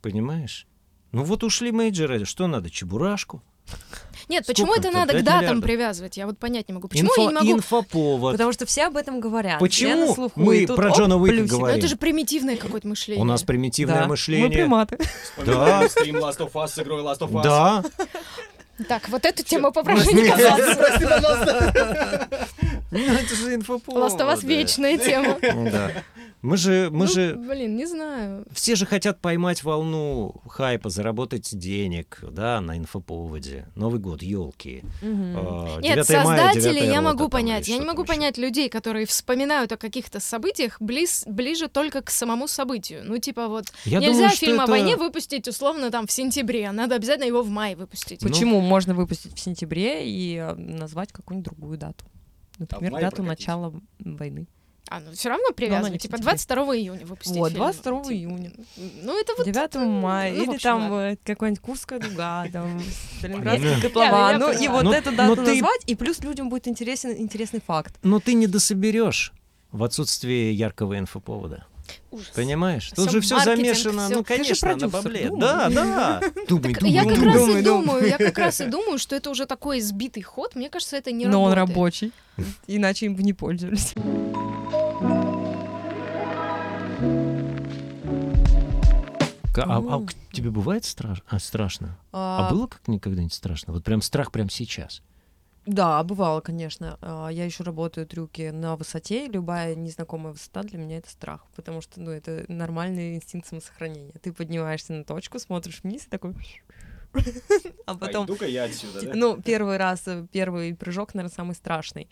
[SPEAKER 1] Понимаешь? Ну вот ушли мейджеры, что надо? Чебурашку?
[SPEAKER 2] Нет, почему
[SPEAKER 1] Сколько
[SPEAKER 2] это
[SPEAKER 1] это?
[SPEAKER 2] надо к
[SPEAKER 1] Пять
[SPEAKER 2] датам
[SPEAKER 1] миллиардов?
[SPEAKER 2] привязывать? Я вот понять не могу. Почему
[SPEAKER 1] Инфо-
[SPEAKER 2] я не могу?
[SPEAKER 1] Инфоповод.
[SPEAKER 3] Потому что все об этом говорят.
[SPEAKER 1] Почему
[SPEAKER 3] Я на слуху,
[SPEAKER 1] мы
[SPEAKER 3] и тут,
[SPEAKER 1] про
[SPEAKER 3] оп,
[SPEAKER 1] Джона Уика
[SPEAKER 3] плюсик.
[SPEAKER 1] говорим?
[SPEAKER 2] Ну, это же примитивное какое-то мышление.
[SPEAKER 1] У нас примитивное
[SPEAKER 3] Да. Мы
[SPEAKER 1] мышление.
[SPEAKER 3] приматы.
[SPEAKER 4] Вспоминаем стрим Last of Us с игрой Last of Us.
[SPEAKER 1] Да,
[SPEAKER 2] Так, вот эту тему попрошу не касаться.
[SPEAKER 4] Прости, пожалуйста.
[SPEAKER 1] Ну, это же инфоповод.
[SPEAKER 2] Ласт у вас
[SPEAKER 1] да.
[SPEAKER 2] вечная тема.
[SPEAKER 1] Ну Да. Мы же, мы
[SPEAKER 2] Ну,
[SPEAKER 1] же,
[SPEAKER 2] Блин, не знаю.
[SPEAKER 1] все же хотят поймать волну хайпа, заработать денег, да, на инфоповоде. Новый год, елки. А, ну.
[SPEAKER 3] Мгм.
[SPEAKER 2] Нет, создателей я могу понять. Я не могу понять людей, которые вспоминают о каких-то событиях близ, ближе только к самому событию. Ну, типа вот,
[SPEAKER 1] Я
[SPEAKER 2] нельзя
[SPEAKER 1] думаю, что
[SPEAKER 2] фильм о
[SPEAKER 1] это-
[SPEAKER 2] войне выпустить условно там в сентябре, а надо обязательно его в мае выпустить.
[SPEAKER 1] Ну.
[SPEAKER 3] Почему можно выпустить в сентябре и э, назвать какую-нибудь другую дату? Например,
[SPEAKER 4] мае
[SPEAKER 3] дату
[SPEAKER 4] прокатить.
[SPEAKER 3] начала войны.
[SPEAKER 2] А, ну все равно
[SPEAKER 3] Но она
[SPEAKER 2] привязано.
[SPEAKER 3] не в
[SPEAKER 2] Типа
[SPEAKER 3] сентябре.
[SPEAKER 2] 22 июня выпустить
[SPEAKER 3] Вот,
[SPEAKER 2] фильм.
[SPEAKER 3] 22
[SPEAKER 2] Типа,
[SPEAKER 3] июня.
[SPEAKER 2] Ну, это вот...
[SPEAKER 3] 9 мая,
[SPEAKER 2] ну, в
[SPEAKER 3] или
[SPEAKER 2] общем,
[SPEAKER 3] там
[SPEAKER 2] ладно.
[SPEAKER 3] э, какая-нибудь Курская дуга, там Сталинградская
[SPEAKER 1] Я-
[SPEAKER 3] котлова.
[SPEAKER 2] я
[SPEAKER 3] Ну и
[SPEAKER 2] поняла.
[SPEAKER 3] вот
[SPEAKER 1] Но-
[SPEAKER 3] эту
[SPEAKER 1] но
[SPEAKER 3] дату
[SPEAKER 1] ты-
[SPEAKER 3] назвать, и плюс людям будет интересен интересный факт.
[SPEAKER 1] Но ну, ты не дособерешь в отсутствии яркого инфоповода.
[SPEAKER 2] Ужас.
[SPEAKER 1] Понимаешь? Тут
[SPEAKER 2] Всё,
[SPEAKER 1] же все
[SPEAKER 2] маркетинг,
[SPEAKER 1] замешано.
[SPEAKER 2] всё.
[SPEAKER 1] Ну,
[SPEAKER 3] Ты же
[SPEAKER 1] конечно, на
[SPEAKER 3] продюсер, ну,
[SPEAKER 1] бабле.
[SPEAKER 3] думай.
[SPEAKER 1] Да, да. Думай,
[SPEAKER 2] Так я как
[SPEAKER 3] думай,
[SPEAKER 2] раз
[SPEAKER 3] думай,
[SPEAKER 2] и
[SPEAKER 3] думай.
[SPEAKER 2] думаю, я как раз и думаю, что это уже такой избитый ход. Мне кажется, это не
[SPEAKER 3] Но он
[SPEAKER 2] работает.
[SPEAKER 3] рабочий, иначе им бы не пользовались.
[SPEAKER 1] К- А, а
[SPEAKER 3] М.
[SPEAKER 1] к- тебе бывает страш- а, страшно? А,
[SPEAKER 3] А,
[SPEAKER 1] было как никогда не страшно? Вот прям страх прям сейчас.
[SPEAKER 3] Да, бывало, конечно. А, Я еще работаю трюки на высоте, и любая незнакомая высота для меня это страх, потому что, ну, это нормальный инстинкт самосохранения. Ты поднимаешься на точку, смотришь вниз и такой... А потом...
[SPEAKER 4] Пойду-ка я отсюда, да?
[SPEAKER 3] Ну, первый раз, э, первый прыжок, наверное, самый страшный.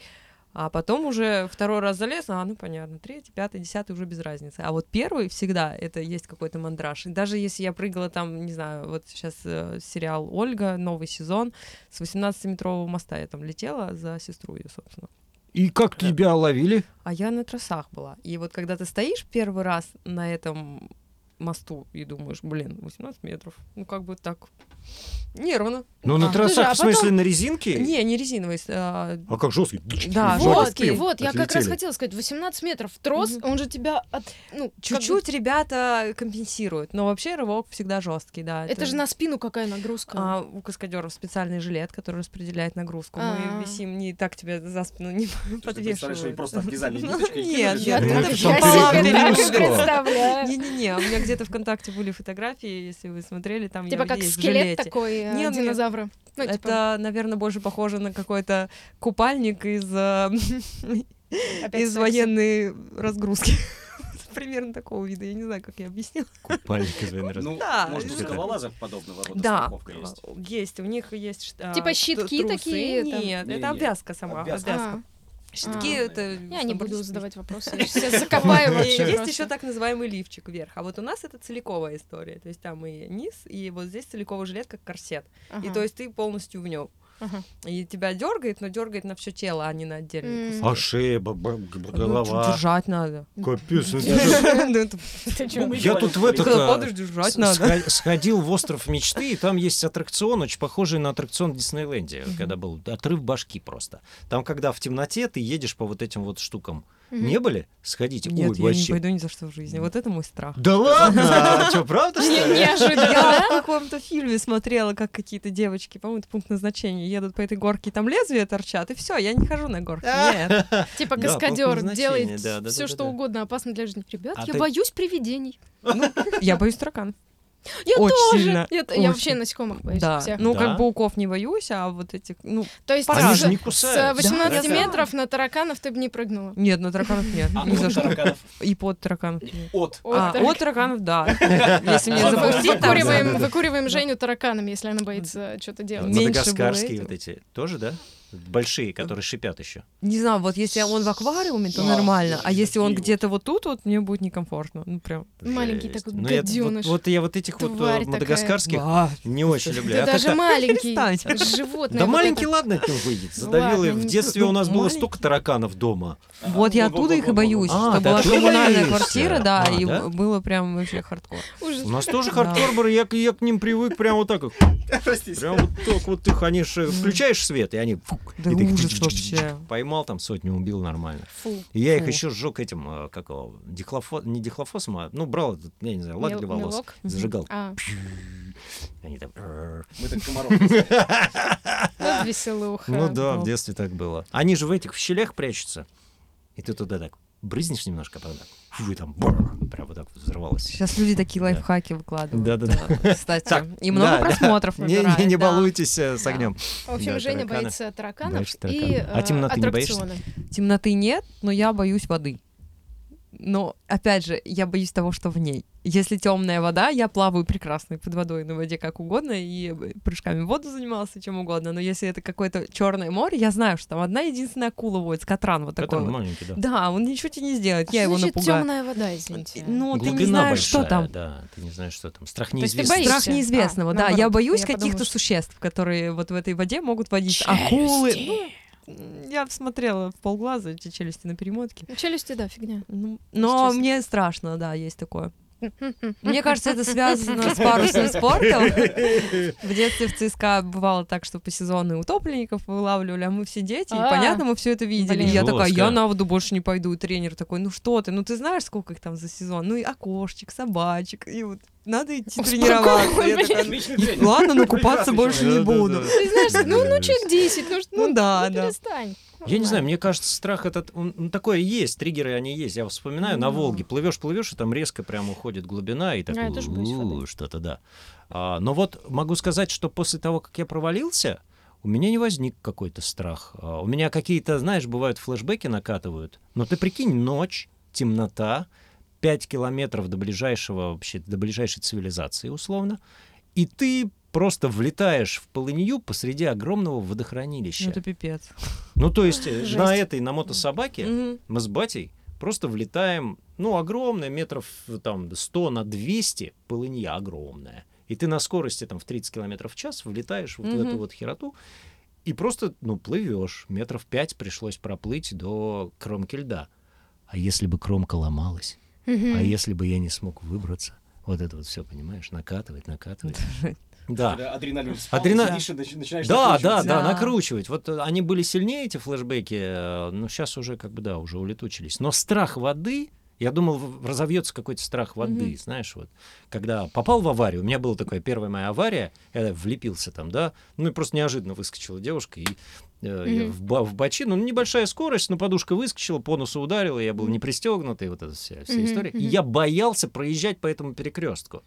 [SPEAKER 3] А потом уже второй раз залез, а, ну, понятно, третий, пятый, десятый уже без разницы. А вот первый всегда это есть какой-то мандраж. И даже если я прыгала там, не знаю, вот сейчас э, сериал «Ольга», новый сезон, с 18-метрового моста я там летела за сестру ее, собственно.
[SPEAKER 1] И как
[SPEAKER 2] Э.
[SPEAKER 3] Да.
[SPEAKER 1] тебя ловили?
[SPEAKER 3] А я на тросах была. И вот когда ты стоишь первый раз на этом мосту и думаешь, блин, 18 метров, ну как бы так Нервно.
[SPEAKER 1] Ну, на
[SPEAKER 3] А.
[SPEAKER 1] тросах,
[SPEAKER 2] Слушай, а
[SPEAKER 1] в смысле,
[SPEAKER 2] потом-
[SPEAKER 1] на резинке?
[SPEAKER 3] Не, не резиновый. с- а,
[SPEAKER 1] А как жесткий?
[SPEAKER 3] Да,
[SPEAKER 1] Жёсткий.
[SPEAKER 3] жёсткий.
[SPEAKER 1] Отлетели.
[SPEAKER 2] Вот, я как раз хотела сказать, 18 метров трос, он же тебя от, ну, как
[SPEAKER 3] Чуть-чуть ребята компенсируют, но вообще рывок всегда жесткий, да.
[SPEAKER 2] бы- Это же на спину какая нагрузка.
[SPEAKER 3] А, у каскадеров специальный жилет, который распределяет нагрузку.
[SPEAKER 2] А.
[SPEAKER 3] Мы висим не так тебе за спину не
[SPEAKER 4] Ты представляешь, что они
[SPEAKER 3] подвешивают.
[SPEAKER 4] просто обвязали
[SPEAKER 3] Ну,
[SPEAKER 4] ниточкой и
[SPEAKER 3] нет,
[SPEAKER 4] кинули?
[SPEAKER 3] я
[SPEAKER 1] думаю,
[SPEAKER 3] это
[SPEAKER 1] что там
[SPEAKER 3] пополам
[SPEAKER 1] перед-
[SPEAKER 3] перед-
[SPEAKER 1] перегрузка.
[SPEAKER 2] представляю.
[SPEAKER 3] Не-не-не, у меня где-то ВКонтакте были фотографии, если вы смотрели, там
[SPEAKER 2] Типа
[SPEAKER 3] я
[SPEAKER 2] как
[SPEAKER 3] есть в
[SPEAKER 2] скелет
[SPEAKER 3] жилете.
[SPEAKER 2] такой э,
[SPEAKER 3] Не, ну,
[SPEAKER 2] динозавра. Ну, типа,
[SPEAKER 3] Это, наверное, больше похоже на какой-то купальник из, э,
[SPEAKER 2] опять
[SPEAKER 3] из
[SPEAKER 2] секси.
[SPEAKER 3] военной разгрузки. Примерно такого вида, я не знаю, как я объяснила.
[SPEAKER 1] Купальник из военной раз-
[SPEAKER 4] Ну,
[SPEAKER 3] Да,
[SPEAKER 4] может быть,
[SPEAKER 1] это-
[SPEAKER 4] у гололазов подобного рода
[SPEAKER 3] Да, э,
[SPEAKER 4] страховка есть.
[SPEAKER 3] есть, у них есть... э,
[SPEAKER 2] Типа
[SPEAKER 3] т-
[SPEAKER 2] щитки
[SPEAKER 3] трусы.
[SPEAKER 2] такие, там?
[SPEAKER 3] Нет,
[SPEAKER 4] Не-не-не.
[SPEAKER 3] это обвязка сама,
[SPEAKER 4] Обвязка.
[SPEAKER 3] обвязка.
[SPEAKER 2] А,
[SPEAKER 3] Щитки
[SPEAKER 2] А.
[SPEAKER 3] это...
[SPEAKER 2] Я не
[SPEAKER 3] чтобы
[SPEAKER 2] буду
[SPEAKER 3] распустить.
[SPEAKER 2] задавать вопросы, я сейчас закопаю
[SPEAKER 3] И
[SPEAKER 2] вообще.
[SPEAKER 3] Есть
[SPEAKER 2] просто.
[SPEAKER 3] еще так называемый лифчик вверх, а вот у нас это целиковая история, то есть там и низ, и вот здесь целиковый жилет как корсет, и
[SPEAKER 2] Ага,
[SPEAKER 3] то есть ты полностью в нем,
[SPEAKER 2] ага.
[SPEAKER 3] и тебя дергает, но дергает на все тело, а не на отдельный
[SPEAKER 2] М.
[SPEAKER 3] кусок.
[SPEAKER 1] А шея, ба- ба- г-
[SPEAKER 3] Ну, чё,
[SPEAKER 1] голова.
[SPEAKER 3] держать надо.
[SPEAKER 1] Капец, ну это же-
[SPEAKER 3] Ну, это
[SPEAKER 2] Ты чё?
[SPEAKER 4] Ну, мы
[SPEAKER 1] Я
[SPEAKER 4] делаем
[SPEAKER 1] тут в этот-
[SPEAKER 4] эксперимент.
[SPEAKER 1] Когда
[SPEAKER 3] Когда
[SPEAKER 1] падаешь,
[SPEAKER 3] падаешь,
[SPEAKER 1] С-
[SPEAKER 3] держать надо.
[SPEAKER 1] сход- Сходил в остров мечты, и там есть аттракцион, очень похожий на аттракцион в Диснейленде, когда был отрыв башки просто. Там, когда в темноте, ты едешь по вот этим вот штукам.
[SPEAKER 2] Мгм.
[SPEAKER 1] Не были? Сходите.
[SPEAKER 3] Нет,
[SPEAKER 1] Ой,
[SPEAKER 3] я не
[SPEAKER 1] вообще.
[SPEAKER 3] пойду ни за что в жизни. Вот это мой страх.
[SPEAKER 1] Да ладно? А что, правда, что
[SPEAKER 2] Не-
[SPEAKER 1] ли?
[SPEAKER 2] Неожиданно,
[SPEAKER 3] Я
[SPEAKER 2] да?
[SPEAKER 3] в каком-то фильме смотрела, как какие-то девочки, по-моему, это пункт назначения, едут по этой горке, и там лезвия торчат, и все, я не хожу на горке. Нет.
[SPEAKER 2] Типа
[SPEAKER 1] Да, пункт
[SPEAKER 2] каскадер
[SPEAKER 1] назначения,
[SPEAKER 2] делает
[SPEAKER 1] да, да,
[SPEAKER 2] все,
[SPEAKER 1] да,
[SPEAKER 2] что
[SPEAKER 1] да.
[SPEAKER 2] угодно, опасно для жизни. Ребят,
[SPEAKER 1] А
[SPEAKER 2] я
[SPEAKER 1] ты-
[SPEAKER 2] боюсь привидений.
[SPEAKER 3] Я боюсь тараканов.
[SPEAKER 2] Я
[SPEAKER 3] Очень
[SPEAKER 2] тоже.
[SPEAKER 3] сильно,
[SPEAKER 2] Я т-
[SPEAKER 3] очень.
[SPEAKER 2] Я вообще насекомых боюсь
[SPEAKER 3] Да.
[SPEAKER 2] всех.
[SPEAKER 3] Ну,
[SPEAKER 1] Да.
[SPEAKER 3] как пауков не боюсь, а вот этих, ну,
[SPEAKER 2] То есть
[SPEAKER 3] Они
[SPEAKER 2] с-
[SPEAKER 3] же
[SPEAKER 1] не
[SPEAKER 2] с
[SPEAKER 1] кусаются.
[SPEAKER 2] 18
[SPEAKER 3] Да, да.
[SPEAKER 2] метров на тараканов ты бы не прыгнула.
[SPEAKER 3] нет, на тараканов нет.
[SPEAKER 4] А
[SPEAKER 3] Ни Ну, за
[SPEAKER 4] от
[SPEAKER 3] что.
[SPEAKER 4] тараканов?
[SPEAKER 3] И под тараканов нет.
[SPEAKER 4] От.
[SPEAKER 2] О,
[SPEAKER 3] А,
[SPEAKER 2] так.
[SPEAKER 3] от тараканов, да. Если меня
[SPEAKER 4] Ладно,
[SPEAKER 3] запустить, там
[SPEAKER 1] да, да,
[SPEAKER 2] Выкуриваем,
[SPEAKER 1] да.
[SPEAKER 2] выкуриваем Женю тараканами, если она боится что-то делать.
[SPEAKER 3] Меньше было
[SPEAKER 1] А Мадагаскарские
[SPEAKER 3] этого.
[SPEAKER 1] вот эти тоже, да? Большие, которые шипят еще.
[SPEAKER 3] Не знаю, вот если он в аквариуме, то
[SPEAKER 4] Да,
[SPEAKER 3] нормально. А
[SPEAKER 4] и
[SPEAKER 3] если он
[SPEAKER 4] такие вот.
[SPEAKER 3] где-то вот тут, вот мне будет некомфортно. Ну прям.
[SPEAKER 2] Маленький
[SPEAKER 1] Жесть.
[SPEAKER 2] такой
[SPEAKER 1] Ну, я- вот-
[SPEAKER 2] гаденыш.
[SPEAKER 1] Вот, я вот этих вот
[SPEAKER 2] Тварь
[SPEAKER 1] э,
[SPEAKER 2] такая.
[SPEAKER 1] мадагаскарских
[SPEAKER 3] Да.
[SPEAKER 1] не очень люблю.
[SPEAKER 2] Ты
[SPEAKER 1] А
[SPEAKER 2] даже
[SPEAKER 1] как-то-
[SPEAKER 2] маленький.
[SPEAKER 3] Перестаньте.
[SPEAKER 2] Животное.
[SPEAKER 1] Да
[SPEAKER 2] вот
[SPEAKER 1] маленький,
[SPEAKER 2] это.
[SPEAKER 1] ладно, ты выйдет. Задавил.
[SPEAKER 2] ладно,
[SPEAKER 1] и В
[SPEAKER 2] не-
[SPEAKER 1] детстве у нас
[SPEAKER 3] ну,
[SPEAKER 1] было
[SPEAKER 3] маленький.
[SPEAKER 1] столько тараканов дома.
[SPEAKER 3] Вот я оттуда их и боюсь,
[SPEAKER 1] А,
[SPEAKER 3] что
[SPEAKER 1] ты
[SPEAKER 3] была
[SPEAKER 1] оттуда
[SPEAKER 3] коммунальная
[SPEAKER 1] боишься?
[SPEAKER 3] квартира, да,
[SPEAKER 1] А,
[SPEAKER 3] и
[SPEAKER 1] да?
[SPEAKER 3] было прям вообще хардкор.
[SPEAKER 2] Ужас.
[SPEAKER 1] У нас тоже
[SPEAKER 3] Да.
[SPEAKER 1] хардкор был, я, к- я к ним привык прям вот так. вот.
[SPEAKER 4] Простите.
[SPEAKER 1] Прям вот так вот их, они же включаешь свет, и они... фук,
[SPEAKER 3] Да
[SPEAKER 1] и ты их
[SPEAKER 3] ужас вообще.
[SPEAKER 1] Поймал там сотню, убил нормально.
[SPEAKER 2] Фу.
[SPEAKER 1] И я их
[SPEAKER 3] Фу.
[SPEAKER 1] еще сжег этим, э, как его, дихлофо- не дихлофосом, а, ну, брал, этот, я не знаю, лак
[SPEAKER 2] Мел-
[SPEAKER 1] для волос,
[SPEAKER 2] мелок?
[SPEAKER 3] Мгм.
[SPEAKER 1] зажигал.
[SPEAKER 2] А,
[SPEAKER 1] Они там... «Рррр».
[SPEAKER 4] Мы так комаров.
[SPEAKER 2] вот веселуха.
[SPEAKER 1] Ну да, в
[SPEAKER 3] да.
[SPEAKER 1] детстве так было. Они же в этих в щелях прячутся. И ты туда так брызнешь немножко, а потом так, фу, и там бррр, прям вот так вот взорвалось.
[SPEAKER 3] Сейчас люди такие лайфхаки выкладывают.
[SPEAKER 1] Да-да-да.
[SPEAKER 3] э, Кстати, и много
[SPEAKER 1] да, да.
[SPEAKER 3] просмотров
[SPEAKER 1] Не,
[SPEAKER 3] набирает,
[SPEAKER 1] не, не
[SPEAKER 3] да.
[SPEAKER 1] балуйтесь э, с
[SPEAKER 3] Да.
[SPEAKER 1] огнем.
[SPEAKER 2] В общем,
[SPEAKER 1] Да,
[SPEAKER 2] Женя
[SPEAKER 1] тараканы.
[SPEAKER 2] боится тараканов
[SPEAKER 1] Боишься тараканов.
[SPEAKER 2] и
[SPEAKER 1] А
[SPEAKER 2] э,
[SPEAKER 1] темноты не боишься?
[SPEAKER 2] аттракционы.
[SPEAKER 3] Темноты нет, но я боюсь воды. Но опять же, я боюсь того, что в ней. Если темная вода, я плаваю прекрасно и под водой, и на воде как угодно, и э, прыжками в воду занимался, чем угодно. Но если это какое-то черное море, я знаю, что там одна единственная акула водит, скатран вот такой.
[SPEAKER 1] Который
[SPEAKER 3] вот.
[SPEAKER 1] маленький, да.
[SPEAKER 3] Да, он ничего тебе не сделает, я его
[SPEAKER 2] Значит,
[SPEAKER 3] напугаю.
[SPEAKER 2] темная вода, извините.
[SPEAKER 3] Ну, ты не
[SPEAKER 1] Глубина
[SPEAKER 3] знаешь,
[SPEAKER 1] большая,
[SPEAKER 3] что там.
[SPEAKER 1] Да, ты не знаешь, что там. Страх
[SPEAKER 2] есть ты
[SPEAKER 1] неизвестный.
[SPEAKER 2] боишься?
[SPEAKER 3] Страх неизвестного,
[SPEAKER 2] А,
[SPEAKER 3] да. Я
[SPEAKER 2] наоборот,
[SPEAKER 3] боюсь
[SPEAKER 2] я
[SPEAKER 3] каких-то
[SPEAKER 2] подумала, что-
[SPEAKER 3] существ, которые вот в этой воде могут водить. Акулы. Ну, я смотрела в полглаза эти челюсти на перемотке.
[SPEAKER 2] Ну, Челюсти, да, фигня.
[SPEAKER 3] Ну, Но
[SPEAKER 2] честно.
[SPEAKER 3] мне страшно, да, есть такое. Мне кажется, это связано с парусным спортом. В детстве в ЦСКА бывало так, что по сезону утопленников вылавливали, а мы все дети, и,
[SPEAKER 2] А,
[SPEAKER 3] понятно, мы все это видели. И
[SPEAKER 2] блин.
[SPEAKER 3] я такая,
[SPEAKER 1] Жёстко.
[SPEAKER 3] я на воду больше не пойду. И тренер такой, ну что ты, ну ты знаешь, сколько их там за сезон? Ну и окошечек, собачек, и вот надо идти тренироваться. Я такая,
[SPEAKER 4] Отличный тренер.
[SPEAKER 3] Ладно, но купаться
[SPEAKER 4] Прекрасный
[SPEAKER 3] больше не буду.
[SPEAKER 2] Ты знаешь, ну, ну человек 10, ну, что-
[SPEAKER 3] Ну да,
[SPEAKER 2] ну,
[SPEAKER 3] да.
[SPEAKER 2] перестань.
[SPEAKER 1] Я не знаю, мне кажется, страх этот, он, он такое есть, триггеры они есть. Я вспоминаю, на
[SPEAKER 3] Ну Да. А,
[SPEAKER 1] Волге плывешь, плывешь, и там резко прям уходит глубина, и так
[SPEAKER 2] я тоже боюсь воды.
[SPEAKER 1] «У-у-у», что-то да. А, но вот могу сказать, что после того, как я провалился, у меня не возник какой-то страх. А, у меня какие-то, знаешь, бывают флешбеки накатывают. Но ты прикинь, ночь, темнота, 5 километров до ближайшего вообще, до ближайшей цивилизации условно, и ты просто влетаешь в полынью посреди огромного водохранилища.
[SPEAKER 3] Ну это пипец.
[SPEAKER 1] Ну, то есть э,
[SPEAKER 2] Жесть.
[SPEAKER 1] на этой, на мотособаке
[SPEAKER 3] Мгм.
[SPEAKER 1] мы с батей просто влетаем, ну, огромное, метров э, там 100 на 200, полынья огромная. И ты на скорости там в 30 километров в час влетаешь вот в эту
[SPEAKER 3] Мгм.
[SPEAKER 1] вот хероту и просто, ну, плывешь. Метров пять пришлось проплыть до кромки льда. А если бы кромка ломалась? А
[SPEAKER 2] Мгм.
[SPEAKER 1] если бы я не смог выбраться? Вот это вот все, понимаешь, накатывает, накатывает. Да.
[SPEAKER 4] когда адреналин спал,
[SPEAKER 1] Адрена-
[SPEAKER 4] сидишь и начи- начинаешь
[SPEAKER 1] Да, да, да,
[SPEAKER 4] накручивать.
[SPEAKER 3] Да.
[SPEAKER 1] накручивать. Вот э, они были сильнее, эти флешбеки, э, но сейчас уже как бы, да, уже улетучились. Но страх воды, я думал, в- разовьется какой-то страх воды,
[SPEAKER 2] Мгм.
[SPEAKER 1] знаешь, вот. Когда попал в аварию, у меня была такая первая моя авария, я влепился там, да, ну и просто неожиданно выскочила девушка и э, я
[SPEAKER 2] Мгм.
[SPEAKER 1] в, ба- в бочину, ну небольшая скорость, но подушка выскочила, по носу ударила, я был не пристегнутый, вот эта вся, вся
[SPEAKER 2] Мгм,
[SPEAKER 1] история. И
[SPEAKER 2] мгм.
[SPEAKER 1] я боялся проезжать по этому перекрестку,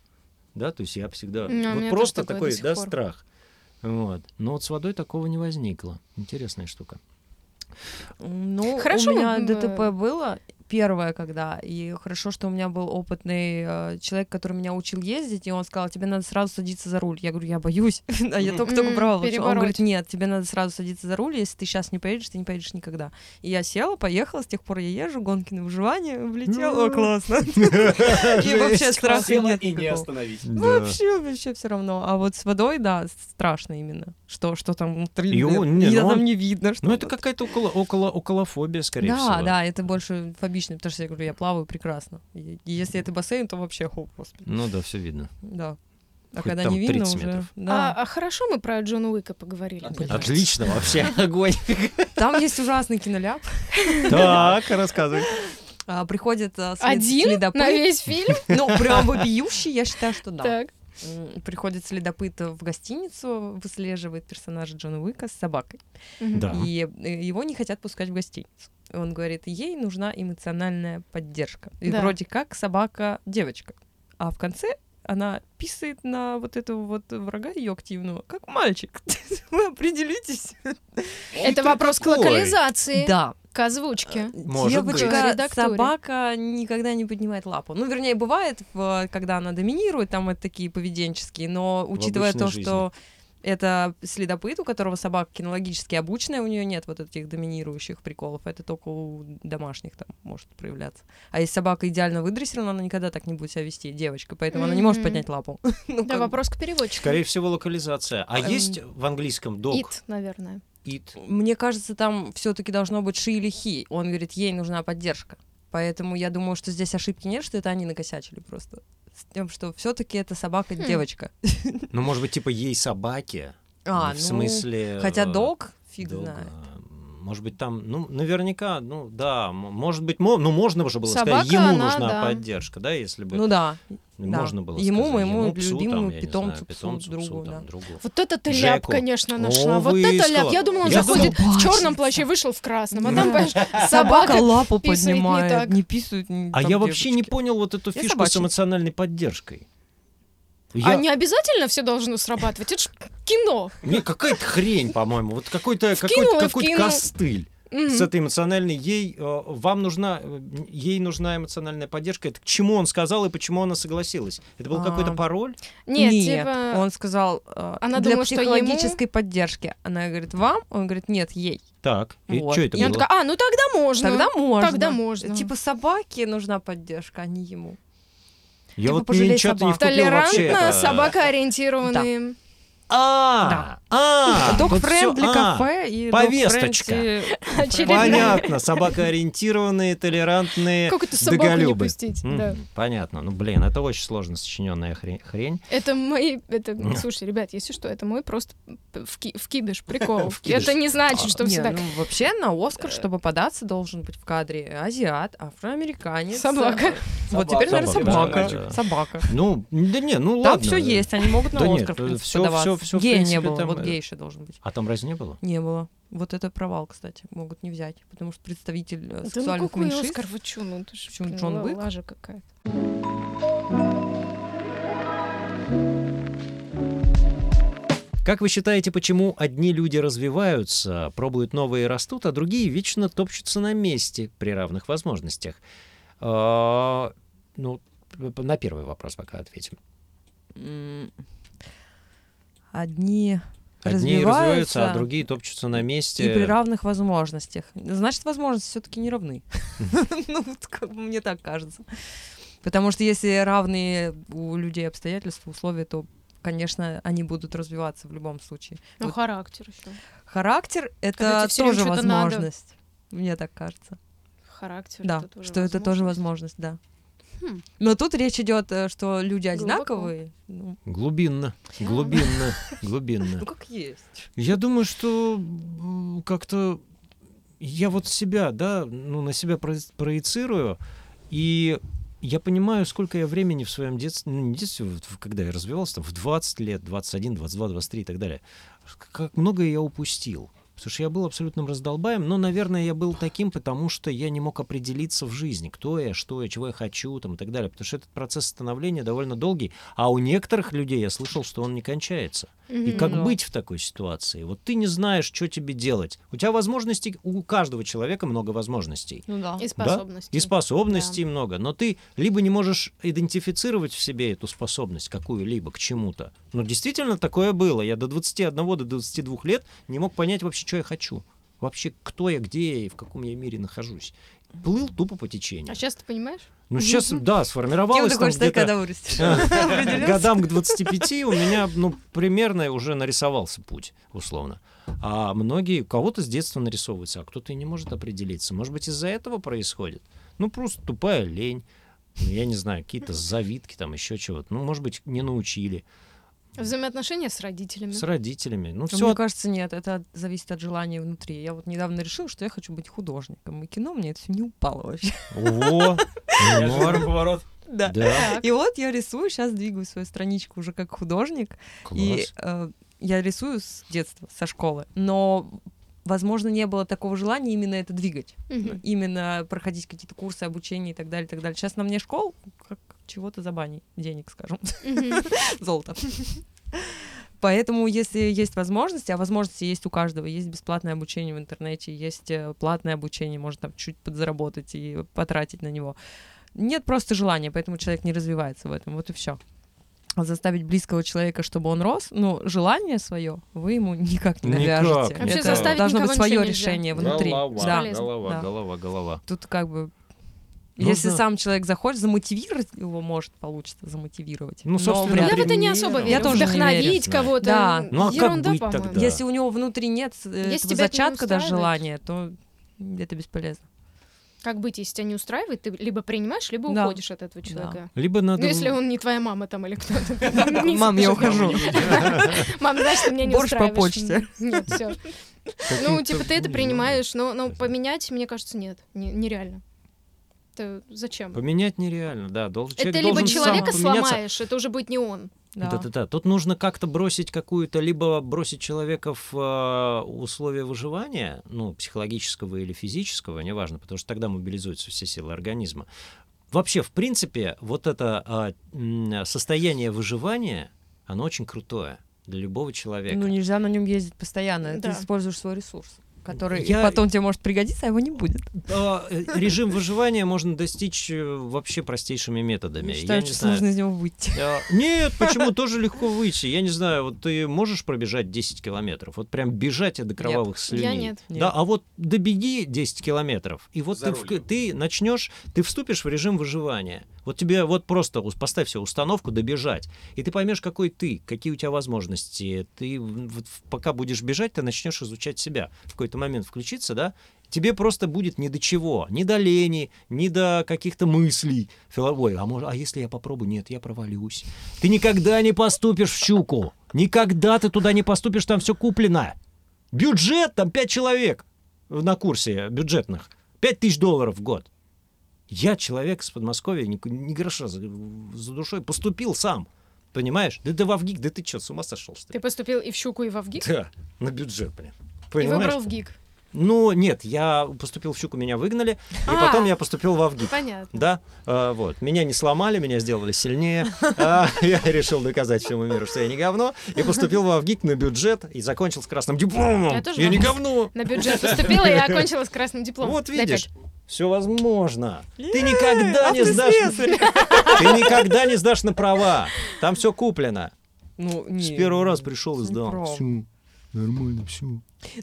[SPEAKER 1] да, то есть я всегда,
[SPEAKER 2] Ну, у меня
[SPEAKER 1] вот
[SPEAKER 2] тоже
[SPEAKER 1] просто
[SPEAKER 2] такое
[SPEAKER 1] такой,
[SPEAKER 2] до сих
[SPEAKER 1] да,
[SPEAKER 2] пор.
[SPEAKER 1] страх. Вот. Но вот с водой такого не возникло. Интересная штука.
[SPEAKER 3] Ну,
[SPEAKER 2] Хорошо,
[SPEAKER 3] у меня
[SPEAKER 2] м, э,
[SPEAKER 3] ДТП было первое, когда, и хорошо, что у меня был опытный э, человек, который меня учил ездить, и он сказал, тебе надо сразу садиться за руль. Я говорю, я боюсь, а я только-только
[SPEAKER 2] М,
[SPEAKER 3] брала. лучше». Он
[SPEAKER 2] перебороть.
[SPEAKER 3] говорит, нет, тебе надо сразу садиться за руль, если ты сейчас не поедешь, ты не поедешь никогда. И я села, поехала, с тех пор я езжу, гонки на выживание, влетела,
[SPEAKER 1] Ну,
[SPEAKER 3] о, классно. И вообще страха
[SPEAKER 4] Села
[SPEAKER 3] нет
[SPEAKER 4] и не
[SPEAKER 3] никакого.
[SPEAKER 4] остановить.
[SPEAKER 3] Вообще, вообще все равно. А вот с водой, да, страшно именно. Что, что там внутри,
[SPEAKER 1] И он- не,
[SPEAKER 3] я
[SPEAKER 1] ну
[SPEAKER 3] там
[SPEAKER 1] он-
[SPEAKER 3] не видно, что
[SPEAKER 1] Ну, это
[SPEAKER 3] вот.
[SPEAKER 1] какая-то около, около, околофобия, скорее
[SPEAKER 3] Да,
[SPEAKER 1] всего.
[SPEAKER 3] да, это больше фобично, потому что я говорю, я плаваю прекрасно. И если это бассейн, то вообще хоп, господи.
[SPEAKER 1] Ну да, все видно.
[SPEAKER 3] Да. А
[SPEAKER 1] Хоть
[SPEAKER 3] когда
[SPEAKER 1] там
[SPEAKER 3] не видно
[SPEAKER 1] 30
[SPEAKER 3] уже.
[SPEAKER 1] метров.
[SPEAKER 2] А,
[SPEAKER 3] Да.
[SPEAKER 2] а хорошо мы про Джона Уика поговорили.
[SPEAKER 4] Отлично.
[SPEAKER 2] Блин.
[SPEAKER 1] Отлично, вообще огонь.
[SPEAKER 3] Там есть ужасный киноляп.
[SPEAKER 1] Так, рассказывай.
[SPEAKER 3] А, Приходит а, след-
[SPEAKER 2] Один
[SPEAKER 3] следопыт.
[SPEAKER 2] на весь фильм.
[SPEAKER 3] Ну, прям вопиющий, я считаю, что да.
[SPEAKER 2] Так.
[SPEAKER 3] М, Приходит следопыт в гостиницу, выслеживает персонажа Джона Уика с собакой.
[SPEAKER 2] Мгм.
[SPEAKER 1] Да.
[SPEAKER 3] И э, его не хотят пускать в гостиницу. Он говорит, ей нужна эмоциональная поддержка. И
[SPEAKER 2] Да.
[SPEAKER 3] вроде как собака девочка. А в конце она писает на вот этого вот врага ее активного, как мальчик. Вы определитесь.
[SPEAKER 2] Это вопрос к локализации,
[SPEAKER 3] Да.
[SPEAKER 2] к озвучке.
[SPEAKER 1] Может быть.
[SPEAKER 3] Девочка,
[SPEAKER 2] Редактуре.
[SPEAKER 3] собака никогда не поднимает лапу. Ну, вернее, бывает, в- когда она доминирует, там это такие поведенческие, но учитывая
[SPEAKER 1] обычной
[SPEAKER 3] то,
[SPEAKER 1] жизни.
[SPEAKER 3] что это следопыт, у которого собака кинологически обученная, у нее нет вот этих доминирующих приколов, это только у домашних там может проявляться. А если собака идеально выдрессирована, она никогда так не будет себя вести, девочка, поэтому она не может
[SPEAKER 2] Мгм.
[SPEAKER 3] поднять лапу. Ну,
[SPEAKER 2] Да,
[SPEAKER 3] как
[SPEAKER 2] вопрос к переводчику.
[SPEAKER 1] Скорее всего, локализация. А
[SPEAKER 3] Эм,
[SPEAKER 1] есть в английском док?
[SPEAKER 2] Ит, наверное.
[SPEAKER 1] Ит.
[SPEAKER 3] Мне кажется, там все-таки должно быть ши или хи. Он говорит, ей нужна поддержка. Поэтому я думаю, что здесь ошибки нет, что это они накосячили просто. С тем, что все-таки это
[SPEAKER 2] Хм.
[SPEAKER 3] собака-девочка.
[SPEAKER 1] Ну, может быть, типа ей собаки.
[SPEAKER 3] А,
[SPEAKER 1] в
[SPEAKER 3] ну,
[SPEAKER 1] смысле...
[SPEAKER 3] Хотя
[SPEAKER 1] э,
[SPEAKER 3] долг, фиг
[SPEAKER 1] долга.
[SPEAKER 3] знает.
[SPEAKER 1] Может быть, там, ну, наверняка, ну, да, м- может быть, мо- ну, можно уже было сказать,
[SPEAKER 2] Собака,
[SPEAKER 1] ему
[SPEAKER 2] она,
[SPEAKER 1] нужна
[SPEAKER 2] да.
[SPEAKER 1] поддержка, да, если бы...
[SPEAKER 3] Ну да. да.
[SPEAKER 1] Можно было
[SPEAKER 3] Ему,
[SPEAKER 1] сказать.
[SPEAKER 3] моему
[SPEAKER 1] псу,
[SPEAKER 3] любимому
[SPEAKER 1] там, я не
[SPEAKER 3] питомцу,
[SPEAKER 1] знаю,
[SPEAKER 3] псу,
[SPEAKER 1] питомцу, псу,
[SPEAKER 3] другу,
[SPEAKER 1] там,
[SPEAKER 3] да.
[SPEAKER 1] другу.
[SPEAKER 2] Вот это ты ляп,
[SPEAKER 1] Жеку.
[SPEAKER 2] конечно,
[SPEAKER 1] О,
[SPEAKER 2] нашла. вот это
[SPEAKER 1] выискала.
[SPEAKER 2] ляп. Я думала, он
[SPEAKER 1] Я
[SPEAKER 2] заходит в черном
[SPEAKER 3] Собачница.
[SPEAKER 2] плаще, вышел в красном. А
[SPEAKER 3] Да.
[SPEAKER 2] там, понимаешь,
[SPEAKER 3] Собака
[SPEAKER 2] собака.
[SPEAKER 3] лапу
[SPEAKER 2] писает не так.
[SPEAKER 3] поднимает, не писают. не-
[SPEAKER 1] А
[SPEAKER 3] там
[SPEAKER 1] я вообще не
[SPEAKER 3] девочки.
[SPEAKER 1] понял вот эту
[SPEAKER 3] Я
[SPEAKER 1] фишку с
[SPEAKER 3] собачник.
[SPEAKER 1] эмоциональной поддержкой.
[SPEAKER 2] А
[SPEAKER 1] Я...
[SPEAKER 2] не обязательно все должно срабатывать? Это ж кино.
[SPEAKER 1] Не, какая-то хрень, по-моему. Вот какой-то какой
[SPEAKER 2] Вкинул и
[SPEAKER 1] какой
[SPEAKER 2] вкинул.
[SPEAKER 1] костыль
[SPEAKER 2] Мгм.
[SPEAKER 1] с этой эмоциональной. Ей, э, вам нужна, э, ей нужна эмоциональная поддержка. Это к чему он сказал и почему она согласилась? Это был
[SPEAKER 3] А.
[SPEAKER 1] какой-то пароль?
[SPEAKER 2] Нет,
[SPEAKER 3] Нет,
[SPEAKER 2] типа...
[SPEAKER 3] он сказал э,
[SPEAKER 2] Она
[SPEAKER 3] для
[SPEAKER 2] думала, что ему-
[SPEAKER 3] психологической поддержки. Она говорит, вам? Он говорит, нет, ей.
[SPEAKER 1] Так, и
[SPEAKER 3] Вот.
[SPEAKER 1] что это
[SPEAKER 2] И она
[SPEAKER 1] было?
[SPEAKER 2] такая, а, ну тогда можно.
[SPEAKER 3] Тогда можно.
[SPEAKER 2] Тогда можно.
[SPEAKER 3] Типа собаке нужна поддержка, а не ему.
[SPEAKER 1] Я
[SPEAKER 3] Типа,
[SPEAKER 1] вот
[SPEAKER 3] пожалей
[SPEAKER 1] ничего-то не
[SPEAKER 3] собаку.
[SPEAKER 1] вкупил вообще.
[SPEAKER 2] толерантно,
[SPEAKER 1] это.
[SPEAKER 2] собакоориентированные.
[SPEAKER 1] А, а,
[SPEAKER 3] Док
[SPEAKER 1] тут всё-
[SPEAKER 3] френдли
[SPEAKER 1] а.
[SPEAKER 3] кафе и
[SPEAKER 1] повесточка.
[SPEAKER 2] Очередная.
[SPEAKER 1] Понятно, собакоориентированные, толерантные.
[SPEAKER 2] Как это собаку не
[SPEAKER 1] Доголюбы.
[SPEAKER 2] пустить?
[SPEAKER 1] Мгм,
[SPEAKER 2] Да.
[SPEAKER 1] Понятно. Ну, блин, это очень сложно сочиненная хрень. хрень.
[SPEAKER 2] Это мои... Это... Слушай, ребят, если что, это мой просто в, ки- в кибиш прикол.
[SPEAKER 1] В кибиш.
[SPEAKER 2] Это не значит, что
[SPEAKER 3] Не,
[SPEAKER 2] всегда... Э,
[SPEAKER 3] ну, вообще на Оскар, чтобы податься, должен быть в кадре азиат, афроамериканец.
[SPEAKER 2] Собака.
[SPEAKER 3] Вот теперь, наверное,
[SPEAKER 1] Собака,
[SPEAKER 3] собака.
[SPEAKER 1] да, да.
[SPEAKER 3] Собака.
[SPEAKER 1] Ну, да не, ну
[SPEAKER 3] Там
[SPEAKER 1] ладно.
[SPEAKER 3] все есть, они могут на
[SPEAKER 1] Да нет,
[SPEAKER 3] Оскар, в
[SPEAKER 1] э,
[SPEAKER 3] принципе,
[SPEAKER 1] всё-
[SPEAKER 3] подаваться.
[SPEAKER 1] всё- всё, в
[SPEAKER 3] Гея
[SPEAKER 1] принципе,
[SPEAKER 3] не было,
[SPEAKER 1] там,
[SPEAKER 3] вот
[SPEAKER 1] э,
[SPEAKER 3] гейша должен быть.
[SPEAKER 1] А там раз не было?
[SPEAKER 3] Не было. Вот это провал, кстати, могут не взять, потому что представитель э,
[SPEAKER 2] Да ну
[SPEAKER 3] сексуальных
[SPEAKER 2] какой
[SPEAKER 3] меньшинств.
[SPEAKER 2] Оскар, вы чё, ну ты ж,
[SPEAKER 3] Почему,
[SPEAKER 2] блин,
[SPEAKER 3] Джон
[SPEAKER 2] ла-
[SPEAKER 3] Уик?
[SPEAKER 2] лажа какая-то.
[SPEAKER 1] Как вы считаете, почему одни люди развиваются, пробуют новые и растут, а другие вечно топчутся на месте при равных возможностях? А, Ну, на первый вопрос пока ответим.
[SPEAKER 3] М, Одни
[SPEAKER 1] Одни
[SPEAKER 3] Развиваются.
[SPEAKER 1] развиваются, а другие топчутся на месте.
[SPEAKER 3] И при равных возможностях. Значит, возможности все-таки не равны. Ну, вот как бы мне так кажется. Потому что если равные у людей обстоятельства, условия, то, конечно, они будут развиваться в любом случае.
[SPEAKER 2] Ну,
[SPEAKER 3] Вот.
[SPEAKER 2] характер еще.
[SPEAKER 3] Характер —
[SPEAKER 2] Когда тебе
[SPEAKER 3] это
[SPEAKER 2] всё время
[SPEAKER 3] тоже
[SPEAKER 2] что-то надо.
[SPEAKER 3] возможность. Мне так кажется.
[SPEAKER 2] Характер.
[SPEAKER 3] Да,
[SPEAKER 2] тоже
[SPEAKER 3] что это тоже
[SPEAKER 2] возможно.
[SPEAKER 3] возможность, да. Хм. Но тут речь идет, э, что люди
[SPEAKER 2] Глубоко.
[SPEAKER 3] одинаковые. Ну,
[SPEAKER 1] Глубинно, глубинно, глубинно.
[SPEAKER 3] ну, как есть.
[SPEAKER 1] Я думаю, что м, как-то я вот себя, да, ну, на себя прои- проецирую, и я понимаю, сколько я времени в своем детстве, ну, не детстве, вот в- когда я развивался, там, в 20 лет, 21, 22, 23 и так далее, к- как многое я упустил. Потому что я был абсолютным раздолбаем, но, наверное, я был таким, потому что я не мог определиться в жизни, кто я, что я, чего я хочу там, и так далее. Потому что этот процесс становления довольно долгий, а у некоторых людей я слышал, что он не кончается. И
[SPEAKER 2] Мгм.
[SPEAKER 1] как
[SPEAKER 3] Да.
[SPEAKER 1] быть в такой ситуации? Вот ты не знаешь, что тебе делать. У тебя возможностей, у каждого человека много возможностей.
[SPEAKER 3] Ну да.
[SPEAKER 2] И способности.
[SPEAKER 1] И способностей много, но ты либо не можешь идентифицировать в себе эту способность какую-либо к чему-то. Но действительно такое было. Я до 21 до 22 лет не мог понять вообще, что я хочу. Вообще, кто я, где я и в каком я мире нахожусь. Плыл тупо по течению.
[SPEAKER 2] А сейчас ты понимаешь?
[SPEAKER 1] Ну, сейчас, да,
[SPEAKER 3] Кем
[SPEAKER 1] сформировалось
[SPEAKER 3] ты
[SPEAKER 1] там
[SPEAKER 3] хочешь стать,
[SPEAKER 1] где-то А.
[SPEAKER 3] когда вырастешь?
[SPEAKER 1] к годам к 25 у меня, ну, примерно уже нарисовался путь, условно. А многие, у кого-то с детства нарисовывается, а кто-то и не может определиться. Может быть, из-за этого происходит? Ну, просто тупая лень. Ну, Я не знаю, какие-то завитки, там еще чего-то. Ну, может быть, не научили.
[SPEAKER 2] Взаимоотношения с родителями.
[SPEAKER 1] С родителями.
[SPEAKER 2] А
[SPEAKER 1] Ну,
[SPEAKER 3] Мне
[SPEAKER 1] все
[SPEAKER 3] кажется, нет, это от- зависит от желания внутри. Я вот недавно решила, что я хочу быть художником, и кино мне это все не упало вообще.
[SPEAKER 1] Во!
[SPEAKER 4] Неожиданный
[SPEAKER 1] Норм.
[SPEAKER 4] поворот.
[SPEAKER 3] Да.
[SPEAKER 1] Да,
[SPEAKER 2] Так.
[SPEAKER 3] И вот я рисую, сейчас двигаю свою страничку уже как художник, И
[SPEAKER 1] класс.
[SPEAKER 3] э, я рисую с детства, со школы, но, возможно, не было такого желания именно это двигать,
[SPEAKER 2] Мгм.
[SPEAKER 3] именно проходить какие-то курсы, обучение и так далее, и так далее. Сейчас на мне школ как чего-то за баней, денег, скажем,
[SPEAKER 2] Мгм.
[SPEAKER 3] золото. Поэтому, если есть возможность, а возможности есть у каждого, есть бесплатное обучение в интернете, есть э, платное обучение, можно там чуть подзаработать и потратить на него. Нет просто желания, поэтому человек не развивается в этом, вот и все. Заставить близкого человека, чтобы он рос, ну, желание свое вы ему никак не
[SPEAKER 1] Никак.
[SPEAKER 3] навяжете.
[SPEAKER 1] Вообще
[SPEAKER 3] Это
[SPEAKER 2] заставить
[SPEAKER 3] должно быть
[SPEAKER 2] никого ничего
[SPEAKER 3] свое
[SPEAKER 2] нельзя.
[SPEAKER 3] решение внутри.
[SPEAKER 1] Голова,
[SPEAKER 3] Да.
[SPEAKER 2] Бесполезно.
[SPEAKER 1] голова,
[SPEAKER 3] Да.
[SPEAKER 1] голова, голова.
[SPEAKER 3] Тут как бы...
[SPEAKER 1] Нужно-
[SPEAKER 3] Если сам человек захочет, замотивировать его может получится замотивировать.
[SPEAKER 1] Ну,
[SPEAKER 3] Но
[SPEAKER 1] собственно,
[SPEAKER 3] вряд
[SPEAKER 2] Я
[SPEAKER 3] ли.
[SPEAKER 2] в это не особо верю.
[SPEAKER 3] Я тоже не верю.
[SPEAKER 2] Вдохновить
[SPEAKER 1] Да.
[SPEAKER 2] кого-то.
[SPEAKER 3] Да.
[SPEAKER 1] Ну, а как
[SPEAKER 2] Ерунда,
[SPEAKER 1] быть
[SPEAKER 2] по-моему.
[SPEAKER 1] тогда? Да.
[SPEAKER 3] Если у него внутри нет э,
[SPEAKER 2] Если
[SPEAKER 3] этого
[SPEAKER 2] тебя это не
[SPEAKER 3] зачатка даже
[SPEAKER 2] устраивает.
[SPEAKER 3] желания, то это бесполезно.
[SPEAKER 2] Как быть, если тебя не устраивает, ты либо принимаешь, либо
[SPEAKER 3] Да.
[SPEAKER 2] уходишь от этого человека.
[SPEAKER 1] Либо надо...
[SPEAKER 2] Ну, если он не твоя мама там или кто-то.
[SPEAKER 3] Мам, я ухожу.
[SPEAKER 2] Мам, знаешь, ты меня не
[SPEAKER 3] Борщ по
[SPEAKER 2] устраиваешь.
[SPEAKER 3] почте.
[SPEAKER 2] Нет, все.
[SPEAKER 1] каким-то,
[SPEAKER 2] Ну, типа, ты это
[SPEAKER 1] не знаю,
[SPEAKER 2] принимаешь, но, но
[SPEAKER 1] Даже.
[SPEAKER 2] поменять, мне кажется, нет. не- нереально. Это зачем?
[SPEAKER 1] Поменять нереально, да. Долж...
[SPEAKER 2] это
[SPEAKER 1] человек
[SPEAKER 2] либо
[SPEAKER 1] должен сам
[SPEAKER 2] человека
[SPEAKER 1] поменяться. а
[SPEAKER 2] сломаешь, это уже будет не он.
[SPEAKER 3] Да.
[SPEAKER 1] Да-да-да. Тут нужно как-то бросить какую-то, либо бросить человека в э, условия выживания, ну, психологического или физического, неважно, потому что тогда мобилизуются все силы организма. Вообще, в принципе, вот это а, м, состояние выживания, оно очень крутое для любого человека.
[SPEAKER 3] Ну, нельзя на нем ездить постоянно.
[SPEAKER 2] Да.
[SPEAKER 3] Ты используешь свой ресурс, который
[SPEAKER 1] Я-
[SPEAKER 3] потом тебе может пригодиться, а его не будет.
[SPEAKER 1] А, э, режим выживания можно достичь э, вообще простейшими методами.
[SPEAKER 3] Я считаю,
[SPEAKER 1] Э, Я не
[SPEAKER 3] что
[SPEAKER 1] знаю.
[SPEAKER 3] сложно из него выйти.
[SPEAKER 1] А, Нет, почему тоже легко выйти? Я не знаю, вот ты можешь пробежать 10 километров? Вот прям бежать и до кровавых слюней.
[SPEAKER 2] Я нет.
[SPEAKER 3] Нет.
[SPEAKER 1] Да, а вот добеги 10 километров, и вот
[SPEAKER 4] За
[SPEAKER 1] ты, в-
[SPEAKER 4] рулем.
[SPEAKER 1] ты начнешь, ты вступишь в режим выживания. Вот тебе вот просто ус- поставь себе установку добежать, и ты поймешь, какой ты, какие у тебя возможности. Ты в- вот в- пока будешь бежать, ты начнешь изучать себя. В какой-то момент включиться, да, тебе просто будет ни до чего, ни до лени, ни до каких-то мыслей. Фила- Ой, а, мож- а если я попробую? Нет, я провалюсь. Ты никогда не поступишь в щуку. Никогда ты туда не поступишь, там все куплено. Бюджет, там 5 человек на курсе бюджетных. 5 тысяч долларов в год. Я человек из Подмосковья, ни, ни гроша за, за душой, поступил сам. Понимаешь? Да ты в ВГИК, да ты что, с ума сошел, что
[SPEAKER 2] Ты
[SPEAKER 1] ли?
[SPEAKER 2] поступил и в щуку, и в авгик,
[SPEAKER 1] Да, на бюджет, блин.
[SPEAKER 2] и
[SPEAKER 1] Понимаешь?
[SPEAKER 2] выбрал в гик.
[SPEAKER 1] Ну, нет, я поступил в щуку, меня выгнали, и
[SPEAKER 2] А.
[SPEAKER 1] потом я поступил в ВГИК.
[SPEAKER 2] Понятно.
[SPEAKER 1] Да, э, вот. Меня не сломали, меня сделали сильнее. А, Я решил доказать всему миру, что я не говно. И поступил в Авгик на бюджет и закончил с красным дипломом.
[SPEAKER 2] Я тоже
[SPEAKER 1] Я не
[SPEAKER 2] в
[SPEAKER 1] говно.
[SPEAKER 2] На бюджет поступила и окончила с красным дипломом.
[SPEAKER 1] Вот
[SPEAKER 2] Да,
[SPEAKER 1] видишь,
[SPEAKER 2] опять.
[SPEAKER 1] все возможно. Ты никогда не сдашь.
[SPEAKER 3] автослесарь.
[SPEAKER 1] Ты никогда не сдашь на права. Там все куплено.
[SPEAKER 3] Ну,
[SPEAKER 1] С
[SPEAKER 3] не.
[SPEAKER 1] первого раза пришел и
[SPEAKER 3] Не
[SPEAKER 1] сдал.
[SPEAKER 3] прав.
[SPEAKER 1] Всё. Нормально, все.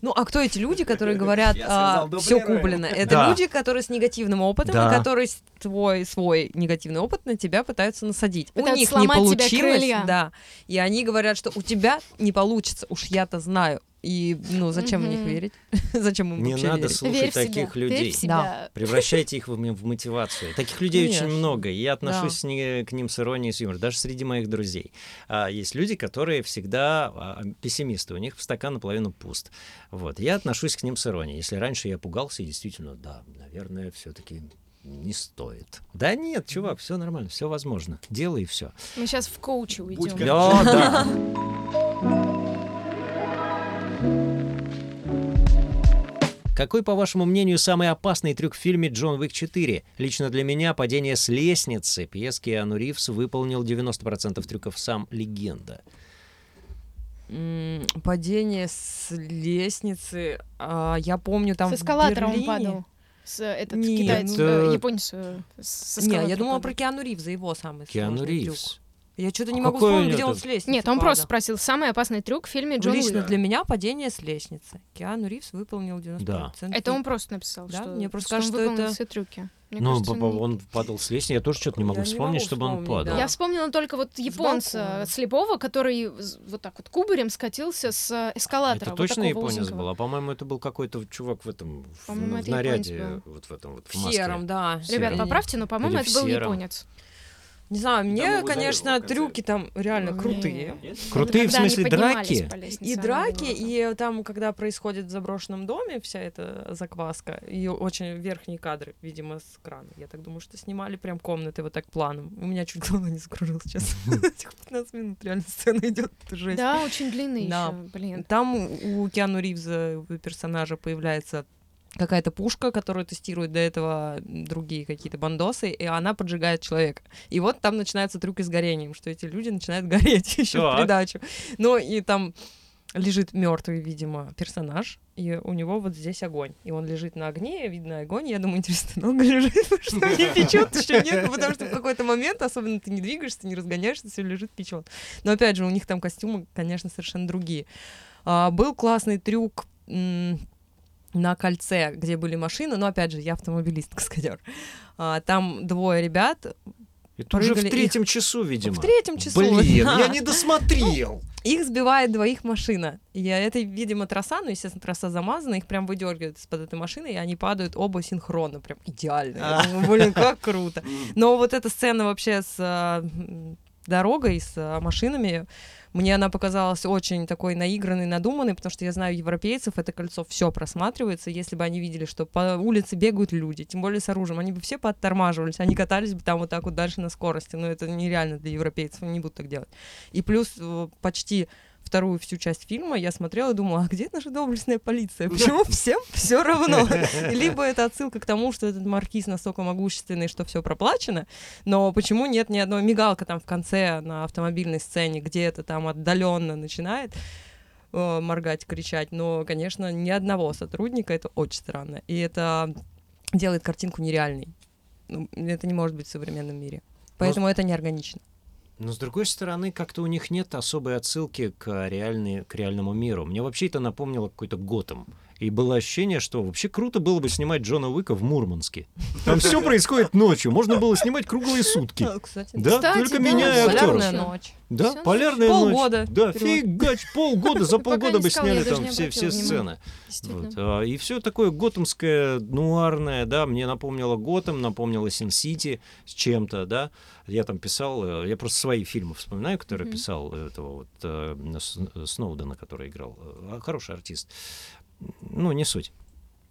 [SPEAKER 3] Ну, а кто эти люди, которые говорят,
[SPEAKER 4] Я сказал,
[SPEAKER 3] все
[SPEAKER 4] дублируем».
[SPEAKER 3] куплено? Это
[SPEAKER 1] Да.
[SPEAKER 3] люди, которые с негативным опытом,
[SPEAKER 1] Да.
[SPEAKER 3] и которые с- твой свой негативный опыт на тебя пытаются насадить.
[SPEAKER 2] Пытаются
[SPEAKER 3] у них не
[SPEAKER 2] сломать тебе
[SPEAKER 3] получилось,
[SPEAKER 2] крылья.
[SPEAKER 3] да. И они говорят, что у тебя не получится, уж я-то знаю. И, ну, зачем в них
[SPEAKER 2] Мгм.
[SPEAKER 3] верить? зачем им
[SPEAKER 1] Не
[SPEAKER 3] вообще
[SPEAKER 1] надо
[SPEAKER 3] верить?
[SPEAKER 2] Верь
[SPEAKER 1] слушать
[SPEAKER 2] в себя,
[SPEAKER 1] таких
[SPEAKER 2] Верь
[SPEAKER 1] людей.
[SPEAKER 2] в себя.
[SPEAKER 1] Превращайте их в, м- в мотивацию. Таких людей очень
[SPEAKER 3] Конечно.
[SPEAKER 1] много. и Я отношусь
[SPEAKER 3] Да.
[SPEAKER 1] с ни- к ним с иронией, с юмором. Даже среди моих друзей. А, есть люди, которые всегда а, пессимисты. У них стакан наполовину пуст. Вот. Я отношусь к ним с иронией. Если раньше я пугался, и действительно, да, наверное, все-таки не стоит. Да нет, чувак, все нормально, все возможно. Делай и все.
[SPEAKER 2] Мы сейчас в коуче
[SPEAKER 4] Будь
[SPEAKER 2] уйдем.
[SPEAKER 4] как-
[SPEAKER 1] Да, да. Какой, по вашему мнению, самый опасный трюк в фильме «Джон Уик 4»? Лично для меня падение с лестницы. Пьес Киану Ривз выполнил 90% трюков сам легенда.
[SPEAKER 3] М, Падение с лестницы. а, я помню, там
[SPEAKER 2] С
[SPEAKER 3] в
[SPEAKER 2] эскалатора он
[SPEAKER 3] Берлине-
[SPEAKER 2] падал. С, э, этот
[SPEAKER 3] Нет,
[SPEAKER 2] китаец,
[SPEAKER 1] э,
[SPEAKER 2] э, японец э, с
[SPEAKER 3] Не, я
[SPEAKER 2] эскалатора
[SPEAKER 3] думала
[SPEAKER 2] падал.
[SPEAKER 3] про Киану Ривза, его самый
[SPEAKER 1] Киану
[SPEAKER 3] сложный
[SPEAKER 1] Ривз.
[SPEAKER 3] трюк. Я что-то не
[SPEAKER 1] А
[SPEAKER 3] могу
[SPEAKER 1] какой у
[SPEAKER 3] вспомнить,
[SPEAKER 1] него
[SPEAKER 3] где он
[SPEAKER 1] там?
[SPEAKER 3] с лестницы
[SPEAKER 2] Нет, он просто
[SPEAKER 3] падал.
[SPEAKER 2] спросил самый опасный трюк в фильме Джон
[SPEAKER 3] Ну, Лично
[SPEAKER 2] Уик.
[SPEAKER 4] Уик.
[SPEAKER 3] для меня падение с лестницы. Киану Ривз выполнил 90%.
[SPEAKER 2] Это он просто написал,
[SPEAKER 3] Да?
[SPEAKER 2] что,
[SPEAKER 3] Мне просто
[SPEAKER 2] он
[SPEAKER 3] кажется, что
[SPEAKER 2] выполнил
[SPEAKER 3] это-
[SPEAKER 2] все трюки. Мне
[SPEAKER 1] Ну,
[SPEAKER 2] кажется,
[SPEAKER 1] б-
[SPEAKER 2] не-
[SPEAKER 1] он падал с лестницы. Я тоже что-то не могу
[SPEAKER 3] Я не
[SPEAKER 1] вспомнить,
[SPEAKER 3] могу
[SPEAKER 1] чтобы он
[SPEAKER 3] вспомнить,
[SPEAKER 1] падал.
[SPEAKER 3] да.
[SPEAKER 2] Я вспомнила только вот японца
[SPEAKER 3] балкона.
[SPEAKER 2] слепого, который з- вот так вот кубарем скатился с э, эскалатора.
[SPEAKER 1] Это
[SPEAKER 2] вот
[SPEAKER 1] точно
[SPEAKER 2] такого
[SPEAKER 1] японец
[SPEAKER 2] узенького.
[SPEAKER 1] был? А, по-моему, это был какой-то чувак в этом, в,
[SPEAKER 2] По-моему,
[SPEAKER 1] в
[SPEAKER 2] это японец
[SPEAKER 1] наряде,
[SPEAKER 2] был.
[SPEAKER 1] вот в этом вот, в
[SPEAKER 3] В
[SPEAKER 1] маске.
[SPEAKER 3] сером, да.
[SPEAKER 2] Ребят,
[SPEAKER 1] Серый.
[SPEAKER 2] поправьте, но, по-моему,
[SPEAKER 1] Или
[SPEAKER 2] это
[SPEAKER 1] в
[SPEAKER 2] был
[SPEAKER 1] сером.
[SPEAKER 2] японец.
[SPEAKER 3] Не знаю,
[SPEAKER 4] мы
[SPEAKER 3] мне,
[SPEAKER 4] ударили его
[SPEAKER 3] конечно,
[SPEAKER 4] в конце.
[SPEAKER 3] трюки там реально
[SPEAKER 2] Не.
[SPEAKER 3] крутые.
[SPEAKER 4] Нет?
[SPEAKER 1] Крутые в
[SPEAKER 2] Когда они
[SPEAKER 1] смысле
[SPEAKER 2] поднимались
[SPEAKER 1] драки?
[SPEAKER 2] по лестнице,
[SPEAKER 3] И
[SPEAKER 2] она
[SPEAKER 3] драки,
[SPEAKER 2] была.
[SPEAKER 3] и там, когда происходит в заброшенном доме вся эта закваска, и очень верхние кадры, видимо, с крана. Я так думаю, что снимали прям комнаты вот так планом. У меня чуть голова не закружилась сейчас. Этих 15 минут реально сцена идет, это жесть.
[SPEAKER 2] Да, очень длинные
[SPEAKER 3] Да.
[SPEAKER 2] еще, блин.
[SPEAKER 3] Там у у Киану Ривза у персонажа появляется какая-то пушка, которую тестируют до этого другие какие-то бандосы, и она поджигает человека. И вот там начинается трюк с горением, что эти люди начинают гореть еще в
[SPEAKER 1] Так.
[SPEAKER 3] придачу. Ну и там лежит мертвый, видимо, персонаж, и у него вот здесь огонь. И он лежит на огне, видно огонь. Я думаю, интересно, долго лежит, что мне печет, что нет, Ну, потому что в какой-то момент, особенно ты не двигаешься, не разгоняешься, все лежит, печет. Но опять же, у них там костюмы, конечно, совершенно другие. А, был классный трюк м, на кольце, где были машины, но опять же, я автомобилист, каскадер. А, там двое ребят
[SPEAKER 1] Это уже в
[SPEAKER 3] Прыгали
[SPEAKER 1] третьем часу, видимо.
[SPEAKER 3] в третьем часу.
[SPEAKER 1] Блин, ну
[SPEAKER 3] да.
[SPEAKER 1] я не досмотрел.
[SPEAKER 3] Их сбивает двоих машина. И это, видимо, троса, ну, естественно, троса замазана, их прям выдергивают из-под этой машины, и они падают оба синхронно, прям идеально. Я
[SPEAKER 1] А.
[SPEAKER 3] думаю, блин, как круто.
[SPEAKER 4] М.
[SPEAKER 3] Но вот эта сцена вообще с а, м, дорогой, с а, машинами, мне она показалась очень такой наигранной, надуманной, потому что я знаю европейцев, это кольцо все просматривается. Если бы они видели, что по улице бегают люди, тем более с оружием, они бы все подтормаживались, они катались бы там вот так вот дальше на скорости. Но это нереально для европейцев, они не будут так делать. И плюс э, почти вторую всю часть фильма я смотрела и думала, а где наша доблестная полиция? Почему всем все равно? Либо это отсылка к тому, что этот маркиз настолько могущественный, что все проплачено, но почему нет ни одной мигалка там в конце на автомобильной сцене, где это там отдаленно начинает э, моргать, кричать, но, конечно, ни одного сотрудника, это очень странно, и это делает картинку нереальной. Ну, Это не может быть в современном мире. Поэтому это неорганично.
[SPEAKER 1] Но с другой стороны, как-то у них нет особой отсылки к, реальной, к реальному миру. Мне вообще это напомнило какой-то Готэм. И было ощущение, что вообще круто было бы снимать Джона Уика в Мурманске. Там все происходит ночью. Можно было снимать круглые сутки.
[SPEAKER 3] А, Кстати,
[SPEAKER 1] Да,
[SPEAKER 2] Кстати,
[SPEAKER 1] только
[SPEAKER 2] да,
[SPEAKER 1] меняя актеров.
[SPEAKER 3] Полярная
[SPEAKER 2] Всё.
[SPEAKER 3] ночь.
[SPEAKER 1] Да,
[SPEAKER 2] Всё
[SPEAKER 1] полярная ночь.
[SPEAKER 3] Полгода
[SPEAKER 1] Да,
[SPEAKER 3] вперёд.
[SPEAKER 1] фигач, полгода, за
[SPEAKER 2] Пока
[SPEAKER 1] полгода
[SPEAKER 2] не
[SPEAKER 1] бы
[SPEAKER 2] искала,
[SPEAKER 1] сняли
[SPEAKER 2] я даже
[SPEAKER 1] там
[SPEAKER 2] не
[SPEAKER 1] все, все
[SPEAKER 2] обратила
[SPEAKER 1] сцены.
[SPEAKER 2] Действительно.
[SPEAKER 1] Вот, а, И все такое готэмское, нуарное, да, мне напомнило Готэм, напомнило Син-Сити с чем-то, да. Я там писал, э, я просто свои фильмы вспоминаю, которые
[SPEAKER 2] Мгм.
[SPEAKER 1] писал этого вот э, С- Сноудена, который играл. Э, Хороший артист. Ну, не суть.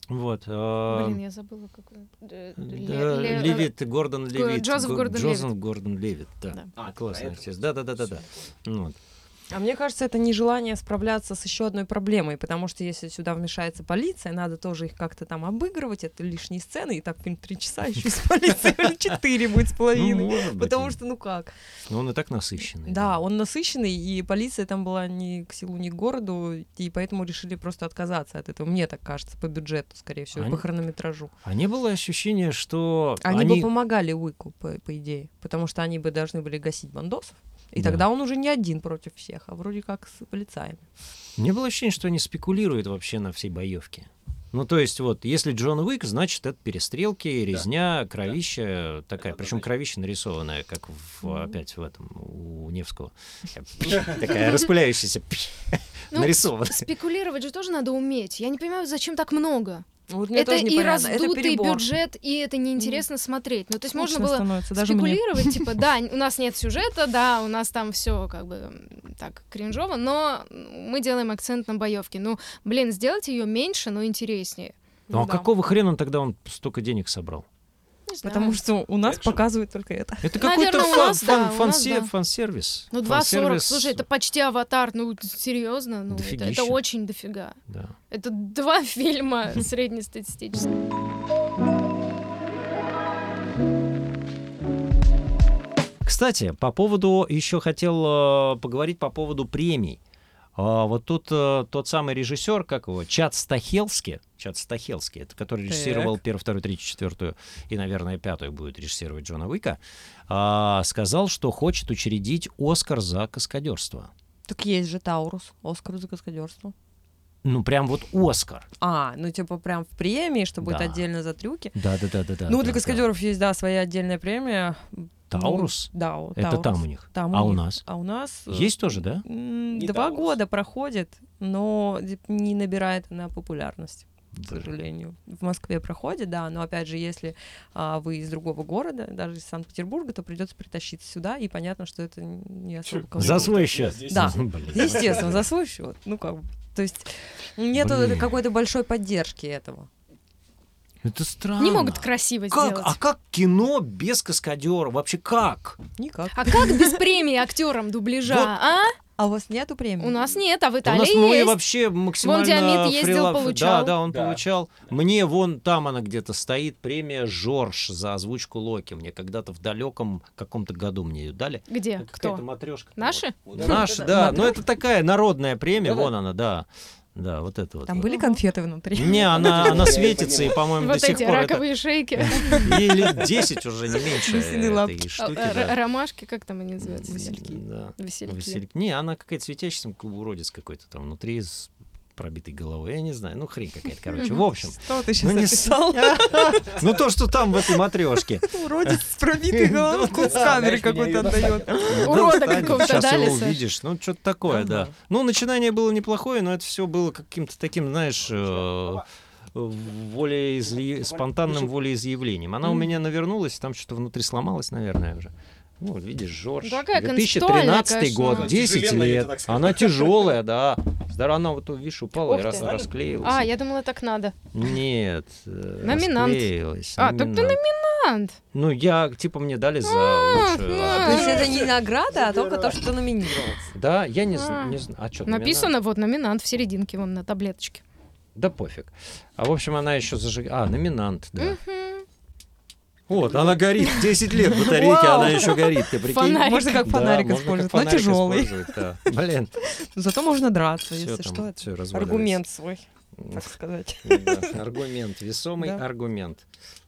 [SPEAKER 1] Вот. а,
[SPEAKER 2] Блин, я забыла, как... он. Э,
[SPEAKER 1] да,
[SPEAKER 2] Ле- Ле-
[SPEAKER 1] Левит, Гордон Левит.
[SPEAKER 2] Джозеф
[SPEAKER 1] Го-
[SPEAKER 2] Гордон-Левит.
[SPEAKER 1] Джозеф Гордон Левит, да.
[SPEAKER 2] Да.
[SPEAKER 4] А,
[SPEAKER 1] Классный
[SPEAKER 4] поэтому.
[SPEAKER 1] артист. Да-да-да-да-да. Ну Вот.
[SPEAKER 3] А мне кажется, это нежелание справляться с еще одной проблемой, потому что если сюда вмешается полиция, надо тоже их как-то там обыгрывать, это лишние сцены, и так фильм три часа еще с полицией, или четыре будет с
[SPEAKER 1] Ну,
[SPEAKER 3] половиной.
[SPEAKER 1] может быть,
[SPEAKER 3] Потому
[SPEAKER 1] и-
[SPEAKER 3] что, ну как?
[SPEAKER 1] Но он и так насыщенный.
[SPEAKER 3] Да, он насыщенный, и полиция там была ни к селу, ни к городу, и поэтому решили просто отказаться от этого. Мне так кажется, по бюджету, скорее всего, и
[SPEAKER 1] Они-
[SPEAKER 3] по хронометражу.
[SPEAKER 1] А не было ощущения, что
[SPEAKER 3] Они,
[SPEAKER 1] они...
[SPEAKER 3] бы помогали Уику, по, по идее, потому что они бы должны были гасить бандосов, и
[SPEAKER 1] Да.
[SPEAKER 3] тогда он уже не один против всех, а вроде как с полицаями.
[SPEAKER 1] Не было ощущения, что они спекулируют вообще на всей боевке. Ну, то есть, вот, если Джон Уик, значит, это перестрелки, резня, кровища такая.
[SPEAKER 4] Да-да-да.
[SPEAKER 1] Причем кровища нарисованная, как в-
[SPEAKER 3] Мгм.
[SPEAKER 1] опять в этом, у Невского. Такая распыляющаяся. пш,
[SPEAKER 2] Ну,
[SPEAKER 1] Нарисована.
[SPEAKER 2] Спекулировать же тоже надо уметь. Я не понимаю, зачем так много.
[SPEAKER 3] Ну, Вот мне
[SPEAKER 2] это
[SPEAKER 3] тоже
[SPEAKER 2] и
[SPEAKER 3] непонятно, это
[SPEAKER 2] раздутый
[SPEAKER 3] перебор.
[SPEAKER 2] бюджет, и это неинтересно смотреть. Ну, то есть можно
[SPEAKER 3] Скучно
[SPEAKER 2] было
[SPEAKER 3] становится, даже мне.
[SPEAKER 2] спекулировать, типа, да, н- у нас нет сюжета, да, у нас там все как бы м, так кринжово, но мы делаем акцент на боевке. Ну, блин, сделать ее меньше, но интереснее.
[SPEAKER 1] Ну, а
[SPEAKER 3] да.
[SPEAKER 1] какого хрена тогда он столько денег собрал?
[SPEAKER 2] Не знаю.
[SPEAKER 3] Потому что у нас
[SPEAKER 4] Экшен.
[SPEAKER 3] показывают только это.
[SPEAKER 1] Это
[SPEAKER 2] Наверное,
[SPEAKER 1] какой-то
[SPEAKER 2] у
[SPEAKER 1] фан,
[SPEAKER 2] нас, да,
[SPEAKER 1] фан,
[SPEAKER 2] у
[SPEAKER 1] фан,
[SPEAKER 2] нас,
[SPEAKER 1] се-
[SPEAKER 2] да.
[SPEAKER 1] фан-сервис.
[SPEAKER 2] Ну, 2,40,
[SPEAKER 1] Фан-сервис,
[SPEAKER 2] слушай, это почти аватар, ну, серьезно, ну, это, это
[SPEAKER 1] Дофигища.
[SPEAKER 2] очень дофига.
[SPEAKER 1] да.
[SPEAKER 2] Это два фильма среднестатистических.
[SPEAKER 1] Кстати, по поводу, еще хотел э, поговорить по поводу премий. А, вот тут э, тот самый режиссер, как его, Чад Стахелский, Чад Стахелский, это который режиссировал первую, вторую, третью, четвертую и, наверное, пятую будет режиссировать Джона Уика, а, сказал, что хочет учредить Оскар за каскадерство.
[SPEAKER 3] Так есть же Таурус, Оскар за каскадерство.
[SPEAKER 1] Ну, прям вот Оскар.
[SPEAKER 3] А, ну типа прям в премии, что будет
[SPEAKER 1] Да.
[SPEAKER 3] отдельно за трюки.
[SPEAKER 1] Да-да-да-да.
[SPEAKER 3] ну, для каскадеров есть, да, своя отдельная премия.
[SPEAKER 1] Таурус?
[SPEAKER 3] Ну, да, у-
[SPEAKER 1] Это
[SPEAKER 3] Таурус.
[SPEAKER 1] там у них.
[SPEAKER 3] Там
[SPEAKER 1] а у
[SPEAKER 3] них.
[SPEAKER 1] нас?
[SPEAKER 3] А у нас... э,
[SPEAKER 1] Есть тоже, да?
[SPEAKER 3] м,
[SPEAKER 4] Не
[SPEAKER 3] Два
[SPEAKER 4] Таурус.
[SPEAKER 3] года проходит, но типа, не набирает она популярность. к сожалению. В Москве проходит, да, но опять же, если а, вы из другого города, даже из Санкт-Петербурга, то придется притащить сюда, и понятно, что это не особо
[SPEAKER 1] За
[SPEAKER 3] комфортно.
[SPEAKER 1] свой счет.
[SPEAKER 4] Здесь-
[SPEAKER 3] Да.
[SPEAKER 1] Блин.
[SPEAKER 3] Естественно, за свой счет. Ну как бы. То есть нет
[SPEAKER 1] Блин.
[SPEAKER 3] какой-то большой поддержки этого.
[SPEAKER 1] Это странно.
[SPEAKER 2] Не могут красиво
[SPEAKER 1] Как?
[SPEAKER 2] сделать.
[SPEAKER 1] А как кино без каскадера? Вообще как?
[SPEAKER 3] Никак.
[SPEAKER 2] А как без премии актерам дубляжа,
[SPEAKER 1] Вот.
[SPEAKER 2] а?
[SPEAKER 3] А у вас нету премии?
[SPEAKER 2] У нас нет, а в
[SPEAKER 1] у
[SPEAKER 2] Италии
[SPEAKER 1] нас ну, и
[SPEAKER 2] есть.
[SPEAKER 1] вообще максимально
[SPEAKER 2] Диамид ездил,
[SPEAKER 1] фрила- Да,
[SPEAKER 2] получал.
[SPEAKER 1] да, он
[SPEAKER 4] Да.
[SPEAKER 1] получал. Мне вон там она где-то стоит премия Жорж за озвучку Локи. Мне когда-то в далеком каком-то году мне ее дали.
[SPEAKER 2] Где?
[SPEAKER 1] Это какая-то
[SPEAKER 2] Кто?
[SPEAKER 1] матрешка.
[SPEAKER 2] Наши?
[SPEAKER 4] Вот это-
[SPEAKER 1] Наши, да. Ну, Но это такая народная премия,
[SPEAKER 4] Да-да.
[SPEAKER 1] вон она, да. Да, вот это вот.
[SPEAKER 3] Там
[SPEAKER 1] вот.
[SPEAKER 3] были конфеты внутри.
[SPEAKER 1] Не, а она, она
[SPEAKER 4] Я и
[SPEAKER 1] светится, и, по-моему,
[SPEAKER 2] Вот
[SPEAKER 1] до сих
[SPEAKER 2] эти
[SPEAKER 1] пор это-
[SPEAKER 2] раковые шейки,
[SPEAKER 1] Ей лет 10 уже, не меньше
[SPEAKER 3] Гусиные лапки.
[SPEAKER 1] этой
[SPEAKER 2] а,
[SPEAKER 1] штуки.
[SPEAKER 2] р-
[SPEAKER 1] да.
[SPEAKER 2] ромашки, как там они называются?
[SPEAKER 3] Васильки.
[SPEAKER 1] Да.
[SPEAKER 2] Васильки.
[SPEAKER 1] Василь- Не, она какая-то светящаяся, там уродец какой-то там внутри с пробитой головой, я не знаю, ну хрень какая-то, короче, в общем.
[SPEAKER 3] Что ты
[SPEAKER 1] Ну,
[SPEAKER 3] сейчас
[SPEAKER 1] не
[SPEAKER 3] написал?
[SPEAKER 1] Ну то, что там в этой матрешке.
[SPEAKER 3] Уродец с пробитой головой.
[SPEAKER 1] Да,
[SPEAKER 3] Тут с
[SPEAKER 4] да,
[SPEAKER 3] камеры
[SPEAKER 4] знаешь, меня
[SPEAKER 3] какой-то
[SPEAKER 4] её
[SPEAKER 3] отдает.
[SPEAKER 2] Ну, Урода какого-то
[SPEAKER 1] Сейчас
[SPEAKER 2] дали,
[SPEAKER 1] Ну, его
[SPEAKER 2] Саш.
[SPEAKER 1] увидишь, ну что-то такое, да.
[SPEAKER 3] Ага.
[SPEAKER 1] Ну начинание было неплохое, но это все было каким-то таким, знаешь, э, волеизли- спонтанным волеизъявлением. Она у
[SPEAKER 3] Мгм.
[SPEAKER 1] меня навернулась, там что-то внутри сломалось, наверное, уже. Ну, вот видишь, Жорж.
[SPEAKER 2] Такая концептуальная,
[SPEAKER 1] 2013
[SPEAKER 2] конечно.
[SPEAKER 1] год,
[SPEAKER 4] Она
[SPEAKER 1] 10
[SPEAKER 4] тяжеленная, я тебе
[SPEAKER 1] лет.
[SPEAKER 4] так скажу.
[SPEAKER 1] Она тяжелая, да. Здорово, она вот, видишь, упала
[SPEAKER 2] Ух
[SPEAKER 1] и раз
[SPEAKER 2] ты.
[SPEAKER 1] расклеилась.
[SPEAKER 2] А, я думала, так надо.
[SPEAKER 1] Нет. э,
[SPEAKER 2] Номинант.
[SPEAKER 1] расклеилась,
[SPEAKER 2] А, так ты Ант,
[SPEAKER 1] Ну, я, типа, мне дали за лучшую.
[SPEAKER 2] ну.
[SPEAKER 3] То
[SPEAKER 1] озвучку.
[SPEAKER 3] есть это не награда, а только то, что номинировался.
[SPEAKER 1] Да, я не знаю.
[SPEAKER 2] А.
[SPEAKER 1] не зн- А что,
[SPEAKER 2] Написано, вот, номинант в серединке, вон, на таблеточке.
[SPEAKER 1] Да пофиг. А, в общем, она еще зажиг... А, номинант, да.
[SPEAKER 2] Мгм.
[SPEAKER 1] Вот, она горит. 10 лет батарейки,
[SPEAKER 3] Вау.
[SPEAKER 1] она еще горит. Ты прикинь?
[SPEAKER 2] Фонарик.
[SPEAKER 3] Можно как
[SPEAKER 1] Да,
[SPEAKER 3] фонарик
[SPEAKER 1] можно как
[SPEAKER 3] использовать, но
[SPEAKER 1] фонарик
[SPEAKER 3] тяжелый.
[SPEAKER 1] использовать, да. Блин,
[SPEAKER 3] Зато можно драться,
[SPEAKER 1] все
[SPEAKER 3] если что.
[SPEAKER 1] там,
[SPEAKER 3] это
[SPEAKER 1] все
[SPEAKER 3] Аргумент свой, так сказать.
[SPEAKER 1] Аргумент, весомый
[SPEAKER 3] Да.
[SPEAKER 1] аргумент.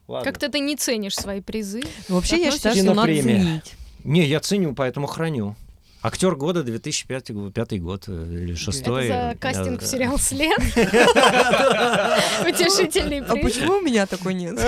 [SPEAKER 1] Ладно.
[SPEAKER 2] Как-то ты не ценишь свои призы.
[SPEAKER 3] Вообще, я
[SPEAKER 2] Относишься
[SPEAKER 3] считаю, что надо
[SPEAKER 1] Кинопремия.
[SPEAKER 3] ценить.
[SPEAKER 1] Не, я ценю, поэтому храню. Актер года 2005 г- пятый год э, или шестой. э,
[SPEAKER 2] Это за
[SPEAKER 1] Да,
[SPEAKER 2] кастинг
[SPEAKER 1] да.
[SPEAKER 2] в сериал «След». Утешительный
[SPEAKER 3] А
[SPEAKER 2] приз.
[SPEAKER 3] почему у меня такой нет?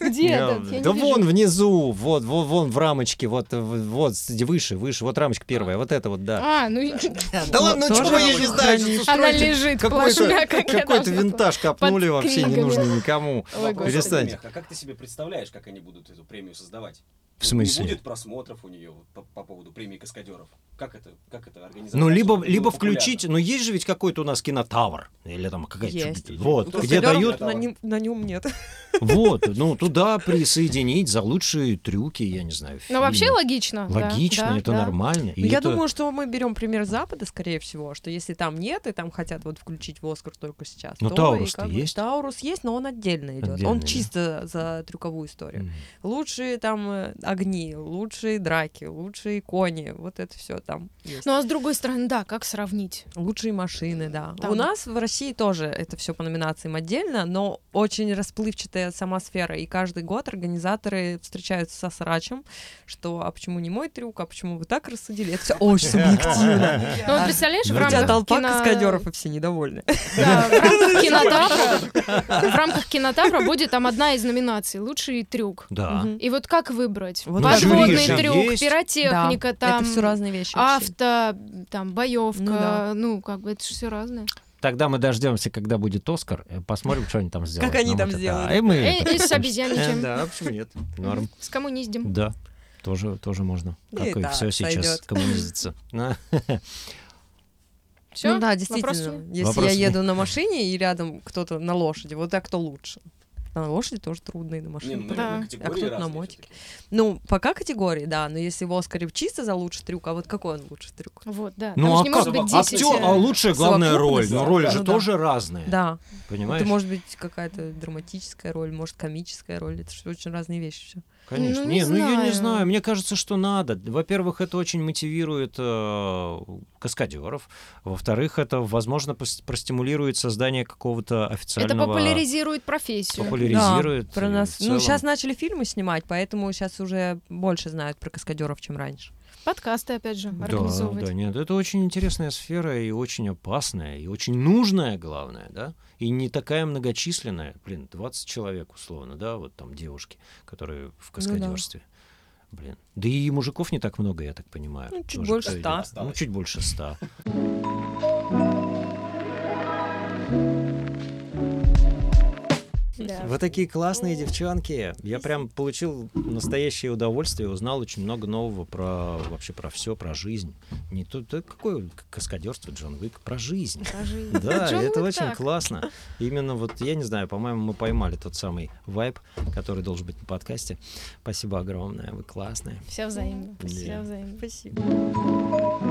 [SPEAKER 2] Где
[SPEAKER 1] Я-
[SPEAKER 2] этот? Я не
[SPEAKER 1] да
[SPEAKER 2] вижу.
[SPEAKER 1] вон внизу, вот, вот, вон в рамочке, вот, в- вот с- выше, выше, вот рамочка первая, вот это вот, да.
[SPEAKER 2] А, ну и-
[SPEAKER 1] Да типа,
[SPEAKER 3] ладно, ну чего тоже я не знаю, что
[SPEAKER 1] что
[SPEAKER 2] она лежит плашмя, как я
[SPEAKER 1] Какой-то
[SPEAKER 2] должна была.
[SPEAKER 1] винтаж копнули,
[SPEAKER 2] Под
[SPEAKER 1] вообще не
[SPEAKER 2] кригами.
[SPEAKER 1] нужно никому.
[SPEAKER 2] Ой,
[SPEAKER 4] Вопрос,
[SPEAKER 2] господи.
[SPEAKER 1] Перестань.
[SPEAKER 4] Мех, А как ты себе представляешь, как они будут эту премию создавать?
[SPEAKER 1] В смысле?
[SPEAKER 4] Не будет просмотров у нее по, по поводу премии каскадеров. Как это, как это организовать?
[SPEAKER 1] Ну, либо,
[SPEAKER 4] чтобы это
[SPEAKER 1] либо
[SPEAKER 4] было популярно?
[SPEAKER 1] включить, но есть же ведь какой-то у нас кинотавр, или там какая-то,
[SPEAKER 3] Есть.
[SPEAKER 1] вот,
[SPEAKER 4] Ну,
[SPEAKER 1] где
[SPEAKER 4] каскадеров
[SPEAKER 1] дают,
[SPEAKER 4] нет.
[SPEAKER 3] На нем- на нем нет.
[SPEAKER 1] вот, ну, туда присоединить за лучшие трюки, я не знаю,
[SPEAKER 2] Ну, вообще
[SPEAKER 1] фильмы.
[SPEAKER 2] логично. да,
[SPEAKER 1] Логично,
[SPEAKER 2] да,
[SPEAKER 1] это
[SPEAKER 2] да.
[SPEAKER 1] нормально. и
[SPEAKER 3] Ну, Я
[SPEAKER 1] это-
[SPEAKER 3] думаю, что мы берем пример Запада, скорее всего, что если там нет, и там хотят вот включить в Оскар только сейчас.
[SPEAKER 1] Ну,
[SPEAKER 3] то и
[SPEAKER 1] Таурус-то
[SPEAKER 3] как бы-
[SPEAKER 1] есть?
[SPEAKER 3] Таурус есть, но он отдельно идет.
[SPEAKER 1] Отдельно,
[SPEAKER 3] Он
[SPEAKER 1] да.
[SPEAKER 3] чисто за трюковую историю.
[SPEAKER 1] М.
[SPEAKER 3] Лучшие там э, огни, лучшие драки, лучшие кони, вот это все там есть.
[SPEAKER 2] Ну а с другой стороны, да, как сравнить?
[SPEAKER 3] Лучшие машины, да.
[SPEAKER 2] Там.
[SPEAKER 3] У нас в России тоже это все по номинациям отдельно, но очень расплывчатая сама сфера. И каждый год организаторы встречаются со срачем, что а почему не мой трюк, а почему вы так рассудили? Это все очень субъективно.
[SPEAKER 2] Ну, вот представляешь,
[SPEAKER 1] Ну,
[SPEAKER 2] в
[SPEAKER 1] у
[SPEAKER 3] У тебя
[SPEAKER 2] рамках
[SPEAKER 3] толпа
[SPEAKER 2] кино-
[SPEAKER 3] каскадеров, и все недовольны.
[SPEAKER 2] Да, в рамках кинотавра. В рамках кинотавра будет там одна из номинаций лучший трюк.
[SPEAKER 1] Да.
[SPEAKER 3] Мгм.
[SPEAKER 2] И вот как выбрать?
[SPEAKER 3] Вот
[SPEAKER 1] Ну, жюри
[SPEAKER 2] Подводный
[SPEAKER 1] же
[SPEAKER 2] трюк,
[SPEAKER 1] есть.
[SPEAKER 2] пиротехника, там А,
[SPEAKER 3] Это все разные вещи. вообще.
[SPEAKER 2] авто, там боевка,
[SPEAKER 3] Ну
[SPEAKER 2] ну,
[SPEAKER 3] да.
[SPEAKER 2] как бы это же все разное.
[SPEAKER 5] Тогда мы дождемся, когда будет Оскар, э, посмотрим, что они там сделают.
[SPEAKER 3] Как они
[SPEAKER 5] Нам
[SPEAKER 1] Ну,
[SPEAKER 3] там
[SPEAKER 5] это-
[SPEAKER 3] сделают.
[SPEAKER 5] Да, и мы
[SPEAKER 2] Э,
[SPEAKER 5] это-
[SPEAKER 2] И с обезьяничем,
[SPEAKER 1] Да, почему нет? Норм.
[SPEAKER 2] с
[SPEAKER 3] Ну
[SPEAKER 2] коммуниздем.
[SPEAKER 5] Да, тоже, тоже можно.
[SPEAKER 3] И
[SPEAKER 5] Как и
[SPEAKER 3] так
[SPEAKER 5] все сейчас
[SPEAKER 3] сойдёт.
[SPEAKER 5] коммунизится. На.
[SPEAKER 2] Все?
[SPEAKER 3] Ну да, действительно. Если
[SPEAKER 5] Вопросов
[SPEAKER 3] я
[SPEAKER 5] нет.
[SPEAKER 3] еду на машине и рядом кто-то на лошади, вот так кто лучше. На лошади тоже трудно и на машине.
[SPEAKER 4] Не, ну,
[SPEAKER 3] тоже.
[SPEAKER 2] Да.
[SPEAKER 4] наверное,
[SPEAKER 2] А
[SPEAKER 4] категории
[SPEAKER 3] кто-то на
[SPEAKER 4] разные
[SPEAKER 3] мотике.
[SPEAKER 4] всё-таки.
[SPEAKER 3] Ну, пока категории, да, но если в Оскаре чисто за лучший трюк, а вот какой он лучший трюк?
[SPEAKER 2] Вот, да.
[SPEAKER 1] Ну,
[SPEAKER 2] Там
[SPEAKER 1] а
[SPEAKER 2] же не может
[SPEAKER 1] как-
[SPEAKER 2] быть э,
[SPEAKER 4] дети
[SPEAKER 1] актер,
[SPEAKER 4] все
[SPEAKER 1] а лучшая главная роль.
[SPEAKER 3] совокупность,
[SPEAKER 1] Но
[SPEAKER 4] да.
[SPEAKER 1] роли же
[SPEAKER 3] Ну да.
[SPEAKER 1] тоже разные.
[SPEAKER 3] Да.
[SPEAKER 1] Понимаешь?
[SPEAKER 3] Это может быть какая-то драматическая роль, может, комическая роль. Это же очень разные вещи все.
[SPEAKER 1] Конечно.
[SPEAKER 2] Ну,
[SPEAKER 1] не,
[SPEAKER 2] не
[SPEAKER 1] ну я не
[SPEAKER 2] знаю.
[SPEAKER 1] знаю. Мне кажется, что надо. Во-первых, это очень мотивирует э, каскадеров. Во-вторых, это, возможно, пос- простимулирует создание какого-то
[SPEAKER 2] Это
[SPEAKER 1] официального...
[SPEAKER 2] популяризирует профессию.
[SPEAKER 1] популяризирует.
[SPEAKER 3] про
[SPEAKER 1] и
[SPEAKER 3] нас.
[SPEAKER 1] в
[SPEAKER 3] Ну,
[SPEAKER 1] целом-
[SPEAKER 3] сейчас начали фильмы снимать, поэтому сейчас уже больше знают про каскадеров, чем раньше.
[SPEAKER 2] Подкасты, опять же,
[SPEAKER 1] Да,
[SPEAKER 2] организовывать.
[SPEAKER 1] да, нет, это очень интересная сфера и очень опасная, и очень нужная, главное, да, и не такая многочисленная, блин, 20 человек условно, да, вот там девушки, которые
[SPEAKER 3] Ну
[SPEAKER 1] в каскадерстве. Блин. Да и мужиков не так много, я так понимаю.
[SPEAKER 3] Ну, чуть
[SPEAKER 1] тоже
[SPEAKER 3] больше
[SPEAKER 1] кто
[SPEAKER 3] ста.
[SPEAKER 1] идет. Ну, чуть больше ста.
[SPEAKER 2] Да.
[SPEAKER 1] Вы такие классные девчонки. Я прям получил настоящее удовольствие, узнал очень много нового про вообще про все, про жизнь. Не то, да какое каскадерство, Джон Уик, про жизнь.
[SPEAKER 2] Скажи.
[SPEAKER 1] Да,
[SPEAKER 2] Джон
[SPEAKER 1] это
[SPEAKER 2] Уик
[SPEAKER 1] очень
[SPEAKER 2] так.
[SPEAKER 1] классно. Именно вот, я не знаю, по-моему, мы поймали тот самый вайб, который должен быть на подкасте. Спасибо огромное, вы классные.
[SPEAKER 2] Все взаимно.
[SPEAKER 1] Да.
[SPEAKER 2] Все взаимно.
[SPEAKER 3] Спасибо.